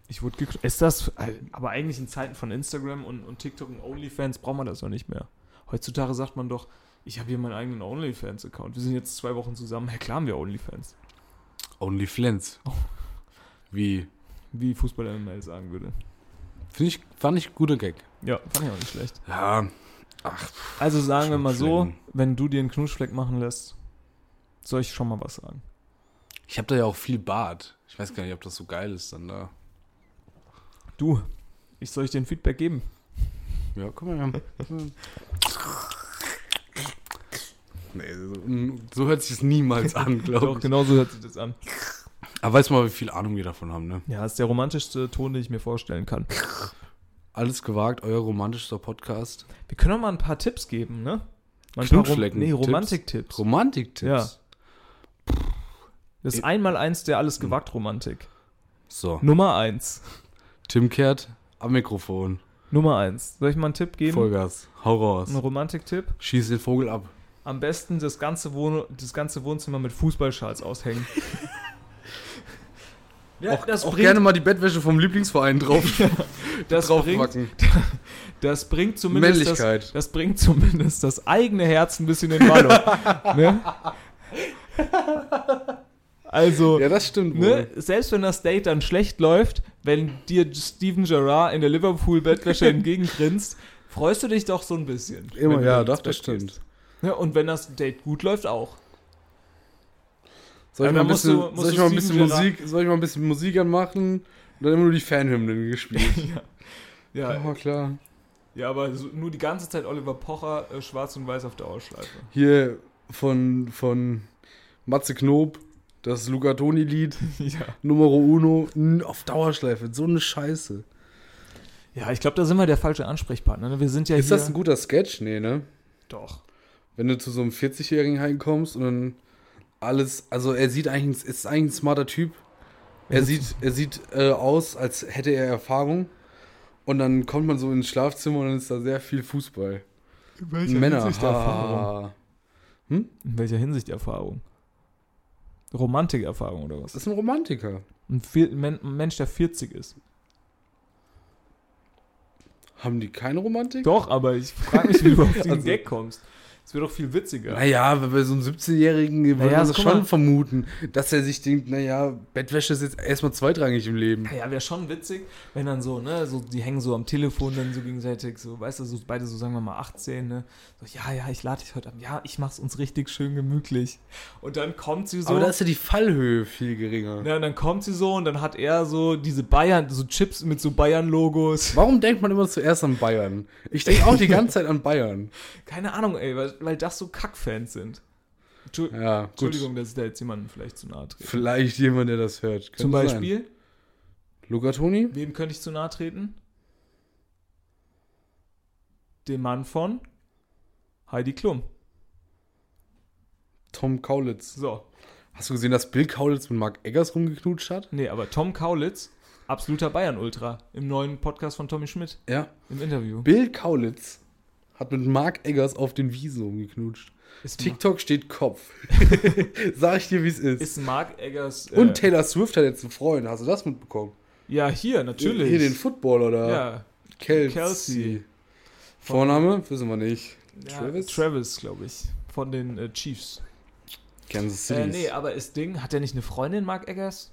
Speaker 3: Ich wurde geknutscht. Ist das, äh, aber eigentlich in Zeiten von Instagram und, und TikTok und OnlyFans braucht man das doch nicht mehr. Heutzutage sagt man doch, ich habe hier meinen eigenen OnlyFans-Account. Wir sind jetzt zwei Wochen zusammen. Ja, klar haben wir OnlyFans.
Speaker 4: Only Flens.
Speaker 3: Oh.
Speaker 4: Wie?
Speaker 3: Wie Fußball ML sagen würde.
Speaker 4: Finde ich, fand ich guter Gag.
Speaker 3: Ja, fand ich auch nicht schlecht.
Speaker 4: Ja,
Speaker 3: Also sagen wir mal so,
Speaker 4: Knutschflecken.
Speaker 3: wenn du dir einen Knutschfleck machen lässt, soll ich schon mal was sagen.
Speaker 4: ich habe da ja auch viel Bart. Ich weiß gar nicht, ob das so geil ist dann da.
Speaker 3: Du, ich soll ich dir ein Feedback geben?
Speaker 4: Ja, [laughs] guck mal. nee, so, mm, so hört sich es niemals an, glaube
Speaker 3: Doch,
Speaker 4: ich.
Speaker 3: genau so hört sich das an.
Speaker 4: Aber weiß mal, wie viel Ahnung wir davon haben, ne?
Speaker 3: Ja, ist der romantischste Ton, den ich mir vorstellen kann.
Speaker 4: Alles gewagt, euer romantischster Podcast.
Speaker 3: Wir können auch mal ein paar Tipps geben, ne? Mal Ein
Speaker 4: Knutschflecken-
Speaker 3: Paar Rom
Speaker 4: Tipps.
Speaker 3: nee, Romantik-Tipps.
Speaker 4: Romantiktipps.
Speaker 3: Ja. Das ist einmal eins der
Speaker 4: Hm.
Speaker 3: alles gewagt Romantik.
Speaker 4: So,
Speaker 3: Nummer eins.
Speaker 4: Tim kehrt am Mikrofon.
Speaker 3: Nummer eins. Soll ich mal einen Tipp geben?
Speaker 4: Vollgas. Hau raus.
Speaker 3: Einen Romantik-Tipp?
Speaker 4: Schieß den Vogel ab.
Speaker 3: Am besten das
Speaker 4: [laughs]
Speaker 3: ganze, Wohn das ganze Wohnzimmer mit Fußballschals aushängen. Ja,
Speaker 4: auch auch gerne mal die Bettwäsche vom Lieblingsverein drauf,
Speaker 3: [laughs] das bringt,
Speaker 4: draufpacken.
Speaker 3: das bringt zumindest das,
Speaker 4: Männlichkeit.
Speaker 3: das bringt zumindest das eigene Herz ein bisschen in
Speaker 4: [laughs]
Speaker 3: Wallung. ne? Also,
Speaker 4: Ja, das stimmt
Speaker 3: ne?
Speaker 4: wohl.
Speaker 3: selbst wenn das Date dann schlecht läuft, wenn dir Steven Gerrard in der
Speaker 4: [laughs]
Speaker 3: Liverpool-Bettwäsche entgegengrinst, freust du dich doch so ein bisschen.
Speaker 4: Immer,
Speaker 3: Wenn du
Speaker 4: ja,
Speaker 3: ins
Speaker 4: doch,
Speaker 3: Bett
Speaker 4: das stimmt.
Speaker 3: gehst. Ne? Und wenn das Date gut läuft, auch.
Speaker 4: Soll ich
Speaker 3: Aber
Speaker 4: mal ein
Speaker 3: dann musst
Speaker 4: bisschen,
Speaker 3: du- musst
Speaker 4: soll ich
Speaker 3: du
Speaker 4: mal ein bisschen
Speaker 3: Steven Gerrard-
Speaker 4: Musik, soll ich mal ein bisschen Musik anmachen? Und dann immer nur die Fanhymnen gespielt.
Speaker 3: [laughs] Ja,
Speaker 4: Ja, klar.
Speaker 3: ja aber so, nur die ganze Zeit Oliver Pocher äh, schwarz und weiß auf der
Speaker 4: [laughs]
Speaker 3: Ausschleife.
Speaker 4: Hier von, von Matze Knob, das Lugatoni-Lied,
Speaker 3: ja.
Speaker 4: Numero Uno, n- auf Dauerschleife. So eine Scheiße.
Speaker 3: Ja, ich glaube, da sind wir der falsche Ansprechpartner. ne? Wir sind ja
Speaker 4: Ist
Speaker 3: hier.
Speaker 4: das ein guter Sketch? Nee, ne?
Speaker 3: Doch.
Speaker 4: Wenn du zu so einem 40-Jährigen reinkommst und dann alles, also er sieht eigentlich, ist eigentlich ein smarter Typ. Er sieht, er sieht äh, aus, als hätte er Erfahrung. Und dann kommt man so ins Schlafzimmer und dann ist da sehr viel Fußball. Männer. Erfahrung.
Speaker 3: In welcher Hinsicht Erfahrung? Romantikerfahrung oder
Speaker 4: Das
Speaker 3: was?
Speaker 4: ist ein Romantiker.
Speaker 3: Ein, vier, Men- ein Mensch, der 40 ist.
Speaker 4: Haben die keine Romantik?
Speaker 3: Doch, aber ich frage mich, wie du auf diesen
Speaker 4: [laughs] Also-
Speaker 3: Gag kommst. Das wäre doch viel witziger.
Speaker 4: Naja, bei- bei so einem 17-Jährigen würde
Speaker 3: Naja,
Speaker 4: man
Speaker 3: guck
Speaker 4: das schon
Speaker 3: mal.
Speaker 4: vermuten, dass er sich denkt, naja, Bettwäsche ist jetzt erstmal zweitrangig im Leben.
Speaker 3: Ja, wäre schon witzig, wenn dann so, ne, so, die hängen so am Telefon dann so gegenseitig, so, weißt du, so beide so, sagen wir mal, 18, ne, so, ja, ja, ich lade dich heute ab, ja, ich mach's uns richtig schön gemütlich. Und dann kommt sie so.
Speaker 4: Aber da ist ja die Fallhöhe viel geringer.
Speaker 3: Ja, und dann kommt sie so und dann hat er so diese Bayern, so Chips mit so Bayern-Logos.
Speaker 4: Warum denkt man immer zuerst an Bayern? Ich denke auch die ganze Zeit an Bayern.
Speaker 3: Keine Ahnung, ey, weil, weil das so Kackfans sind. Entschu
Speaker 4: Ja, gut.
Speaker 3: Entschuldigung, dass ich da jetzt jemanden vielleicht zu nahe trete.
Speaker 4: Vielleicht jemand, der das hört. Könnte
Speaker 3: Zum
Speaker 4: sein.
Speaker 3: Beispiel,
Speaker 4: Luca Toni?
Speaker 3: wem könnte ich zu nahe treten? Dem Mann von Heidi Klum.
Speaker 4: Tom Kaulitz.
Speaker 3: So,
Speaker 4: Hast du gesehen, dass Bill Kaulitz mit Mark Eggers rumgeknutscht hat?
Speaker 3: nee, aber Tom Kaulitz, absoluter Bayern-Ultra, im neuen Podcast von Tommy Schmidt,
Speaker 4: Ja.
Speaker 3: im Interview.
Speaker 4: Bill Kaulitz hat mit Mark Eggers auf den Wiesen rumgeknutscht.
Speaker 3: Ist,
Speaker 4: TikTok steht Kopf. [laughs] Sag ich dir, wie es ist.
Speaker 3: ist Mark Eggers. äh,
Speaker 4: Und Taylor Swift hat jetzt einen Freund. Hast du das mitbekommen?
Speaker 3: Ja, hier, natürlich.
Speaker 4: Hier den Footballer da.
Speaker 3: ja,
Speaker 4: Kelsey.
Speaker 3: Kelsey.
Speaker 4: Vorname? Wissen wir nicht.
Speaker 3: Ja,
Speaker 4: Travis?
Speaker 3: Travis, glaube ich, von den äh, Chiefs.
Speaker 4: Kansas City.
Speaker 3: Äh, nee, aber ist Ding, hat er nicht eine Freundin, Mark
Speaker 4: [laughs]
Speaker 3: Eggers?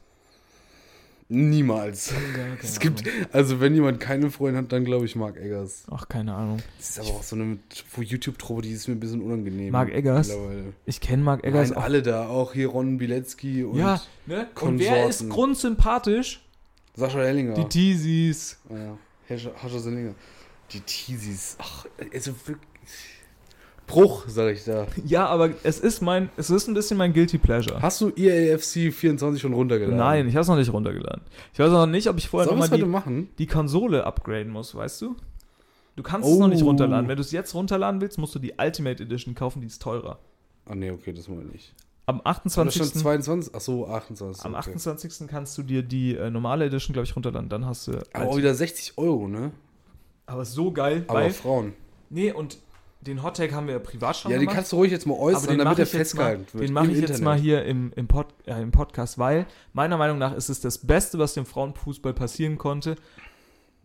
Speaker 4: Niemals.
Speaker 3: Ja,
Speaker 4: Es gibt, also wenn jemand keine Freundin hat, dann glaube ich Mark Eggers.
Speaker 3: Ach, keine Ahnung.
Speaker 4: Das ist aber auch so eine YouTube-Truppe, die ist mir ein bisschen unangenehm.
Speaker 3: Mark Eggers?
Speaker 4: mittlerweile.
Speaker 3: Ich kenne Mark Eggers
Speaker 4: Nein, alle da, auch hier Ron Bilecki
Speaker 3: auch.
Speaker 4: und
Speaker 3: Ja, ne? Und wer
Speaker 4: Konsorten.
Speaker 3: ist grundsympathisch?
Speaker 4: Sascha Hellinger.
Speaker 3: Die Teasies.
Speaker 4: Ah ja. Hascha Hascha Hellinger. Die Teasies. Ach, also wirklich. Bruch, sag ich da.
Speaker 3: Ja, aber es ist mein, es ist ein bisschen mein Guilty Pleasure.
Speaker 4: Hast du E EAFC 24 schon runtergeladen?
Speaker 3: Nein, ich habe es noch nicht runtergeladen. Ich weiß noch nicht, ob ich vorher
Speaker 4: Sollen wir
Speaker 3: nochmal
Speaker 4: es heute
Speaker 3: die,
Speaker 4: machen?
Speaker 3: die Konsole upgraden muss, weißt du? Du kannst es noch nicht
Speaker 4: Oh.
Speaker 3: runterladen. Wenn du es jetzt runterladen willst, musst du die Ultimate Edition kaufen, die ist teurer.
Speaker 4: Ah, nee, okay, das wollen wir nicht.
Speaker 3: Am
Speaker 4: Da stand
Speaker 3: 28.
Speaker 4: 22. Achso, 28.
Speaker 3: Am
Speaker 4: okay.
Speaker 3: 28. kannst du dir die äh, normale Edition, glaube ich, runterladen. Dann hast du.
Speaker 4: Aber auch
Speaker 3: Ulti-
Speaker 4: wieder 60 Euro, ne?
Speaker 3: aber so geil,
Speaker 4: Aber
Speaker 3: weil.
Speaker 4: Frauen.
Speaker 3: Nee, und den Hottag haben wir ja privat schon
Speaker 4: Ja, den
Speaker 3: gemacht.
Speaker 4: kannst du ruhig jetzt mal
Speaker 3: aber
Speaker 4: äußern,
Speaker 3: den
Speaker 4: damit
Speaker 3: mache
Speaker 4: er
Speaker 3: ich, jetzt mal,
Speaker 4: festgehalten wird.
Speaker 3: den mach
Speaker 4: im
Speaker 3: ich jetzt
Speaker 4: Internet.
Speaker 3: mal hier im, im, Pod, äh, im Podcast, weil meiner Meinung nach ist es das Beste, was dem Frauenfußball passieren konnte,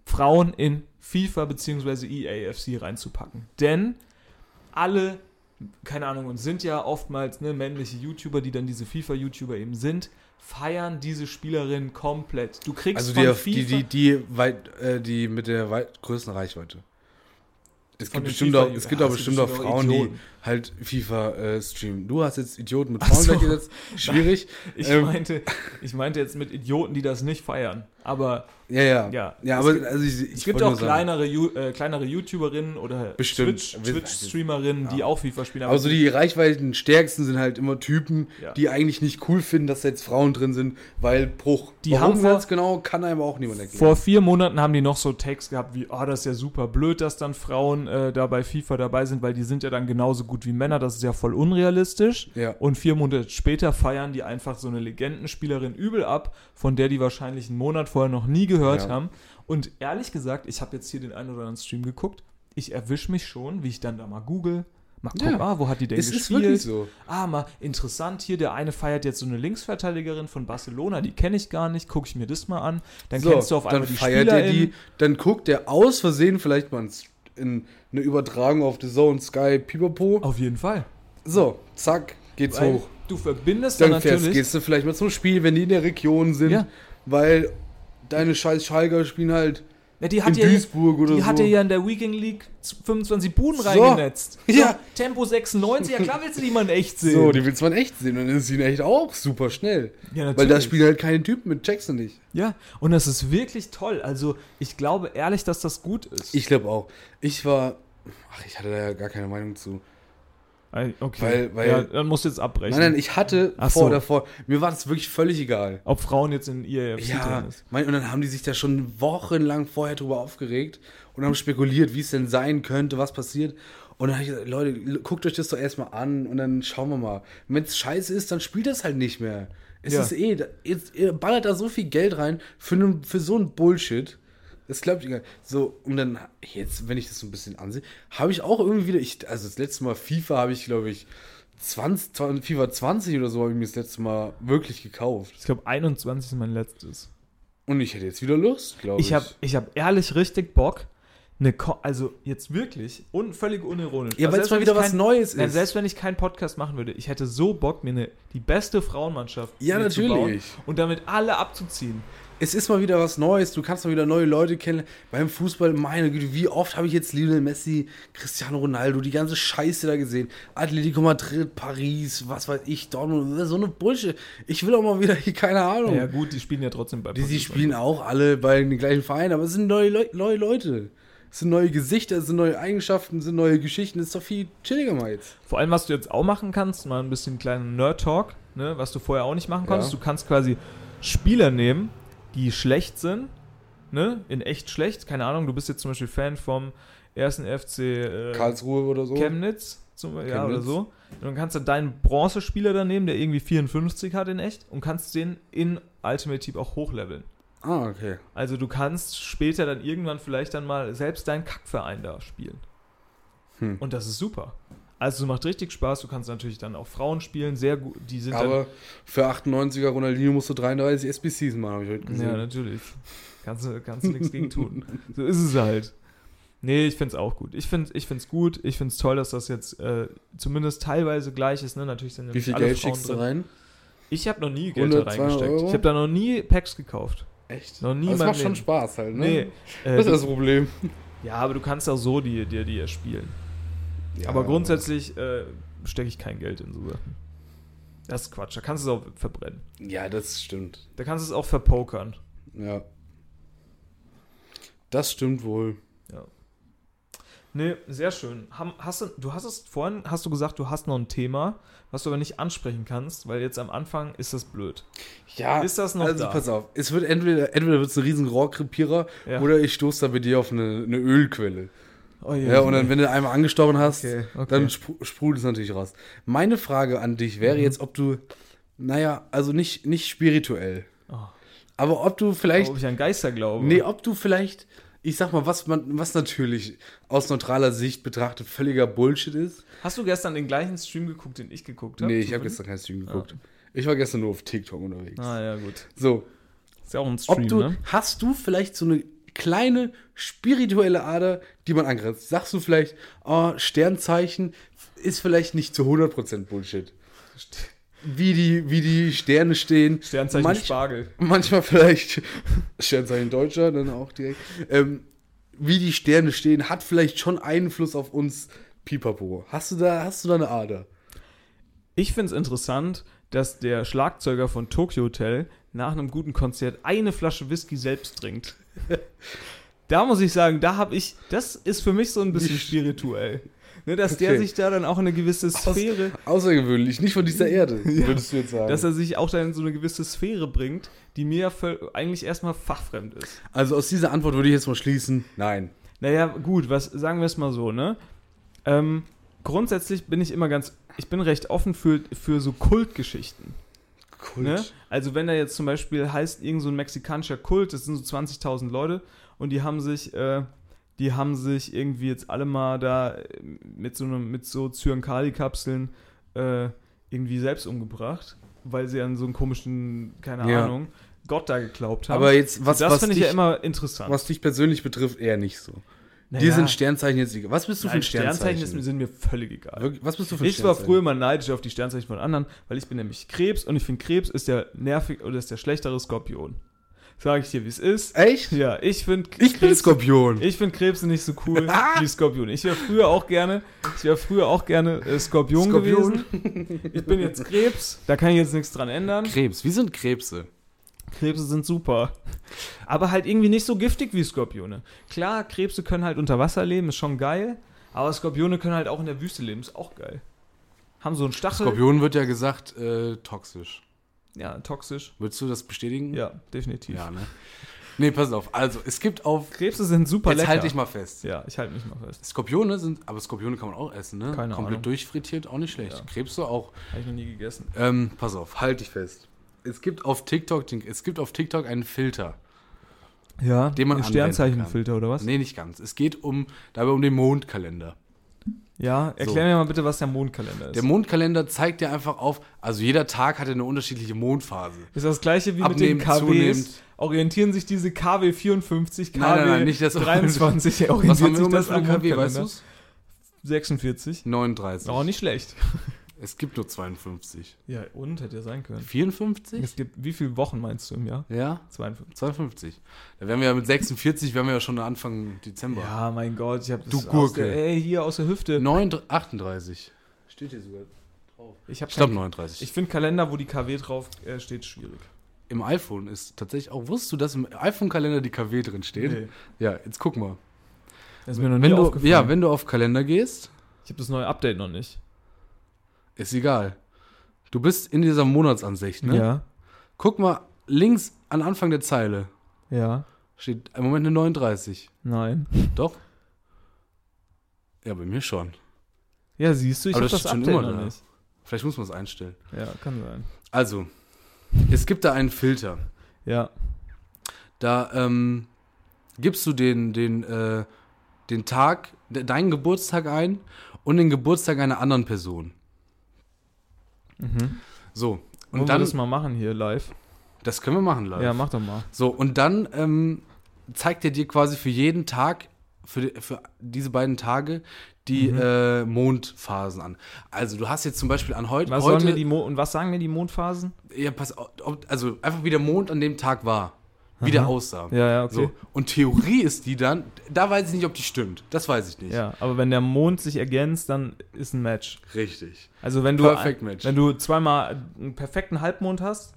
Speaker 3: Frauen in FIFA E bzw. EAFC reinzupacken. Denn alle, keine Ahnung, und sind ja oftmals ne, männliche YouTuber, die dann diese FIFA-YouTuber eben sind, feiern diese Spielerinnen komplett. Du kriegst
Speaker 4: Also
Speaker 3: von
Speaker 4: die,
Speaker 3: FIFA
Speaker 4: die, die, die, weit, äh, die mit der weit, größten Reichweite. Es
Speaker 3: Von Ah,
Speaker 4: gibt,
Speaker 3: den
Speaker 4: bestimmt auch,
Speaker 3: FIFA
Speaker 4: es gibt auch
Speaker 3: ja, es gibt
Speaker 4: bestimmt auch
Speaker 3: bestimmt auch
Speaker 4: Frauen,
Speaker 3: Idioten.
Speaker 4: die halt FIFA äh, streamen. Du hast jetzt Idioten mit
Speaker 3: Ach
Speaker 4: Frauen
Speaker 3: so. [laughs]
Speaker 4: gleichgesetzt. Schwierig.
Speaker 3: Ich,
Speaker 4: Ähm,
Speaker 3: meinte, ich meinte jetzt mit Idioten, die das nicht feiern. Aber
Speaker 4: ja, ja.
Speaker 3: Ja,
Speaker 4: Ja,
Speaker 3: es
Speaker 4: aber
Speaker 3: gibt-
Speaker 4: also ich, ich
Speaker 3: es gibt
Speaker 4: wollte
Speaker 3: auch
Speaker 4: nur sagen,
Speaker 3: kleinere, Ju- äh, kleinere YouTuberinnen oder
Speaker 4: Bestimmt.
Speaker 3: Twitch-
Speaker 4: Wir-
Speaker 3: Twitch-Streamerinnen, die auch FIFA spielen.
Speaker 4: Aber so die reichweitenstärksten sind halt immer Typen,
Speaker 3: Ja.
Speaker 4: die eigentlich nicht cool finden, dass da jetzt Frauen drin sind, weil Bruch.
Speaker 3: Die
Speaker 4: Warum
Speaker 3: haben vor-
Speaker 4: ganz genau, kann einem auch niemand erklären.
Speaker 3: vor vier Monaten haben die noch so Tags gehabt wie, oh, das ist ja super blöd, dass dann Frauen äh, da bei FIFA dabei sind, weil die sind ja dann genauso gut wie Männer, das ist ja voll unrealistisch.
Speaker 4: Ja.
Speaker 3: Und vier Monate später feiern die einfach so eine Legendenspielerin übel ab, von der die wahrscheinlich einen Monat vorher noch nie gehört
Speaker 4: Ja.
Speaker 3: haben. Und ehrlich gesagt, ich habe jetzt hier den einen oder anderen Stream geguckt. Ich erwische mich schon, wie ich dann da mal google, Mal gucken,
Speaker 4: Ja.
Speaker 3: ah, wo hat die denn
Speaker 4: Es ist
Speaker 3: gespielt?
Speaker 4: wirklich so.
Speaker 3: Ah, mal interessant hier, der eine feiert jetzt so eine Linksverteidigerin von Barcelona, die kenne ich gar nicht, gucke ich mir das mal an. Dann kennst du auf einmal
Speaker 4: dann
Speaker 3: die
Speaker 4: feiert er
Speaker 3: SpielerInnen.
Speaker 4: die, dann guckt er aus Versehen vielleicht mal ins- in eine Übertragung auf The Zone, Sky, Pipapo.
Speaker 3: Auf jeden Fall.
Speaker 4: So, zack, geht's
Speaker 3: Weil
Speaker 4: hoch.
Speaker 3: Du verbindest dann,
Speaker 4: Dann fährst,
Speaker 3: natürlich.
Speaker 4: gehst du vielleicht mal zum Spiel, wenn die in der Region sind,
Speaker 3: Ja.
Speaker 4: weil deine scheiß Schalker spielen halt
Speaker 3: Ja, die
Speaker 4: in
Speaker 3: hat ja,
Speaker 4: Duisburg oder
Speaker 3: die
Speaker 4: so.
Speaker 3: hat ja in der Weekend League 25 Buden
Speaker 4: So.
Speaker 3: reingenetzt.
Speaker 4: [laughs] Ja.
Speaker 3: Tempo 96, ja klar willst du die mal in echt sehen.
Speaker 4: so, die willst man echt sehen, dann ist sie in echt auch super schnell.
Speaker 3: Ja,
Speaker 4: weil da
Speaker 3: natürlich.
Speaker 4: spielen halt keine Typen mit, checkst du nicht.
Speaker 3: Ja, und das ist wirklich toll. Also, ich glaube ehrlich, dass das gut ist.
Speaker 4: Ich glaube auch. Ich war, ach, ich hatte da ja gar keine Meinung zu.
Speaker 3: Ei, Okay.
Speaker 4: Weil- weil-
Speaker 3: ja, dann musst du jetzt abbrechen.
Speaker 4: Nein, nein, ich hatte
Speaker 3: Ach
Speaker 4: vor
Speaker 3: so.
Speaker 4: davor, mir war das wirklich völlig egal.
Speaker 3: Ob Frauen jetzt in E ihr
Speaker 4: Ja,
Speaker 3: ist.
Speaker 4: mein, und dann haben die sich da schon wochenlang vorher drüber aufgeregt und haben spekuliert, wie es denn sein könnte, was passiert. Und dann habe ich gesagt, Leute, l- guckt euch das doch erstmal an und dann schauen wir mal. Wenn es scheiße ist, dann spielt das halt nicht mehr. Es
Speaker 3: Ja.
Speaker 4: ist eh, da- jetzt, ihr ballert da so viel Geld rein für, ne, für so ein Bullshit. Das glaubt ihr gar nicht. So, und dann, jetzt, wenn ich das so ein bisschen ansehe, habe ich auch irgendwie wieder, ich, also das letzte Mal FIFA habe ich, glaube ich, 20, 20, FIFA 20 oder so habe ich mir das letzte Mal wirklich gekauft.
Speaker 3: Ich glaube, 21 ist mein letztes.
Speaker 4: Und ich hätte jetzt wieder Lust, glaube ich.
Speaker 3: Ich habe ich hab ehrlich richtig Bock. Eine Ko also jetzt wirklich und völlig unironisch. Also
Speaker 4: Ja, weil
Speaker 3: selbst
Speaker 4: es mal
Speaker 3: wenn
Speaker 4: wieder
Speaker 3: ich
Speaker 4: was
Speaker 3: kein-
Speaker 4: Neues
Speaker 3: Nein,
Speaker 4: ist.
Speaker 3: selbst wenn ich keinen Podcast machen würde, ich hätte so Bock, mir eine, die beste Frauenmannschaft
Speaker 4: Ja,
Speaker 3: mir zu bauen
Speaker 4: natürlich.
Speaker 3: und damit alle abzuziehen.
Speaker 4: es ist mal wieder was Neues, du kannst mal wieder neue Leute kennen. Beim Fußball, meine Güte, wie oft habe ich jetzt Lionel Messi, Cristiano Ronaldo, die ganze Scheiße da gesehen. Atletico Madrid, Paris, was weiß ich, Dortmund, so eine Bullshit. Ich will auch mal wieder hier, keine Ahnung.
Speaker 3: Ja gut, die spielen ja trotzdem bei
Speaker 4: Oh. die, die
Speaker 3: Paris.
Speaker 4: spielen auch alle bei den gleichen Vereinen, aber es sind neue, Leu neue Leute. Es sind neue Gesichter, es sind neue Eigenschaften, es sind neue Geschichten. Es ist doch viel chilliger mal jetzt.
Speaker 3: Vor allem, was du jetzt auch machen kannst, mal ein bisschen kleinen Nerd-Talk, ne, was du vorher auch nicht machen konntest.
Speaker 4: Ja.
Speaker 3: Du kannst quasi Spieler nehmen, die schlecht sind, ne, in echt schlecht. Keine Ahnung, du bist jetzt zum Beispiel Fan vom ersten FC äh,
Speaker 4: Karlsruhe oder so.
Speaker 3: Chemnitz, zum, Beispiel, Ja, oder
Speaker 4: Chemnitz.
Speaker 3: so. Und dann kannst du deinen Bronzespieler da nehmen, der irgendwie 54 hat in echt, und kannst den in Ultimate Team auch hochleveln.
Speaker 4: ah, okay.
Speaker 3: Also du kannst später dann irgendwann vielleicht dann mal selbst deinen Kackverein da spielen.
Speaker 4: Hm.
Speaker 3: Und das ist super. Also es macht richtig Spaß. Du kannst natürlich dann auch Frauen spielen, sehr gut. Die sind
Speaker 4: Aber für 98er Ronaldinho musst du 33 SBCs machen, habe ich heute
Speaker 3: dann,
Speaker 4: gesehen.
Speaker 3: ja natürlich. Kannst, du- kannst du nichts gegen
Speaker 4: [laughs]
Speaker 3: tun. So ist es halt. Nee, ich find's auch gut. Ich find's, ich find's gut. Ich find's toll, dass das jetzt äh, zumindest teilweise gleich ist. Ne? Natürlich sind ja
Speaker 4: Wie
Speaker 3: nicht
Speaker 4: viel
Speaker 3: alle
Speaker 4: Geld
Speaker 3: Frauen
Speaker 4: schickst du
Speaker 3: drin.
Speaker 4: rein?
Speaker 3: Ich habe noch nie Geld da
Speaker 4: 100, 200
Speaker 3: reingesteckt.
Speaker 4: Euro?
Speaker 3: Ich habe da noch nie Packs gekauft.
Speaker 4: Echt?
Speaker 3: Noch nie
Speaker 4: das
Speaker 3: in meinem
Speaker 4: macht schon
Speaker 3: Leben.
Speaker 4: Spaß halt, ne?
Speaker 3: Nee. Äh,
Speaker 4: das ist das Problem.
Speaker 3: ja, aber du kannst auch so die, die, die erspielen. aber grundsätzlich äh, stecke ich kein Geld in so Sachen. Das ist Quatsch. Da kannst du es auch verbrennen.
Speaker 4: Ja, das stimmt.
Speaker 3: Da kannst du es auch verpokern.
Speaker 4: Ja. Das stimmt wohl.
Speaker 3: Nee, sehr schön. Ham- Hast du, du hast es vorhin, hast du gesagt, du hast noch ein Thema, was du aber nicht ansprechen kannst, weil jetzt am Anfang ist das blöd.
Speaker 4: Ja,
Speaker 3: Ist das noch
Speaker 4: also
Speaker 3: da?
Speaker 4: pass auf. Es wird entweder, entweder wird es ein riesen Rohrkrepierer
Speaker 3: Ja.
Speaker 4: oder ich stoße da bei dir auf eine, eine Ölquelle.
Speaker 3: Oh,
Speaker 4: Ja, und dann, wenn du einmal angestochen hast,
Speaker 3: Okay, okay.
Speaker 4: dann spru- sprudelt es natürlich raus. Meine Frage an dich
Speaker 3: Mhm.
Speaker 4: wäre jetzt, ob du, naja, also nicht, nicht spirituell,
Speaker 3: Oh.
Speaker 4: aber ob du vielleicht
Speaker 3: Ob ich an Geister glaube.
Speaker 4: Nee, ob du vielleicht, ich sag mal, was man, was natürlich aus neutraler Sicht betrachtet völliger Bullshit ist.
Speaker 3: Hast du gestern den gleichen Stream geguckt, den ich geguckt habe?
Speaker 4: nee, ich habe gestern keinen Stream geguckt. Ich war gestern nur auf TikTok unterwegs.
Speaker 3: Ah, ja, gut.
Speaker 4: So,
Speaker 3: Ist ja auch ein
Speaker 4: ob
Speaker 3: Stream,
Speaker 4: du,
Speaker 3: ne?
Speaker 4: hast du vielleicht so eine kleine spirituelle Ader, die man angrenzt? Sagst du vielleicht, oh, Sternzeichen ist vielleicht nicht zu 100% Bullshit. Wie die, wie die Sterne stehen.
Speaker 3: Sternzeichen
Speaker 4: Manch-
Speaker 3: Spargel.
Speaker 4: manchmal vielleicht [laughs] Sternzeichen Deutscher, dann auch direkt. Ähm, wie die Sterne stehen, hat vielleicht schon Einfluss auf uns. Pipapo. Hast du da, hast du da eine Ader?
Speaker 3: Ich finde es interessant, dass der Schlagzeuger von Tokyo Hotel nach einem guten Konzert eine Flasche Whisky selbst trinkt. da muss ich sagen, da habe ich, das ist für mich so ein bisschen spirituell. Ne, dass der
Speaker 4: Okay.
Speaker 3: sich da dann auch in eine gewisse Sphäre,
Speaker 4: Außergewöhnlich, nicht von dieser Erde, würdest du jetzt sagen.
Speaker 3: dass er sich auch dann in so eine gewisse Sphäre bringt, die mir ja völ- eigentlich erstmal fachfremd ist.
Speaker 4: also aus dieser Antwort würde ich jetzt mal schließen. Nein.
Speaker 3: Naja, gut, was sagen wir es mal so, ne? Ähm, grundsätzlich bin ich immer ganz, ich bin recht offen für, für so Kultgeschichten.
Speaker 4: Cool.
Speaker 3: Ne? Also wenn da jetzt zum Beispiel heißt, irgend so ein mexikanischer Kult, das sind so 20.000 Leute und die haben sich äh, Die haben sich irgendwie jetzt alle mal da äh, mit so, einem- mit so Zyankali-Kapseln äh, irgendwie selbst umgebracht, weil sie an so einen komischen, keine
Speaker 4: Ja.
Speaker 3: Ahnung, Gott da geglaubt haben.
Speaker 4: Aber jetzt, was,
Speaker 3: das
Speaker 4: was,
Speaker 3: finde
Speaker 4: dich,
Speaker 3: ich ja immer interessant.
Speaker 4: was dich persönlich betrifft, eher nicht so.
Speaker 3: Naja,
Speaker 4: Dir sind Sternzeichen jetzt egal. Was bist du für ein
Speaker 3: nein, Sternzeichen
Speaker 4: Sternzeichen?
Speaker 3: ist, mir- sind mir völlig egal.
Speaker 4: Wirklich, was bist du für ein
Speaker 3: Ich war früher mal neidisch auf die Sternzeichen von anderen, weil ich bin nämlich Krebs und ich finde Krebs ist der nervig oder ist der schlechtere Skorpion. Sag ich dir, wie es ist.
Speaker 4: Echt?
Speaker 3: Ja, ich finde
Speaker 4: Ich bin Skorpion. Ah!
Speaker 3: Ich finde Krebs nicht so
Speaker 4: [laughs]
Speaker 3: cool wie Skorpion. Ich wäre früher auch gerne, ich wäre früher auch gerne äh, Skorpion,
Speaker 4: Skorpion.
Speaker 3: gewesen.
Speaker 4: [laughs]
Speaker 3: Ich bin jetzt Krebs, da kann ich jetzt nichts dran ändern.
Speaker 4: Krebs. Wir sind Krebse.
Speaker 3: Krebse sind super. Aber halt irgendwie nicht so giftig wie Skorpione. Klar, Krebse können halt unter Wasser leben, ist schon geil. Aber Skorpione können halt auch in der Wüste leben, ist auch geil. Haben so einen Stachel.
Speaker 4: Skorpion wird ja gesagt, äh, toxisch.
Speaker 3: Ja, toxisch.
Speaker 4: Würdest du das bestätigen?
Speaker 3: Ja, definitiv.
Speaker 4: Mhm. Ja, ne? Nee, pass auf. Also, es gibt auf.
Speaker 3: Krebse sind super
Speaker 4: jetzt
Speaker 3: lecker.
Speaker 4: halte ich mal fest.
Speaker 3: Ja, ich halte mich mal fest.
Speaker 4: Skorpione sind. Aber Skorpione kann man auch essen, ne?
Speaker 3: Keine
Speaker 4: Komplett
Speaker 3: Ahnung.
Speaker 4: durchfrittiert, auch nicht schlecht.
Speaker 3: Ja.
Speaker 4: Krebse auch.
Speaker 3: Habe ich noch nie gegessen.
Speaker 4: Ähm, pass auf, halte ich fest. Es gibt auf TikTok, den- es gibt auf TikTok einen Filter.
Speaker 3: Ja,
Speaker 4: Den man
Speaker 3: ein
Speaker 4: anwenden
Speaker 3: Sternzeichenfilter oder was?
Speaker 4: Nee, nicht ganz. Es geht um dabei um den Mondkalender.
Speaker 3: Ja, erklär
Speaker 4: So.
Speaker 3: mir mal bitte, was der Mondkalender ist.
Speaker 4: Der Mondkalender zeigt dir einfach auf, also jeder Tag hat eine unterschiedliche Mondphase.
Speaker 3: ist das gleiche wie
Speaker 4: Abnehmend,
Speaker 3: mit den KWs?
Speaker 4: zunehmend.
Speaker 3: Orientieren sich diese KW 54, KW
Speaker 4: Nein, nein, nein, nicht das-
Speaker 3: 23, orientiert
Speaker 4: Was haben wir
Speaker 3: sich
Speaker 4: im Moment
Speaker 3: das
Speaker 4: für einen
Speaker 3: am
Speaker 4: KW, weißt
Speaker 3: Mondkalender?
Speaker 4: du's?
Speaker 3: 46.
Speaker 4: 39.
Speaker 3: Auch nicht schlecht.
Speaker 4: Es gibt nur 52.
Speaker 3: Ja, und hätte ja sein können.
Speaker 4: 54?
Speaker 3: Es gibt, wie viele Wochen meinst du im Jahr?
Speaker 4: Ja,
Speaker 3: 52.
Speaker 4: 52. Da wären wir ja mit 46, wären wir ja schon Anfang Dezember.
Speaker 3: Ja, mein Gott, ich habe das
Speaker 4: Du
Speaker 3: Aus
Speaker 4: Gurke.
Speaker 3: der, ey, hier aus der Hüfte.
Speaker 4: 9, 38. Steht hier sogar drauf.
Speaker 3: Ich, hab
Speaker 4: Ich glaube
Speaker 3: kein-
Speaker 4: 39.
Speaker 3: ich finde Kalender, wo die KW drauf äh, steht, schwierig.
Speaker 4: Im iPhone ist tatsächlich auch, wusstest du, dass im iPhone-Kalender die KW drin steht?
Speaker 3: Nee.
Speaker 4: Ja, jetzt guck mal.
Speaker 3: Das ist mir noch
Speaker 4: Wenn
Speaker 3: nie
Speaker 4: du,
Speaker 3: aufgefallen.
Speaker 4: ja, wenn du auf Kalender gehst,
Speaker 3: ich habe das neue Update noch nicht.
Speaker 4: ist egal. Du bist in dieser Monatsansicht, ne?
Speaker 3: Ja,
Speaker 4: Guck mal, links an Anfang der Zeile
Speaker 3: ja,
Speaker 4: steht im Moment eine 39.
Speaker 3: nein.
Speaker 4: Doch? Ja, bei mir schon.
Speaker 3: Ja, siehst du, ich habe
Speaker 4: Aber das
Speaker 3: das,
Speaker 4: steht schon
Speaker 3: Update
Speaker 4: immer
Speaker 3: noch
Speaker 4: da.
Speaker 3: nicht.
Speaker 4: Vielleicht muss man es einstellen.
Speaker 3: Ja, kann sein.
Speaker 4: Also, es gibt da einen Filter.
Speaker 3: Ja,
Speaker 4: Da ähm, gibst du den, den, äh, den Tag, de deinen Geburtstag ein und den Geburtstag einer anderen Person. So,
Speaker 3: und
Speaker 4: und
Speaker 3: dann
Speaker 4: dann,
Speaker 3: Mhm. das mal machen hier live.
Speaker 4: das können wir machen, live.
Speaker 3: Ja, mach doch mal.
Speaker 4: So, und dann ähm, zeigt er dir quasi für jeden Tag, für, für diese beiden Tage, die
Speaker 3: Mhm.
Speaker 4: äh, Mondphasen an. Also du hast jetzt zum Beispiel an heut,
Speaker 3: Was
Speaker 4: heute...
Speaker 3: sollen mir die Mo und was sagen mir die Mondphasen?
Speaker 4: ja, pass auf, ob, also einfach wie der Mond an dem Tag war, wie der aussah.
Speaker 3: Ja, ja, okay.
Speaker 4: So. Und Theorie ist die dann, da weiß ich nicht, ob die stimmt. Das weiß ich nicht.
Speaker 3: Ja, aber wenn der Mond sich ergänzt, dann ist ein Match.
Speaker 4: Richtig.
Speaker 3: Also wenn du
Speaker 4: Perfect Match.
Speaker 3: wenn du zweimal einen perfekten Halbmond hast,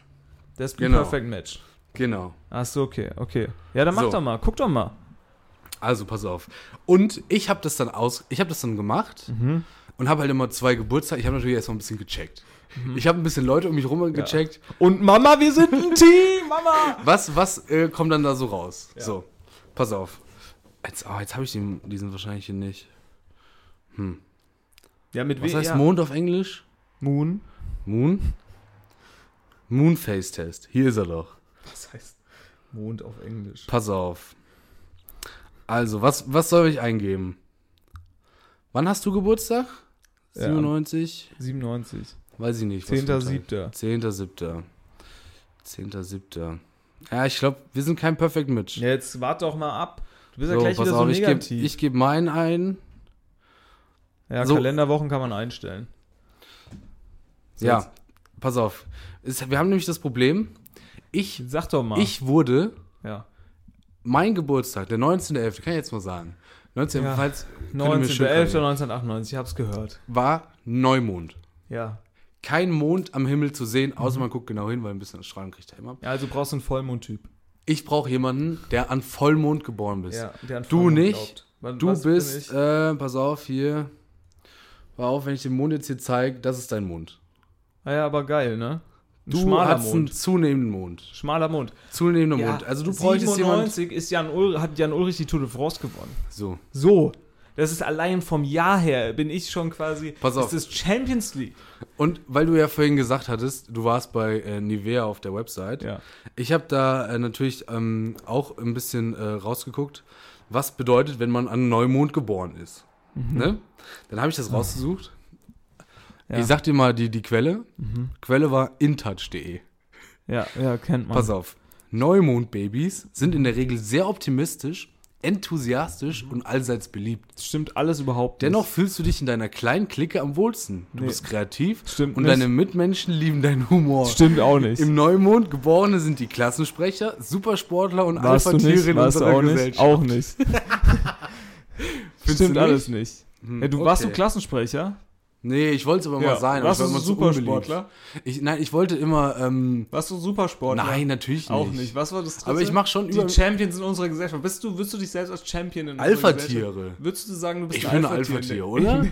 Speaker 3: das ist ein
Speaker 4: Genau.
Speaker 3: Perfect Match.
Speaker 4: Genau.
Speaker 3: Ach so, okay, okay. Ja, dann mach
Speaker 4: So.
Speaker 3: doch mal, guck doch mal.
Speaker 4: Also pass auf. Und ich habe das dann aus, ich habe das dann gemacht
Speaker 3: Mhm.
Speaker 4: und habe halt immer zwei Geburtstage. Ich habe natürlich erstmal ein bisschen gecheckt.
Speaker 3: Mhm.
Speaker 4: Ich habe ein bisschen Leute um mich rum gecheckt.
Speaker 3: Und Mama, wir sind ein Team, Mama.
Speaker 4: Was, was äh, kommt dann da so raus? So, pass auf. Jetzt, ah, jetzt habe ich den, diesen wahrscheinlich hier nicht.
Speaker 3: Ja, mit
Speaker 4: Was
Speaker 3: W-
Speaker 4: heißt
Speaker 3: ja.
Speaker 4: Mond auf Englisch?
Speaker 3: Moon.
Speaker 4: Moon? Moonface Test. Hier ist er doch.
Speaker 3: Was heißt Mond auf Englisch?
Speaker 4: Pass auf. Also, was, was soll ich eingeben? Wann hast du Geburtstag?
Speaker 3: Ja.
Speaker 4: 97?
Speaker 3: 97.
Speaker 4: Weiß ich nicht. was für ein Tag.
Speaker 3: 10.7.
Speaker 4: 10.7. 10.7. Ja, ich glaube, wir sind kein Perfect Match.
Speaker 3: Ja, jetzt wart doch mal ab. Du bist ja
Speaker 4: so,
Speaker 3: gleich
Speaker 4: pass
Speaker 3: wieder so
Speaker 4: auf, ich gebe
Speaker 3: negativ.
Speaker 4: ich geb meinen ein.
Speaker 3: ja,
Speaker 4: so-
Speaker 3: Kalenderwochen kann man einstellen. So,
Speaker 4: Ja, pass auf. Es, wir haben nämlich das Problem, ich,
Speaker 3: Jetzt, sag doch mal.
Speaker 4: ich wurde,
Speaker 3: ja.
Speaker 4: mein Geburtstag, der 19.11., kann ich jetzt mal sagen, 19.
Speaker 3: Ja.
Speaker 4: Falls, könnt ihr mir schön
Speaker 3: 19.11.1998, ich hab's gehört.
Speaker 4: schreiben, war Neumond.
Speaker 3: Ja.
Speaker 4: Kein Mond am Himmel zu sehen, außer man guckt genau hin, weil ein bisschen Strahlen kriegt er immer.
Speaker 3: ja also brauchst du einen Vollmondtyp.
Speaker 4: Ich brauche jemanden, der an Vollmond geboren ist.
Speaker 3: Ja, der an
Speaker 4: du
Speaker 3: Vollmond
Speaker 4: nicht.
Speaker 3: glaubt. Wann-
Speaker 4: Du
Speaker 3: was bin
Speaker 4: bist,
Speaker 3: ich?
Speaker 4: äh, pass auf, hier, war auf, wenn ich den Mond jetzt hier zeige, das ist dein Mond.
Speaker 3: Ah ja, aber geil, ne? Ein
Speaker 4: Du
Speaker 3: schmaler
Speaker 4: hast einen
Speaker 3: Mond.
Speaker 4: zunehmenden Mond.
Speaker 3: Schmaler Mond.
Speaker 4: Zunehmender
Speaker 3: Ja,
Speaker 4: Mond. Also du bräuchtest jemanden.
Speaker 3: 97 ist Jan Ulrich, hat Jan Ulrich die Tour de France gewonnen.
Speaker 4: So.
Speaker 3: So. Das ist allein vom Jahr her, bin ich schon quasi.
Speaker 4: Pass auf.
Speaker 3: Das ist Champions League.
Speaker 4: Und weil du ja vorhin gesagt hattest, du warst bei äh, Nivea auf der Website.
Speaker 3: Ja.
Speaker 4: Ich habe da äh, natürlich ähm, auch ein bisschen äh, rausgeguckt, was bedeutet, wenn man an Neumond geboren ist. Ne? Dann habe ich das rausgesucht.
Speaker 3: Mhm. Ja. Mhm.
Speaker 4: Ich sag dir mal die, die Quelle. Quelle war intouch.de.
Speaker 3: Ja, ja, kennt man.
Speaker 4: Pass auf. Neumondbabys sind in der Regel sehr optimistisch, enthusiastisch und allseits beliebt.
Speaker 3: Mhm. Das stimmt alles überhaupt
Speaker 4: Dennoch
Speaker 3: nicht.
Speaker 4: fühlst du dich in deiner kleinen Clique am wohlsten. Du
Speaker 3: Nee.
Speaker 4: bist kreativ
Speaker 3: Stimmt
Speaker 4: und
Speaker 3: nicht.
Speaker 4: deine Mitmenschen lieben deinen Humor.
Speaker 3: [laughs] Stimmt auch nicht.
Speaker 4: Im Neumond Geborene sind die Klassensprecher, Supersportler und
Speaker 3: Warst du nicht,
Speaker 4: Alpha-Tiere in
Speaker 3: warst du
Speaker 4: unserer
Speaker 3: auch nicht.
Speaker 4: Gesellschaft.
Speaker 3: Auch nicht.
Speaker 4: [laughs] Findest
Speaker 3: stimmt
Speaker 4: du
Speaker 3: alles nicht.
Speaker 4: Hm,
Speaker 3: Ja, du warst du
Speaker 4: okay.
Speaker 3: Klassensprecher?
Speaker 4: Nee, ich wollte es aber
Speaker 3: Ja,
Speaker 4: mal sein.
Speaker 3: warst
Speaker 4: aber ich
Speaker 3: du
Speaker 4: war immer zu
Speaker 3: Supersportler?
Speaker 4: unbeliebt. Ich, nein, ich wollte immer. Ähm,
Speaker 3: Warst du Supersportler?
Speaker 4: nein, natürlich nicht.
Speaker 3: Auch nicht. Was war das dritte?
Speaker 4: Aber ich mach schon über-
Speaker 3: Die Champions in unserer Gesellschaft. Bist du, würdest du dich selbst als Champion in unserer
Speaker 4: Alpha-Tiere.
Speaker 3: Gesellschaft- Würdest du sagen, du bist
Speaker 4: Ich bin ein
Speaker 3: in
Speaker 4: Alpha-Tier,
Speaker 3: der- in der-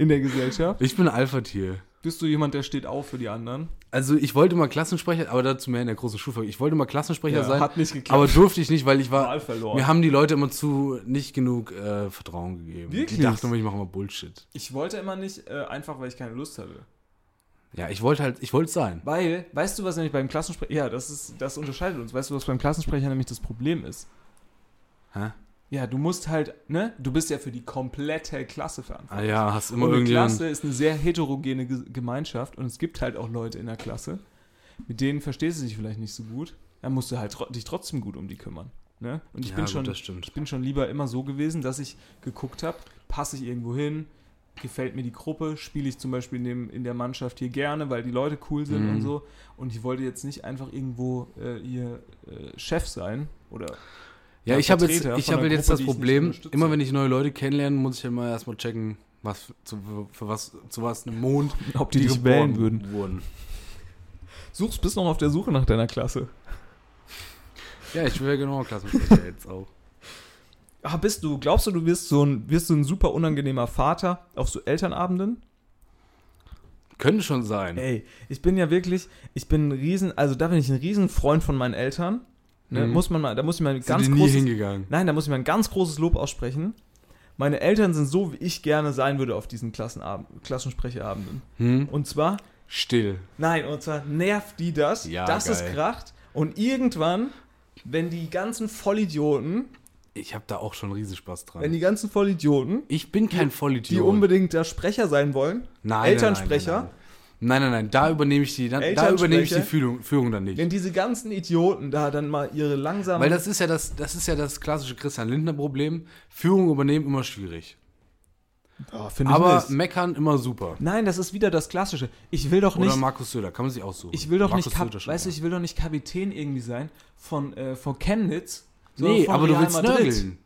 Speaker 3: [laughs] In der Gesellschaft?
Speaker 4: Ich bin ein Alpha-Tier.
Speaker 3: Bist du jemand, der steht auf für die anderen?
Speaker 4: Also ich wollte mal Klassensprecher, aber dazu mehr in der großen Schulfolge. Ich wollte mal Klassensprecher
Speaker 3: Ja,
Speaker 4: sein,
Speaker 3: hat nicht geklappt.
Speaker 4: aber durfte ich nicht, weil ich war.
Speaker 3: Wahl verloren.
Speaker 4: Mir haben die Leute immer zu nicht genug äh, Vertrauen gegeben.
Speaker 3: Wirklich?
Speaker 4: Die dachten immer, ich mache mal Bullshit.
Speaker 3: Ich wollte immer nicht, äh, einfach weil ich keine Lust hatte.
Speaker 4: Ja, ich wollte halt, ich wollte es sein.
Speaker 3: Weil, weißt du, was nämlich beim Klassensprecher. Ja, das, ist, das unterscheidet uns. Weißt du, was beim Klassensprecher nämlich das Problem ist?
Speaker 4: Hä?
Speaker 3: Ja, du musst halt, ne? Du bist ja für die komplette Klasse verantwortlich.
Speaker 4: Ah ja, hast immer
Speaker 3: Und eine
Speaker 4: irgendjemanden.
Speaker 3: Klasse ist eine sehr heterogene Ge- Gemeinschaft und es gibt halt auch Leute in der Klasse, mit denen verstehst du dich vielleicht nicht so gut. Dann musst du halt tro dich trotzdem gut um die kümmern. Ne? Und ich
Speaker 4: Ja,
Speaker 3: bin
Speaker 4: gut,
Speaker 3: schon,
Speaker 4: das stimmt.
Speaker 3: ich bin schon lieber immer so gewesen, dass ich geguckt habe, passe ich irgendwo hin, gefällt mir die Gruppe, spiele ich zum Beispiel in, dem, in der Mannschaft hier gerne, weil die Leute cool sind
Speaker 4: Mhm.
Speaker 3: und so. Und ich wollte jetzt nicht einfach irgendwo äh, ihr äh, Chef sein oder
Speaker 4: Ja,
Speaker 3: Ja,
Speaker 4: ich habe jetzt,
Speaker 3: Vertreter
Speaker 4: ich
Speaker 3: von
Speaker 4: habe
Speaker 3: einer
Speaker 4: jetzt
Speaker 3: Gruppe,
Speaker 4: das
Speaker 3: die ich nicht
Speaker 4: Problem,
Speaker 3: unterstütze.
Speaker 4: immer wenn ich neue Leute kennenlerne, muss ich immer erstmal checken, was für, zu, für was, zu was ein Mond,
Speaker 3: [laughs] ob die, dich
Speaker 4: geboren
Speaker 3: wählen würden.
Speaker 4: wurden.
Speaker 3: Suchst bist noch auf der Suche nach deiner Klasse.
Speaker 4: Ja, ich wäre genau Klassensprecher jetzt auch.
Speaker 3: Ah, bist du, glaubst du, du wirst so ein, wirst so ein super unangenehmer Vater auf so Elternabenden?
Speaker 4: Könnte schon sein.
Speaker 3: Ey, ich bin ja wirklich, ich bin ein riesen, also da bin ich ein riesen Freund von meinen Eltern. Ne,
Speaker 4: Mhm.
Speaker 3: Muss man mal, da muss ich mal ein
Speaker 4: Sind
Speaker 3: ganz
Speaker 4: die nie
Speaker 3: großes,
Speaker 4: hingegangen.
Speaker 3: nein, da muss ich mal ein ganz großes Lob aussprechen. Meine Eltern sind so, wie ich gerne sein würde auf diesen Klassenabend, Klassensprecherabenden.
Speaker 4: Hm?
Speaker 3: Und zwar,
Speaker 4: Still.
Speaker 3: nein, und zwar nervt die das,
Speaker 4: Ja,
Speaker 3: dass es
Speaker 4: geil.
Speaker 3: kracht. Und irgendwann, wenn die ganzen Vollidioten,
Speaker 4: Ich habe da auch schon Riesenspaß dran.
Speaker 3: wenn die ganzen Vollidioten,
Speaker 4: ich bin kein
Speaker 3: die
Speaker 4: Vollidiot.
Speaker 3: unbedingt da Sprecher sein wollen,
Speaker 4: nein,
Speaker 3: Elternsprecher,
Speaker 4: Nein nein, nein. nein, nein, nein, da übernehme ich die, da, da
Speaker 3: Elternsprecher?
Speaker 4: übernehme ich die Führung, Führung dann nicht.
Speaker 3: Wenn diese ganzen Idioten da dann mal ihre langsamen.
Speaker 4: Weil das ist ja das, das ist ja das klassische Christian Lindner Problem. Führung übernehmen immer schwierig.
Speaker 3: oh, finde ich
Speaker 4: Aber
Speaker 3: nicht.
Speaker 4: meckern immer super.
Speaker 3: Nein, das ist wieder das Klassische. Ich will doch
Speaker 4: Oder
Speaker 3: nicht.
Speaker 4: Markus Söder, kann man sich aussuchen.
Speaker 3: Ich will doch
Speaker 4: Markus
Speaker 3: nicht. Kap
Speaker 4: Söder schon
Speaker 3: weißt du,
Speaker 4: mal.
Speaker 3: ich will doch nicht Kapitän irgendwie sein von, äh, von Chemnitz. sondern
Speaker 4: Nee,
Speaker 3: von
Speaker 4: aber du
Speaker 3: Real
Speaker 4: willst
Speaker 3: Madrid.
Speaker 4: nörgeln.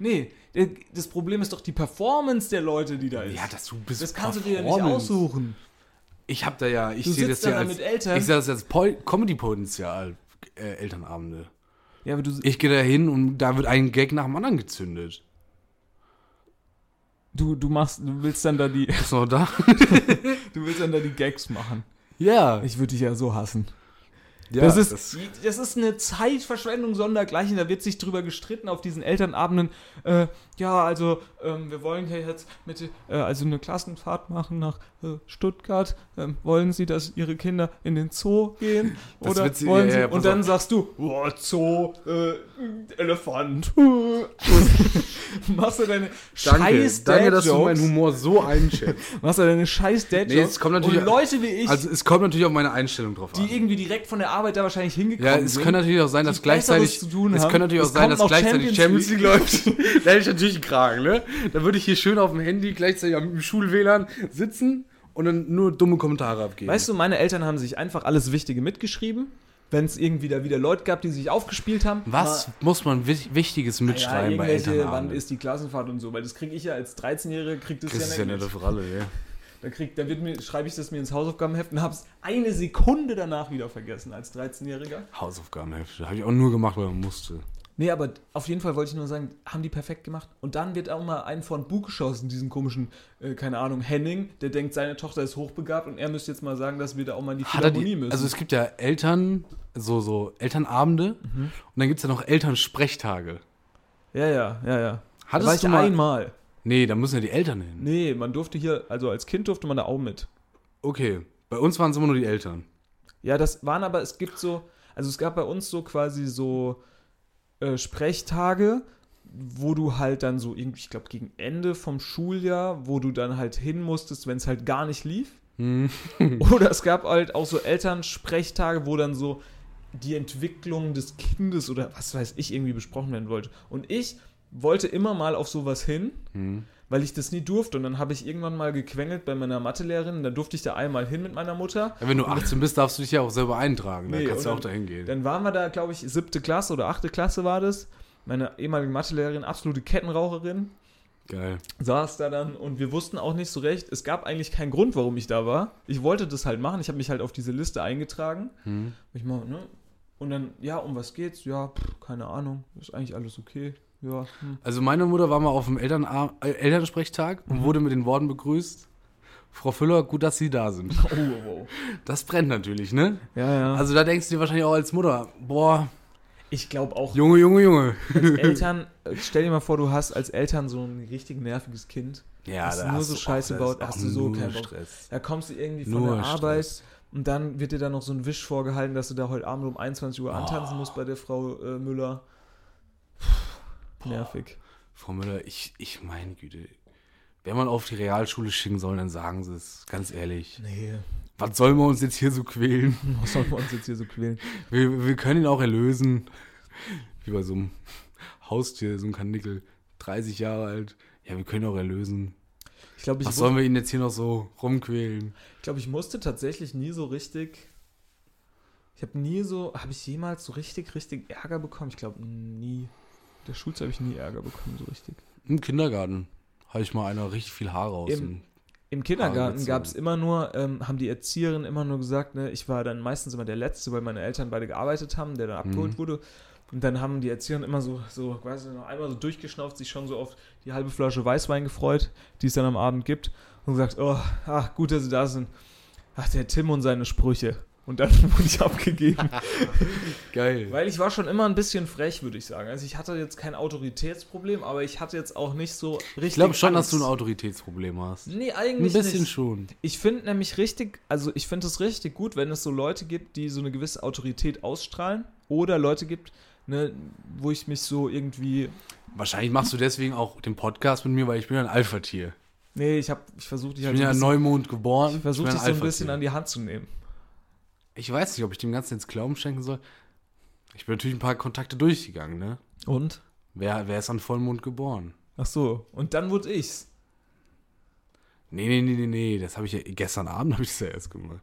Speaker 3: Nee, äh, das Problem ist doch die Performance der Leute, die da ist.
Speaker 4: Ja, das, du bist
Speaker 3: das kannst du dir ja nicht
Speaker 4: Performance.
Speaker 3: aussuchen.
Speaker 4: Ich hab da ja, ich
Speaker 3: Du
Speaker 4: sehe das
Speaker 3: sitzt
Speaker 4: ja
Speaker 3: da
Speaker 4: als,
Speaker 3: mit Eltern.
Speaker 4: ich sehe das als Pol- Comedy-Potenzial, äh, Elternabende.
Speaker 3: Ja, aber du,
Speaker 4: Ich gehe da hin und da wird ein Gag nach dem anderen gezündet.
Speaker 3: du, du machst, du willst dann da die, [laughs]
Speaker 4: Ist noch da?
Speaker 3: du willst dann da die Gags machen.
Speaker 4: ja.
Speaker 3: Ich würde dich ja so hassen.
Speaker 4: ja.
Speaker 3: Das, ist, das, ist eine Zeitverschwendung sondergleichen. Da wird sich drüber gestritten auf diesen Elternabenden. Äh, ja, also ähm, wir wollen ja jetzt mit, äh, also eine Klassenfahrt machen nach äh, Stuttgart. Ähm, wollen Sie, dass Ihre Kinder in den Zoo gehen?
Speaker 4: [laughs] Das
Speaker 3: Oder
Speaker 4: wird sie-
Speaker 3: wollen
Speaker 4: ja,
Speaker 3: Sie?
Speaker 4: ja, pass
Speaker 3: und dann
Speaker 4: auf.
Speaker 3: sagst du, oh, Zoo, äh,
Speaker 4: [laughs]
Speaker 3: Elefant. [laughs] machst du deine scheiß
Speaker 4: danke, dass du meinen
Speaker 3: Dad-Jokes? [laughs]
Speaker 4: Humor so einschätzt.
Speaker 3: Machst du deine scheiß Dad-Jokes?
Speaker 4: Nee, es kommt natürlich-
Speaker 3: und Leute wie ich,
Speaker 4: also es kommt natürlich auf meine Einstellung drauf
Speaker 3: die
Speaker 4: an.
Speaker 3: irgendwie direkt von der Arbeit da wahrscheinlich hingekommen
Speaker 4: Ja,
Speaker 3: sind.
Speaker 4: es könnte natürlich auch sein, dass
Speaker 3: die
Speaker 4: gleichzeitig
Speaker 3: Besseres zu tun
Speaker 4: es
Speaker 3: haben.
Speaker 4: könnte natürlich auch
Speaker 3: Es
Speaker 4: sein,
Speaker 3: kommt
Speaker 4: dass
Speaker 3: noch
Speaker 4: gleichzeitig Champions
Speaker 3: Champions
Speaker 4: League läuft. [laughs] da hätte ich natürlich einen Kragen, ne? Da würde ich hier schön auf dem Handy gleichzeitig am Schul-WLAN sitzen und dann nur dumme Kommentare abgeben.
Speaker 3: Weißt du, meine Eltern haben sich einfach alles Wichtige mitgeschrieben. Wenn es irgendwie da wieder Leute gab, die sich aufgespielt haben.
Speaker 4: Was
Speaker 3: Mal,
Speaker 4: muss man wich- Wichtiges mitschreiben
Speaker 3: ja,
Speaker 4: bei ne?
Speaker 3: irgendwelche, wann
Speaker 4: Elternabend?
Speaker 3: ist die Klassenfahrt und so, weil das kriege ich ja als 13-Jähriger, kriegt das,
Speaker 4: Das ist
Speaker 3: ja
Speaker 4: ja
Speaker 3: nicht.
Speaker 4: eine
Speaker 3: mit.
Speaker 4: Ralle, ja.
Speaker 3: Da, krieg, da wird mir, schreibe ich das mir ins Hausaufgabenheft und hab's eine Sekunde danach wieder vergessen als 13-Jähriger.
Speaker 4: Hausaufgabenhefte. Habe ich auch nur gemacht, weil man musste.
Speaker 3: Nee, aber auf jeden Fall wollte ich nur sagen, haben die perfekt gemacht. Und dann wird auch mal ein von Bug geschossen, diesen komischen, äh, keine Ahnung, Henning, der denkt, seine Tochter ist hochbegabt und er müsste jetzt mal sagen, dass wir da auch mal in die
Speaker 4: Hat er
Speaker 3: Philharmonie
Speaker 4: die,
Speaker 3: müssen.
Speaker 4: also es gibt ja Eltern, so, Mhm. so Elternabende und dann gibt es ja noch Elternsprechtage.
Speaker 3: ja, ja, ja, ja. Da war
Speaker 4: Hattest
Speaker 3: ich
Speaker 4: du mal?
Speaker 3: einmal.
Speaker 4: Nee, da müssen ja die Eltern hin.
Speaker 3: Nee, man durfte hier, also als Kind durfte man da auch mit.
Speaker 4: Okay, bei uns waren es immer nur die Eltern.
Speaker 3: Ja, das waren aber, es gibt so, also es gab bei uns so quasi so äh, Sprechtage, wo du halt dann so irgendwie, ich glaube, gegen Ende vom Schuljahr, wo du dann halt hin musstest, wenn es halt gar nicht lief. [laughs] Oder es gab halt auch so Elternsprechtage, wo dann so die Entwicklung des Kindes oder was weiß ich irgendwie besprochen werden wollte. Und ich wollte immer mal auf sowas hin, weil ich das nie durfte. Und dann habe ich irgendwann mal gequengelt bei meiner Mathelehrerin. Dann durfte ich da einmal hin mit meiner Mutter.
Speaker 4: Ja, wenn du 18 bist, darfst du dich ja auch selber eintragen.
Speaker 3: Nee,
Speaker 4: dann kannst du
Speaker 3: und
Speaker 4: auch dahin gehen.
Speaker 3: Dann waren wir da, glaube ich, siebte Klasse oder achte Klasse war das. Meine ehemalige Mathelehrerin, absolute Kettenraucherin,
Speaker 4: Geil.
Speaker 3: saß da dann und wir wussten auch nicht so recht. Es gab eigentlich keinen Grund, warum ich da war. Ich wollte das halt machen. Ich habe mich halt auf diese Liste eingetragen.
Speaker 4: Hm.
Speaker 3: Ich mach, ne? Und dann, ja, um was geht's? Ja, pff, keine Ahnung. Ist eigentlich alles okay. Ja.
Speaker 4: [laughs]
Speaker 3: Hm.
Speaker 4: Also meine Mutter war mal auf dem Eltern äh, Elternsprechtag und wurde mit den Worten begrüßt. Frau Füller, gut, dass Sie da sind.
Speaker 3: Oh, wow, wow.
Speaker 4: Das brennt natürlich, ne?
Speaker 3: Ja, ja.
Speaker 4: Also da denkst du dir wahrscheinlich auch als Mutter, boah,
Speaker 3: ich glaube auch,
Speaker 4: Junge, Junge, Junge.
Speaker 3: Eltern, äh, stell dir mal vor, du hast als Eltern so ein richtig nerviges Kind.
Speaker 4: Ja,
Speaker 3: Hast du
Speaker 4: da
Speaker 3: nur
Speaker 4: hast
Speaker 3: so
Speaker 4: du auch-
Speaker 3: Scheiße
Speaker 4: da ist
Speaker 3: baut,
Speaker 4: auch
Speaker 3: hast du so
Speaker 4: nur
Speaker 3: keinen Bock.
Speaker 4: Stress.
Speaker 3: Da kommst du irgendwie von
Speaker 4: Nur
Speaker 3: der Arbeit
Speaker 4: Stress.
Speaker 3: und dann wird dir da noch so ein Wisch vorgehalten, dass du da heute Abend um 21 Uhr antanzen musst bei der Frau äh, Müller. Nervig.
Speaker 4: Frau Müller, ich, ich meine Güte, wenn man auf die Realschule schicken soll, dann sagen sie es, ganz ehrlich.
Speaker 3: Nee,
Speaker 4: Was sollen wir uns jetzt hier so quälen?
Speaker 3: [laughs] was sollen wir uns jetzt hier so quälen?
Speaker 4: Wir, wir können ihn auch erlösen. Wie bei so einem Haustier, so einem Kanickel. 30 Jahre alt. Ja, wir können ihn auch erlösen.
Speaker 3: Ich glaube, ich,
Speaker 4: Was
Speaker 3: wu-
Speaker 4: sollen wir ihn jetzt hier noch so rumquälen?
Speaker 3: ich, glaub, ich musste tatsächlich nie so richtig. Ich habe nie so. Habe ich jemals so richtig, richtig Ärger bekommen? Ich glaube, nie. In Der Schulzeit habe ich nie Ärger bekommen, so richtig.
Speaker 4: Im Kindergarten habe ich mal einer richtig viel Haare aus.
Speaker 3: Im-
Speaker 4: dem- Ah,
Speaker 3: Im Kindergarten
Speaker 4: gezogen.
Speaker 3: gab es immer nur, ähm, haben die Erzieherinnen immer nur gesagt, ne, ich war dann meistens immer der Letzte, weil meine Eltern beide gearbeitet haben, der dann
Speaker 4: Mhm.
Speaker 3: abgeholt wurde. Und dann haben die Erzieherinnen immer so, so, weiß ich noch einmal so durchgeschnauft, sich schon so auf die halbe Flasche Weißwein gefreut, die es dann am Abend gibt. Und gesagt, oh, ach, gut, dass sie da sind. Ach, der Tim und seine Sprüche. Und dann [laughs] wurde ich
Speaker 4: [laughs]
Speaker 3: abgegeben.
Speaker 4: Geil.
Speaker 3: Weil ich war schon immer ein bisschen frech, würde ich sagen. Also ich hatte jetzt kein Autoritätsproblem, aber ich hatte jetzt auch nicht so richtig.
Speaker 4: ich glaube schon, dass
Speaker 3: Angst.
Speaker 4: du ein Autoritätsproblem hast.
Speaker 3: Nee,
Speaker 4: Ein
Speaker 3: eigentlich
Speaker 4: bisschen
Speaker 3: nicht.
Speaker 4: schon.
Speaker 3: Ich finde nämlich richtig, also ich finde es richtig gut, wenn es so Leute gibt, die so eine gewisse Autorität ausstrahlen oder Leute gibt, ne, wo ich mich so irgendwie.
Speaker 4: Wahrscheinlich machst du deswegen auch den Podcast mit mir, weil ich bin ja ein Alpha-Tier.
Speaker 3: Nee, ich habe, ich versuche dich
Speaker 4: Ich
Speaker 3: halt
Speaker 4: bin ja
Speaker 3: so ein bisschen,
Speaker 4: Neumond geboren.
Speaker 3: ich versuch
Speaker 4: bin
Speaker 3: dich so ein
Speaker 4: Alpha-Tier.
Speaker 3: bisschen an die Hand zu nehmen.
Speaker 4: Ich weiß nicht, ob ich dem Ganzen jetzt Glauben schenken soll. Ich bin natürlich ein paar Kontakte durchgegangen, ne?
Speaker 3: Und?
Speaker 4: Wer, wer ist an Vollmond geboren?
Speaker 3: Ach so, und dann wurde ich's.
Speaker 4: Nee, nee, nee, nee, nee. Das habe ich ja gestern Abend [laughs] habe ich das ja erst gemacht.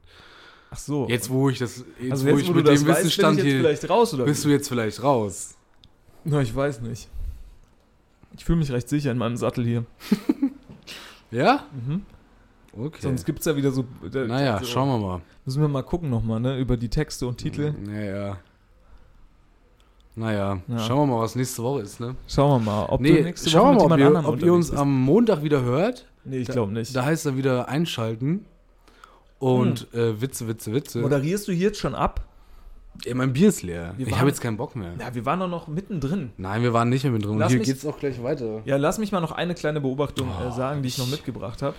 Speaker 3: Ach so.
Speaker 4: Jetzt, wo ich das, jetzt,
Speaker 3: also
Speaker 4: wo
Speaker 3: jetzt,
Speaker 4: ich
Speaker 3: wo
Speaker 4: mit
Speaker 3: du das
Speaker 4: dem
Speaker 3: weißt, bin
Speaker 4: Wissensstand
Speaker 3: ich jetzt
Speaker 4: hier,
Speaker 3: vielleicht raus oder
Speaker 4: bist du jetzt vielleicht raus.
Speaker 3: wie? Na, ich weiß nicht. Ich fühle mich recht sicher in meinem Sattel hier.
Speaker 4: Ja?
Speaker 3: Mhm.
Speaker 4: Okay.
Speaker 3: Sonst gibt's ja wieder so. Da,
Speaker 4: naja,
Speaker 3: so,
Speaker 4: schauen wir mal.
Speaker 3: Müssen wir mal gucken nochmal, ne? Über die Texte und
Speaker 4: Mhm.
Speaker 3: Titel.
Speaker 4: Naja. Naja,
Speaker 3: Ja.
Speaker 4: schauen wir mal, was nächste Woche ist, ne?
Speaker 3: Schauen wir mal, ob du
Speaker 4: Nee,
Speaker 3: nächste Woche
Speaker 4: schauen wir
Speaker 3: mit
Speaker 4: mal, ob
Speaker 3: jemand
Speaker 4: ihr,
Speaker 3: anderem
Speaker 4: ob ihr
Speaker 3: unterwegs
Speaker 4: uns
Speaker 3: bist.
Speaker 4: am Montag wieder hört.
Speaker 3: Nee, ich
Speaker 4: Da-
Speaker 3: glaube nicht.
Speaker 4: Da heißt dann wieder einschalten. Und
Speaker 3: Hm.
Speaker 4: äh, Witze, Witze, Witze.
Speaker 3: Moderierst du hier jetzt schon ab?
Speaker 4: Ey, mein Bier ist leer.
Speaker 3: Wir
Speaker 4: Ich
Speaker 3: waren-
Speaker 4: habe jetzt keinen Bock mehr.
Speaker 3: Ja, wir waren doch noch mittendrin.
Speaker 4: Nein, wir waren nicht mehr mit drin.
Speaker 3: Lass
Speaker 4: Hier
Speaker 3: mich-
Speaker 4: geht's auch gleich weiter.
Speaker 3: Ja, lass mich mal noch eine kleine Beobachtung äh,
Speaker 4: Oh,
Speaker 3: sagen, die ich noch
Speaker 4: ich-
Speaker 3: mitgebracht habe.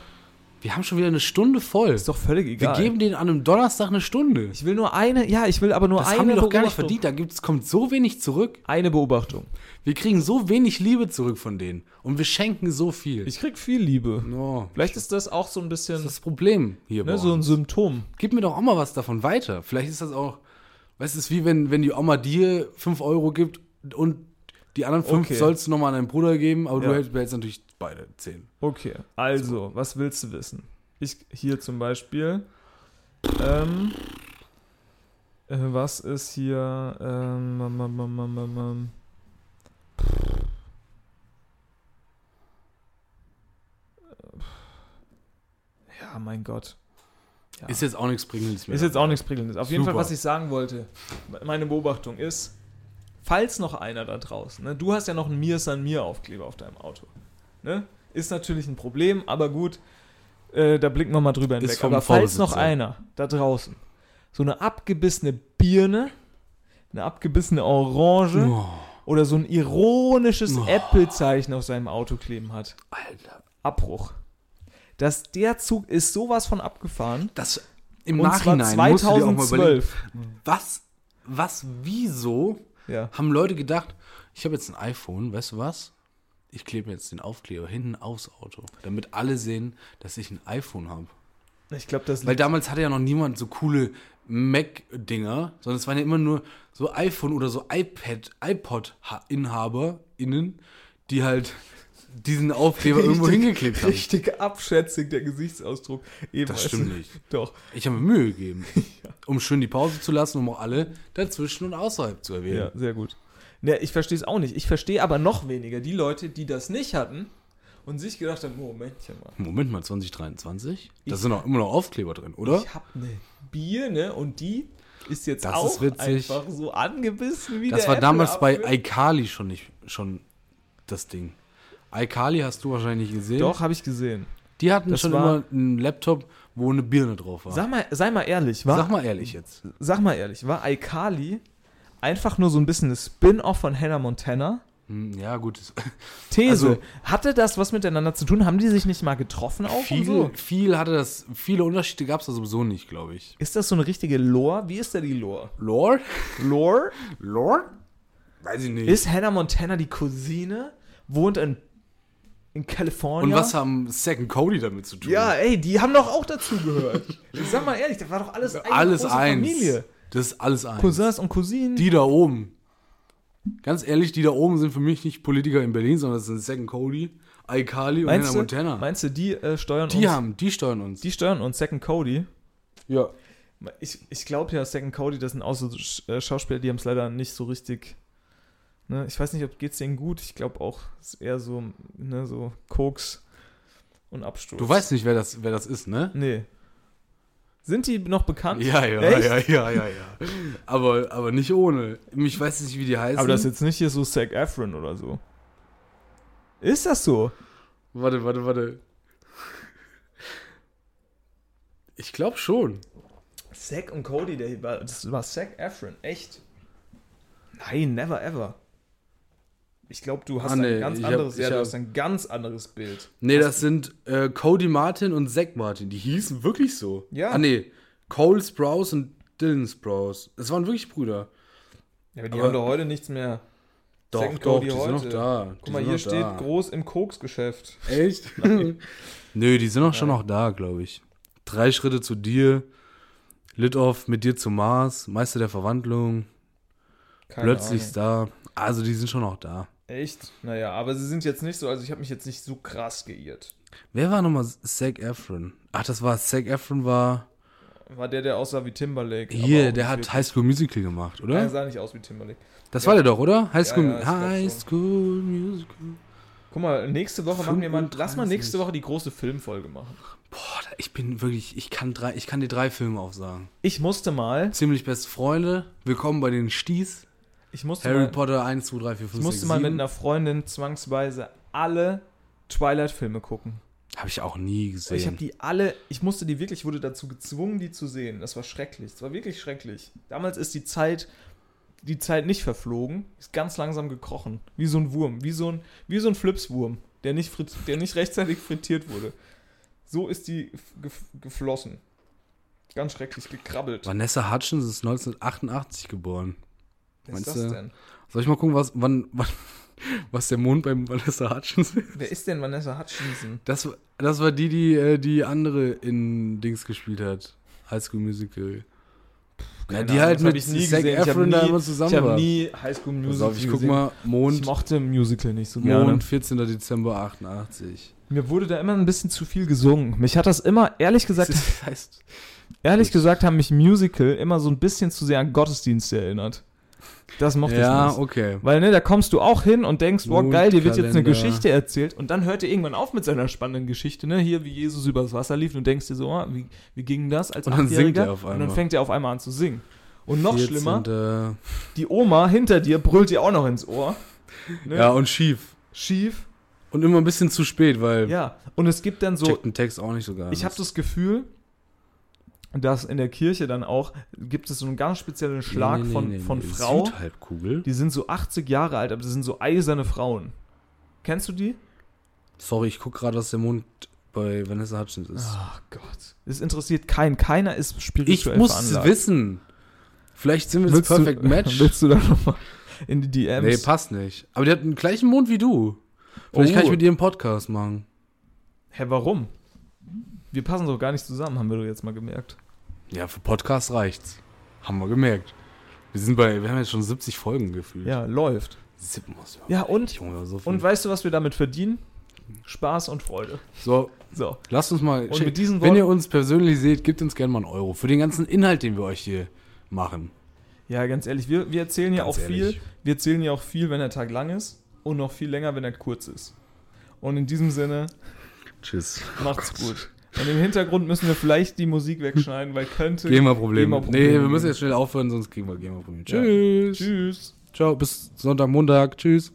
Speaker 4: Wir haben schon wieder eine Stunde voll.
Speaker 3: Ist doch völlig
Speaker 4: wir
Speaker 3: egal.
Speaker 4: geben denen an einem Donnerstag eine Stunde.
Speaker 3: ich will nur eine, ja, ich will aber nur
Speaker 4: Das
Speaker 3: eine
Speaker 4: haben wir doch
Speaker 3: Beobachtung.
Speaker 4: gar nicht verdient. Da gibt's, kommt so wenig zurück.
Speaker 3: Eine Beobachtung.
Speaker 4: Wir kriegen so wenig Liebe zurück von denen. Und wir schenken so viel.
Speaker 3: Ich krieg viel Liebe.
Speaker 4: Oh,
Speaker 3: Vielleicht ist das auch so ein bisschen
Speaker 4: das ist das Problem hier. bei
Speaker 3: ne, so ein
Speaker 4: uns.
Speaker 3: Symptom.
Speaker 4: Gib mir doch auch mal was davon weiter. Vielleicht ist das auch, weißt du, es ist wie wenn, wenn die Oma dir 5 Euro gibt und die anderen 5
Speaker 3: Okay.
Speaker 4: sollst du nochmal an deinen Bruder geben, aber
Speaker 3: Ja.
Speaker 4: du hättest- behältst natürlich beide 10.
Speaker 3: Okay, also, was willst du wissen? Ich hier zum Beispiel. Ähm, äh, was ist hier? Ähm, mam, mam, mam, mam, mam, mam. Ja, mein Gott. Ja.
Speaker 4: Ist jetzt auch nichts Bringendes mehr.
Speaker 3: Ist jetzt auch nichts Prickelndes. Auf jeden
Speaker 4: Super.
Speaker 3: Fall, was ich sagen wollte, meine Beobachtung ist, falls noch einer da draußen, ne, du hast ja noch einen Mir ist an mir Aufkleber auf deinem Auto. Ne? Ist natürlich ein Problem, aber gut, äh, da blicken wir mal drüber hinweg.
Speaker 4: vom
Speaker 3: Aber falls
Speaker 4: Vorbesitzer.
Speaker 3: noch einer da draußen so eine abgebissene Birne, eine abgebissene Orange
Speaker 4: Oh,
Speaker 3: oder so ein ironisches Apple-Zeichen auf seinem Auto kleben hat.
Speaker 4: Alter.
Speaker 3: Abbruch. Dass der Zug ist sowas von abgefahren.
Speaker 4: Das im
Speaker 3: Und zwar
Speaker 4: Nachhinein musst du dir auch mal
Speaker 3: 2012.
Speaker 4: überlegen, was, was, wieso
Speaker 3: Ja.
Speaker 4: haben Leute gedacht, ich habe jetzt ein iPhone, weißt du was? Ich klebe jetzt den Aufkleber hinten aufs Auto, damit alle sehen, dass ich ein iPhone habe.
Speaker 3: Ich glaube, das
Speaker 4: Weil damals hatte ja noch niemand so coole Mac-Dinger, sondern es waren ja immer nur so iPhone oder so iPad, iPod-InhaberInnen, die halt diesen [laughs] Aufkleber irgendwo hingeklebt haben.
Speaker 3: Richtig abschätzig, der Gesichtsausdruck. Eben,
Speaker 4: Das
Speaker 3: weißt
Speaker 4: stimmt
Speaker 3: du.
Speaker 4: nicht.
Speaker 3: Doch.
Speaker 4: Ich habe mir Mühe gegeben, [laughs] um schön die Pause zu lassen, um auch alle dazwischen und außerhalb zu erwähnen.
Speaker 3: Ja, sehr gut. Ne, ich verstehe es auch nicht. Ich verstehe aber noch weniger die Leute, die das nicht hatten und sich gedacht haben, Momentchen mal.
Speaker 4: Moment mal, 2023? Da
Speaker 3: Ich-
Speaker 4: sind auch immer noch Aufkleber drin, oder?
Speaker 3: Ich hab eine Birne und die ist jetzt
Speaker 4: Das ist
Speaker 3: auch
Speaker 4: witzig.
Speaker 3: einfach so angebissen wie
Speaker 4: Das
Speaker 3: der
Speaker 4: war
Speaker 3: Apple
Speaker 4: damals bei
Speaker 3: Apfel.
Speaker 4: iCarly schon nicht schon das Ding. iCarly hast du wahrscheinlich nicht gesehen.
Speaker 3: Doch, habe ich gesehen.
Speaker 4: Die hatten
Speaker 3: das
Speaker 4: schon
Speaker 3: war-
Speaker 4: immer einen Laptop, wo eine Birne drauf war.
Speaker 3: Sag mal, sei mal ehrlich, war,
Speaker 4: Sag mal ehrlich jetzt.
Speaker 3: sag mal ehrlich, war iCarly einfach nur so ein bisschen das Spin-off von Hannah Montana?
Speaker 4: Hm, Ja, gut. [laughs] es-
Speaker 3: These.
Speaker 4: Also-
Speaker 3: hatte das was miteinander zu tun? Haben die sich nicht mal getroffen auch
Speaker 4: Viel,
Speaker 3: und so?
Speaker 4: viel hatte das, viele Unterschiede gab es da sowieso nicht, glaube ich.
Speaker 3: Ist das so eine richtige Lore? Wie ist da die Lore?
Speaker 4: Lore?
Speaker 3: Lore?
Speaker 4: Lore? Weiß ich nicht.
Speaker 3: Ist Hannah Montana die Cousine? Wohnt in, in
Speaker 4: und
Speaker 3: Kalifornien?
Speaker 4: was haben Second Cody damit zu tun?
Speaker 3: Ja, ey, die haben doch auch dazu gehört. ich sag mal ehrlich, das war doch alles eine
Speaker 4: alles
Speaker 3: große
Speaker 4: eins.
Speaker 3: Familie.
Speaker 4: Das ist alles eins.
Speaker 3: Cousins und Cousinen.
Speaker 4: Die da oben. Ganz ehrlich, die da oben sind für mich nicht Politiker in Berlin, sondern das sind Second Cody, iCarly und Hannah
Speaker 3: meinst, du,
Speaker 4: Montana.
Speaker 3: meinst du, die äh, steuern
Speaker 4: Die
Speaker 3: uns?
Speaker 4: haben, die steuern uns.
Speaker 3: Die steuern uns, Second Cody.
Speaker 4: ja.
Speaker 3: Ich, ich glaube ja, Second Cody, das sind auch so Sch äh, Schauspieler, die haben es leider nicht so richtig. Ne? Ich weiß nicht, ob geht's denen gut. Ich glaube auch, es ist eher so, ne, so Koks und Absturz.
Speaker 4: Du weißt nicht, wer das, wer das ist, ne?
Speaker 3: Nee. Sind die noch bekannt?
Speaker 4: Ja, ja,
Speaker 3: Echt?
Speaker 4: ja, ja, ja, ja. Aber, aber nicht ohne. Ich weiß nicht, wie die heißen.
Speaker 3: Aber das ist jetzt nicht hier so Zac Efron oder so. Ist das so?
Speaker 4: Warte, warte, warte. Ich glaube schon.
Speaker 3: Zac und Cody, der war, das war Zac Efron, echt? Nein, never ever. Ich glaube, du hast
Speaker 4: Ah,
Speaker 3: ein
Speaker 4: nee,
Speaker 3: ganz
Speaker 4: ich hab-
Speaker 3: anderes, ja,
Speaker 4: ich
Speaker 3: du
Speaker 4: hab-
Speaker 3: hast ein ganz anderes Bild.
Speaker 4: Nee, das sind äh, Cody Martin und Zack Martin. Die hießen wirklich so.
Speaker 3: Ja.
Speaker 4: Ah, nee. Cole Sprouse und Dylan Sprouse. Es waren wirklich Brüder.
Speaker 3: Ja, aber die
Speaker 4: Aber-
Speaker 3: haben doch heute nichts mehr.
Speaker 4: Doch,
Speaker 3: Zack und
Speaker 4: doch,
Speaker 3: Cody
Speaker 4: die sind noch
Speaker 3: heute.
Speaker 4: da.
Speaker 3: Guck
Speaker 4: Die
Speaker 3: mal,
Speaker 4: sind
Speaker 3: hier
Speaker 4: noch
Speaker 3: steht
Speaker 4: da.
Speaker 3: groß im Koksgeschäft.
Speaker 4: Echt?
Speaker 3: [laughs]
Speaker 4: Nö, die sind auch schon noch da, glaube ich. Drei Schritte zu dir. Lit off mit dir zum Mars. Meister der Verwandlung.
Speaker 3: Keine
Speaker 4: plötzlich
Speaker 3: Ahnung.
Speaker 4: da. Also, die sind schon noch da.
Speaker 3: Echt? Naja, aber sie sind jetzt nicht so, also ich habe mich jetzt nicht so krass geirrt.
Speaker 4: Wer war nochmal Zac Efron? Ach, das war Zac Efron war
Speaker 3: War der, der aussah wie Timberlake. aber
Speaker 4: hier,
Speaker 3: auch
Speaker 4: der
Speaker 3: nicht
Speaker 4: hat
Speaker 3: wirklich.
Speaker 4: High School Musical gemacht, oder?
Speaker 3: Er sah nicht aus wie Timberlake.
Speaker 4: das war der doch, oder? High School,
Speaker 3: ja, ich glaub
Speaker 4: High
Speaker 3: schon.
Speaker 4: School Musical.
Speaker 3: Guck mal, nächste Woche machen wir mal. Lass mal
Speaker 4: 35.
Speaker 3: nächste Woche die große Filmfolge machen.
Speaker 4: Boah, da- ich bin wirklich, ich kann drei, ich kann dir drei Filme aufsagen.
Speaker 3: Ich musste mal.
Speaker 4: Ziemlich beste Freunde, Willkommen bei den Sties,
Speaker 3: Ich musste
Speaker 4: Harry
Speaker 3: mal,
Speaker 4: Potter 1, 2, 3, 4,
Speaker 3: ich
Speaker 4: 5, 6, 7.
Speaker 3: musste mal mit einer Freundin zwangsweise alle Twilight-Filme gucken.
Speaker 4: Habe ich auch nie
Speaker 3: Ich habe
Speaker 4: gesehen.
Speaker 3: die alle, ich musste die wirklich, ich wurde dazu gezwungen, die zu sehen. Das war schrecklich. Das war wirklich schrecklich. Damals ist die Zeit, die Zeit nicht verflogen, ist ganz langsam gekrochen. Wie so ein Wurm, wie so ein, wie so ein Flipswurm, der nicht, frit, der nicht rechtzeitig frittiert wurde. So ist die f- gef geflossen. Ganz schrecklich gekrabbelt.
Speaker 4: Vanessa Hutchins ist 1988 geboren.
Speaker 3: Wer ist
Speaker 4: meinst
Speaker 3: das
Speaker 4: du-
Speaker 3: denn?
Speaker 4: Soll ich mal gucken, was, wann, [laughs] wann, was der Mond beim Vanessa Hutchins ist?
Speaker 3: Wer ist denn Vanessa Hutchinson?
Speaker 4: Das, war- das war die, die äh, die andere in Dings gespielt hat. High School Musical. Ja,
Speaker 3: Keine
Speaker 4: die
Speaker 3: Ahnung,
Speaker 4: halt
Speaker 3: das
Speaker 4: mit
Speaker 3: hab ich nie
Speaker 4: Zac
Speaker 3: gesehen. Ich hab
Speaker 4: Efron da
Speaker 3: nie-
Speaker 4: immer zusammen
Speaker 3: Ich habe
Speaker 4: war.
Speaker 3: nie High School
Speaker 4: Pass
Speaker 3: Musical
Speaker 4: auf, ich guck
Speaker 3: gesehen.
Speaker 4: mal, Mond,
Speaker 3: ich mochte Musical nicht so gerne.
Speaker 4: Mond 14.
Speaker 3: [laughs]
Speaker 4: Dezember 88.
Speaker 3: Mir wurde da immer ein bisschen zu viel gesungen. Mich hat das immer, ehrlich gesagt,
Speaker 4: Das heißt,
Speaker 3: ehrlich gesagt haben mich Musical immer so ein bisschen zu sehr an Gottesdienste erinnert. Das mochte
Speaker 4: ja,
Speaker 3: ich nicht.
Speaker 4: okay.
Speaker 3: Weil, ne, da kommst du auch hin und denkst, wow, geil, dir wird jetzt eine
Speaker 4: Mondkalender.
Speaker 3: Geschichte erzählt. Und dann hört er irgendwann auf mit seiner spannenden Geschichte, ne? Hier, wie Jesus übers Wasser lief. Und du denkst dir so, ah, wie, wie ging das als
Speaker 4: Und dann
Speaker 3: Achtjähriger?
Speaker 4: singt er auf
Speaker 3: Und dann
Speaker 4: einmal.
Speaker 3: fängt er auf einmal an zu singen. Und noch
Speaker 4: 14.
Speaker 3: schlimmer, die Oma hinter dir brüllt dir auch noch ins Ohr. Ne?
Speaker 4: Ja, und schief.
Speaker 3: Schief.
Speaker 4: Und immer ein bisschen zu spät, weil
Speaker 3: Ja. Und es gibt dann so
Speaker 4: checkt den Text auch nicht so gar
Speaker 3: Ich habe
Speaker 4: nicht.
Speaker 3: das Gefühl, dass in der Kirche dann auch, gibt es so einen ganz speziellen Schlag
Speaker 4: Nee, nee,
Speaker 3: von,
Speaker 4: nee,
Speaker 3: von
Speaker 4: nee,
Speaker 3: Frau,
Speaker 4: Südhalbkugel.
Speaker 3: die sind so 80 Jahre alt, aber das sind so eiserne Frauen. Kennst du die?
Speaker 4: Sorry, ich guck gerade, was der Mond bei Vanessa Hutchins ist.
Speaker 3: Ach Gott. Das interessiert keinen. Keiner ist
Speaker 4: ich
Speaker 3: spirituell
Speaker 4: muss es
Speaker 3: veranlagt.
Speaker 4: wissen. Vielleicht sind wir das
Speaker 3: Willst du-
Speaker 4: Perfect
Speaker 3: [laughs]
Speaker 4: Match.
Speaker 3: Willst du da nochmal in die DMs?
Speaker 4: Nee, passt nicht. Aber die hat den gleichen Mond wie du. Vielleicht kann
Speaker 3: Oh.
Speaker 4: ich mit ihr einen Podcast machen.
Speaker 3: Hä, warum? Wir passen doch gar nicht zusammen, haben wir doch jetzt mal gemerkt.
Speaker 4: Ja, für Podcast reicht's. Haben wir gemerkt. Wir sind bei, wir haben jetzt schon 70 Folgen gefühlt.
Speaker 3: Ja, läuft.
Speaker 4: Sippen muss ja.
Speaker 3: Ja, und,
Speaker 4: Junge, so viel.
Speaker 3: und weißt du, was wir damit verdienen? Spaß und Freude.
Speaker 4: so,
Speaker 3: So.
Speaker 4: lasst uns mal.
Speaker 3: Und mit diesen
Speaker 4: wenn ihr
Speaker 3: Worten-
Speaker 4: uns persönlich seht, gebt uns gerne mal einen Euro für den ganzen Inhalt, den wir euch hier machen.
Speaker 3: Ja, ganz ehrlich, wir, wir erzählen ja
Speaker 4: Ganz
Speaker 3: auch
Speaker 4: ehrlich.
Speaker 3: viel. Wir erzählen ja auch viel, wenn der Tag lang ist und noch viel länger, wenn er kurz ist. Und in diesem Sinne,
Speaker 4: Tschüss.
Speaker 3: macht's
Speaker 4: Oh
Speaker 3: gut. Und im Hintergrund müssen wir vielleicht die Musik wegschneiden, weil könnte.
Speaker 4: GEMA-Problem.
Speaker 3: GEMA-Probleme
Speaker 4: Nee, wir müssen
Speaker 3: geben.
Speaker 4: jetzt schnell aufhören, sonst kriegen wir GEMA-Problem.
Speaker 3: Ja.
Speaker 4: Tschüss.
Speaker 3: Tschüss.
Speaker 4: Ciao, bis Sonntag, Montag. Tschüss.